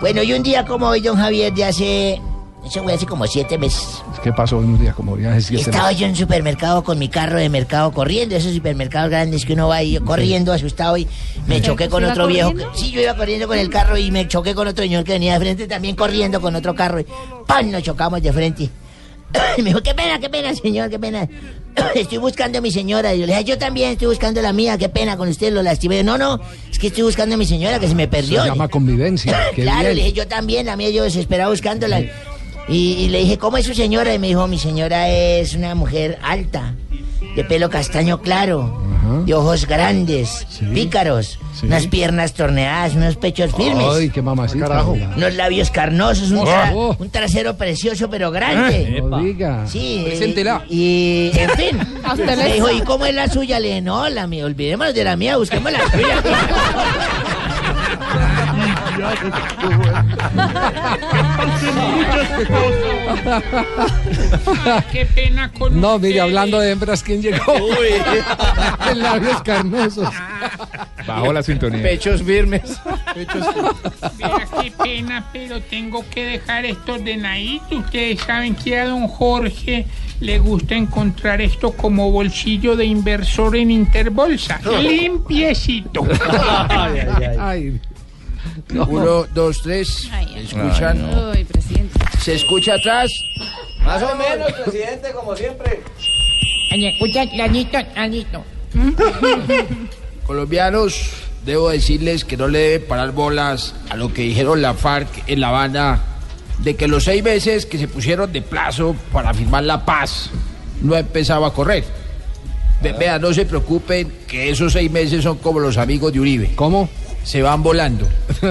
Speaker 8: Bueno, y un día como hoy, don Javier, de hace, eso fue hace como siete meses,
Speaker 5: ¿Qué pasó en un día como hoy? Hace siete
Speaker 8: Estaba
Speaker 5: meses.
Speaker 8: yo en un supermercado con mi carro de mercado corriendo, esos supermercados grandes que uno va ahí corriendo asustado y me
Speaker 20: Sí.
Speaker 8: choqué con
Speaker 20: ¿Se iba
Speaker 8: otro viejo.
Speaker 20: corriendo?
Speaker 8: Sí, yo iba corriendo con el carro y me choqué con otro señor que venía de frente también corriendo con otro carro y ¡pam! nos chocamos de frente. Y me dijo, qué pena, qué pena, señor, qué pena. Estoy buscando a mi señora. Y yo le dije, yo también estoy buscando la mía, qué pena con usted, lo lastimé. No, no, es que estoy buscando a mi señora que se me
Speaker 5: Se
Speaker 8: perdió. Le
Speaker 5: llama convivencia. Qué
Speaker 8: claro,
Speaker 5: bien.
Speaker 8: le dije, yo también, la mía, yo desesperado buscándola. Y, y le dije, ¿cómo es su señora? Y me dijo, mi señora es una mujer alta, de pelo castaño claro, de ojos grandes, pícaros, unas piernas torneadas, unos pechos firmes.
Speaker 5: Ay, qué
Speaker 8: Ah,
Speaker 5: mamacita. oiga.
Speaker 8: Unos labios carnosos, un,
Speaker 5: Oh.
Speaker 8: tra- un trasero precioso pero grande.
Speaker 5: No diga.
Speaker 8: Sí, eh,
Speaker 5: Preséntela.
Speaker 8: y, y, en fin.
Speaker 20: A usted le
Speaker 8: Me dijo,
Speaker 20: sabe.
Speaker 8: ¿y cómo es la suya? Le dije, no, la mía, olvidémonos de la mía, busquemos la suya.
Speaker 5: Qué pena con No, mire, hablando de hembras, ¿quién llegó? En labios carnosos.
Speaker 43: Bajo la sintonía.
Speaker 15: Pechos firmes.
Speaker 25: Vea, qué pena, pero tengo que dejar esto ordenadito. Ustedes saben que a don Jorge le gusta encontrar esto como bolsillo de inversor en Interbolsa. Limpiecito.
Speaker 15: Ay, Uno, dos, tres. ¿Me ¿Escuchan?
Speaker 44: Uy, presidente.
Speaker 15: ¿Se escucha atrás?
Speaker 13: Más o menos, presidente, como siempre.
Speaker 15: Ay, Escucha, Lanito, Lanito.
Speaker 18: ¿Mm?
Speaker 15: Colombianos, debo decirles que no le deben parar bolas a lo que dijeron la FARC en La Habana de que los seis meses que se pusieron de plazo para firmar la paz no ha empezado a correr. Ve- Vea, no se preocupen que esos seis meses son como los amigos de Uribe.
Speaker 5: ¿Cómo?
Speaker 15: Se van volando.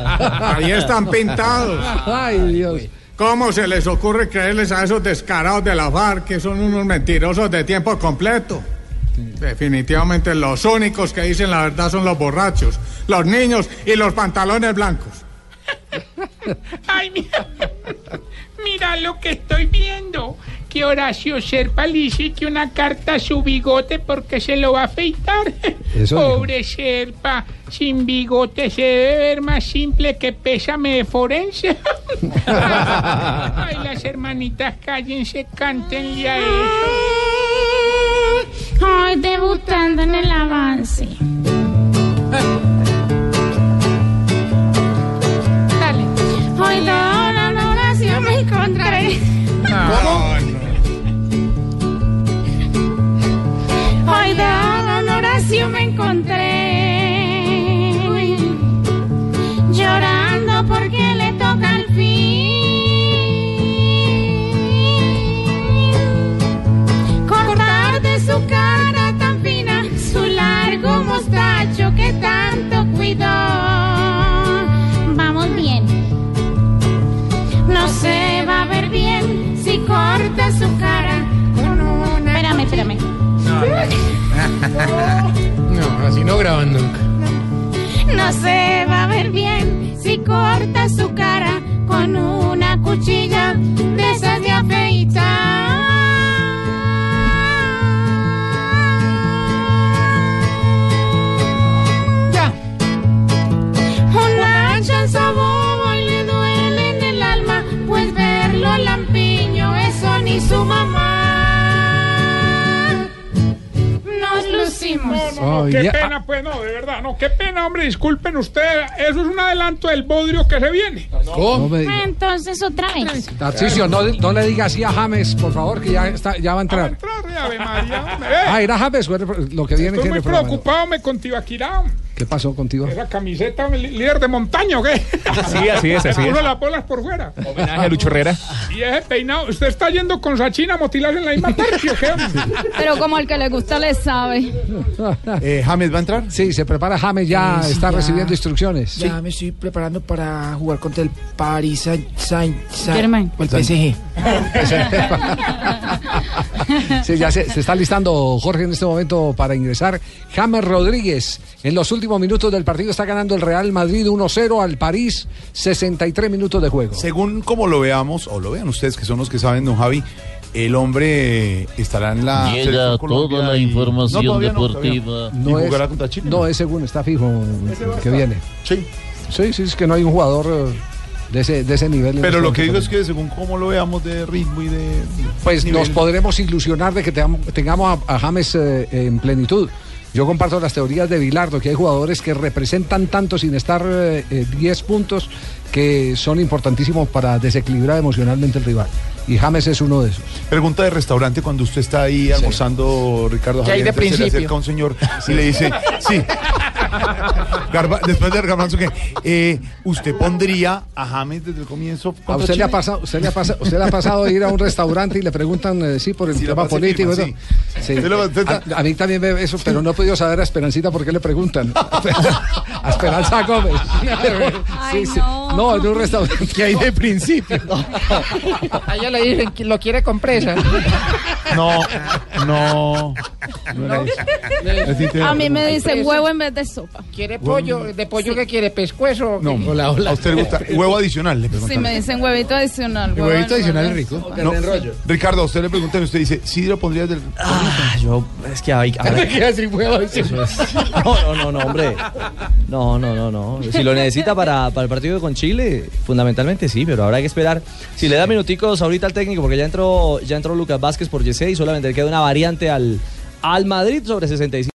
Speaker 31: Ahí están pintados.
Speaker 5: Ay, Dios.
Speaker 31: ¿Cómo se les ocurre creerles a esos descarados de la FARC que son unos mentirosos de tiempo completo? Definitivamente los únicos que dicen la verdad son los borrachos, los niños y los pantalones blancos.
Speaker 25: Ay, mira, mira lo que estoy viendo. Que Horacio Serpa le hice que una carta a su bigote porque se lo va a afeitar.
Speaker 9: Eso dijo.
Speaker 25: Pobre Serpa, sin bigote se debe ver más simple que pésame de forense. Ay, las hermanitas, cállense, cántenle a eso.
Speaker 33: Hoy debutando en el avance. Dale. Hoy toda la oración me encontraré. Hoy dado en oración me encontré llorando porque le toca al fin cortar de su cara tan fina su largo mostacho que tanto cuidó. Vamos bien. No se va a ver bien si corta su cara con una. Espérame, espérame.
Speaker 15: No, así no graban nunca.
Speaker 33: No se va a ver bien si corta su cara con una cuchilla de esas de afeitar. Ya. Un hachazo bobo y le duele en el alma, pues verlo lampiño, eso ni su mamá. Nos lucimos.
Speaker 25: No, no, qué pena, pues no, de verdad, no, qué pena, hombre, disculpen ustedes, eso es un adelanto del bodrio que se viene.
Speaker 5: ¿Cómo? No me diga.
Speaker 33: Entonces otra vez.
Speaker 5: Tarcisio, no, no le diga así a James, por favor, que ya, está, ya va a entrar. Ah, era James, bueno, lo que viene
Speaker 25: Estoy
Speaker 5: que
Speaker 25: muy preocupado, me con Tibaquirá. hombre.
Speaker 5: ¿Qué pasó contigo?
Speaker 25: Esa camiseta li- líder de montaña, ¿o qué?
Speaker 43: Sí, así es, así es.
Speaker 25: Uno las bolas por fuera.
Speaker 43: Homenaje a Lucho Herrera.
Speaker 25: Y ese peinado, usted está yendo con Sachina a motilar en la misma tercia, ¿o ¿qué? hombre?
Speaker 44: Pero como el que le gusta le sabe.
Speaker 5: ¿James va a entrar? Sí, se prepara James, ya
Speaker 15: Sí, sí,
Speaker 5: está
Speaker 15: ya.
Speaker 5: recibiendo instrucciones.
Speaker 15: Ya me estoy preparando para jugar contra el Paris Saint Saint Saint-
Speaker 44: Germain.
Speaker 15: o el PSG.
Speaker 5: Sí, ya se, se está listando Jorge en este momento para ingresar. James Rodríguez, en los últimos minutos del partido está ganando el Real Madrid 1-0 al París, 63 minutos de juego.
Speaker 32: Según como lo veamos, o lo vean ustedes que son los que saben, don Javi, el hombre eh, estará en la.
Speaker 45: Llega
Speaker 32: selección Colombia
Speaker 45: toda la
Speaker 32: y-
Speaker 45: información
Speaker 32: todavía todavía
Speaker 45: deportiva.
Speaker 32: Y
Speaker 5: No es-
Speaker 32: jugará contra Chile.
Speaker 5: No, es según, está fijo
Speaker 32: Ese va a
Speaker 5: que
Speaker 32: estar.
Speaker 5: viene.
Speaker 32: Sí.
Speaker 5: Sí, sí, es que no hay un jugador eh, de ese, de ese nivel. en
Speaker 32: Pero
Speaker 5: este
Speaker 32: lo que digo
Speaker 5: momento.
Speaker 32: es que según cómo lo veamos de ritmo y de.
Speaker 5: Pues
Speaker 32: nivel-
Speaker 5: nos podremos ilusionar de que tengam- tengamos a, a James eh, en plenitud. Yo comparto las teorías de Vilardo, que hay jugadores que representan tanto sin estar eh, eh, 10 puntos que son importantísimos para desequilibrar emocionalmente el rival. Y James es uno de esos.
Speaker 32: Pregunta de restaurante cuando usted está ahí almorzando, Ricardo
Speaker 5: ¿Qué hay de
Speaker 32: Javier, entonces se le
Speaker 5: principio?
Speaker 32: acerca un señor y le dice, sí. Garba- después del garbanzo que eh, usted pondría a James desde el comienzo.
Speaker 5: ¿A
Speaker 32: contra
Speaker 5: usted, le
Speaker 32: Chile?
Speaker 5: ha pasado, usted, le ha pasado, usted le ha pasado ir a un restaurante y le preguntan, eh, sí, por el
Speaker 32: Sí, lo
Speaker 5: tema
Speaker 32: pasa
Speaker 5: político.
Speaker 32: encima,
Speaker 5: eso.
Speaker 32: sí.
Speaker 5: Sí.
Speaker 32: Usted lo- usted está-
Speaker 5: A, a mí también me eso, pero no he podido saber a Esperancita por qué le preguntan. a Esperanza Gómez.
Speaker 44: Ay,
Speaker 5: Sí, sí.
Speaker 44: no.
Speaker 5: No, en un restaurante que hay de principio.
Speaker 25: Allá le dicen que lo quiere con presa.
Speaker 32: No, no. no era eso. Así te-
Speaker 33: A mí me dicen Presa. huevo en vez de sopa.
Speaker 25: ¿Quiere pollo? ¿De pollo qué quiere? ¿Pescuezo?
Speaker 32: No, a usted le gusta huevo adicional, le
Speaker 33: Sí,
Speaker 32: preguntan.
Speaker 33: me dicen huevito adicional.
Speaker 32: El huevito adicional es rico.
Speaker 25: carne en rollo.
Speaker 32: Ricardo, a usted le preguntan y usted dice, ¿sí lo pondrías del.?
Speaker 10: Ah, yo, es que hay.
Speaker 25: Me queda sin huevo.
Speaker 10: Eso es. No, no, no, no, hombre. No, no, no, no. Si lo necesita para, para el partido con Chile, fundamentalmente sí, pero habrá que esperar. Si le da minuticos ahorita al técnico, porque ya entró, ya entró Lucas Vázquez por Yesé y solamente le queda una variante al, al Madrid sobre 65.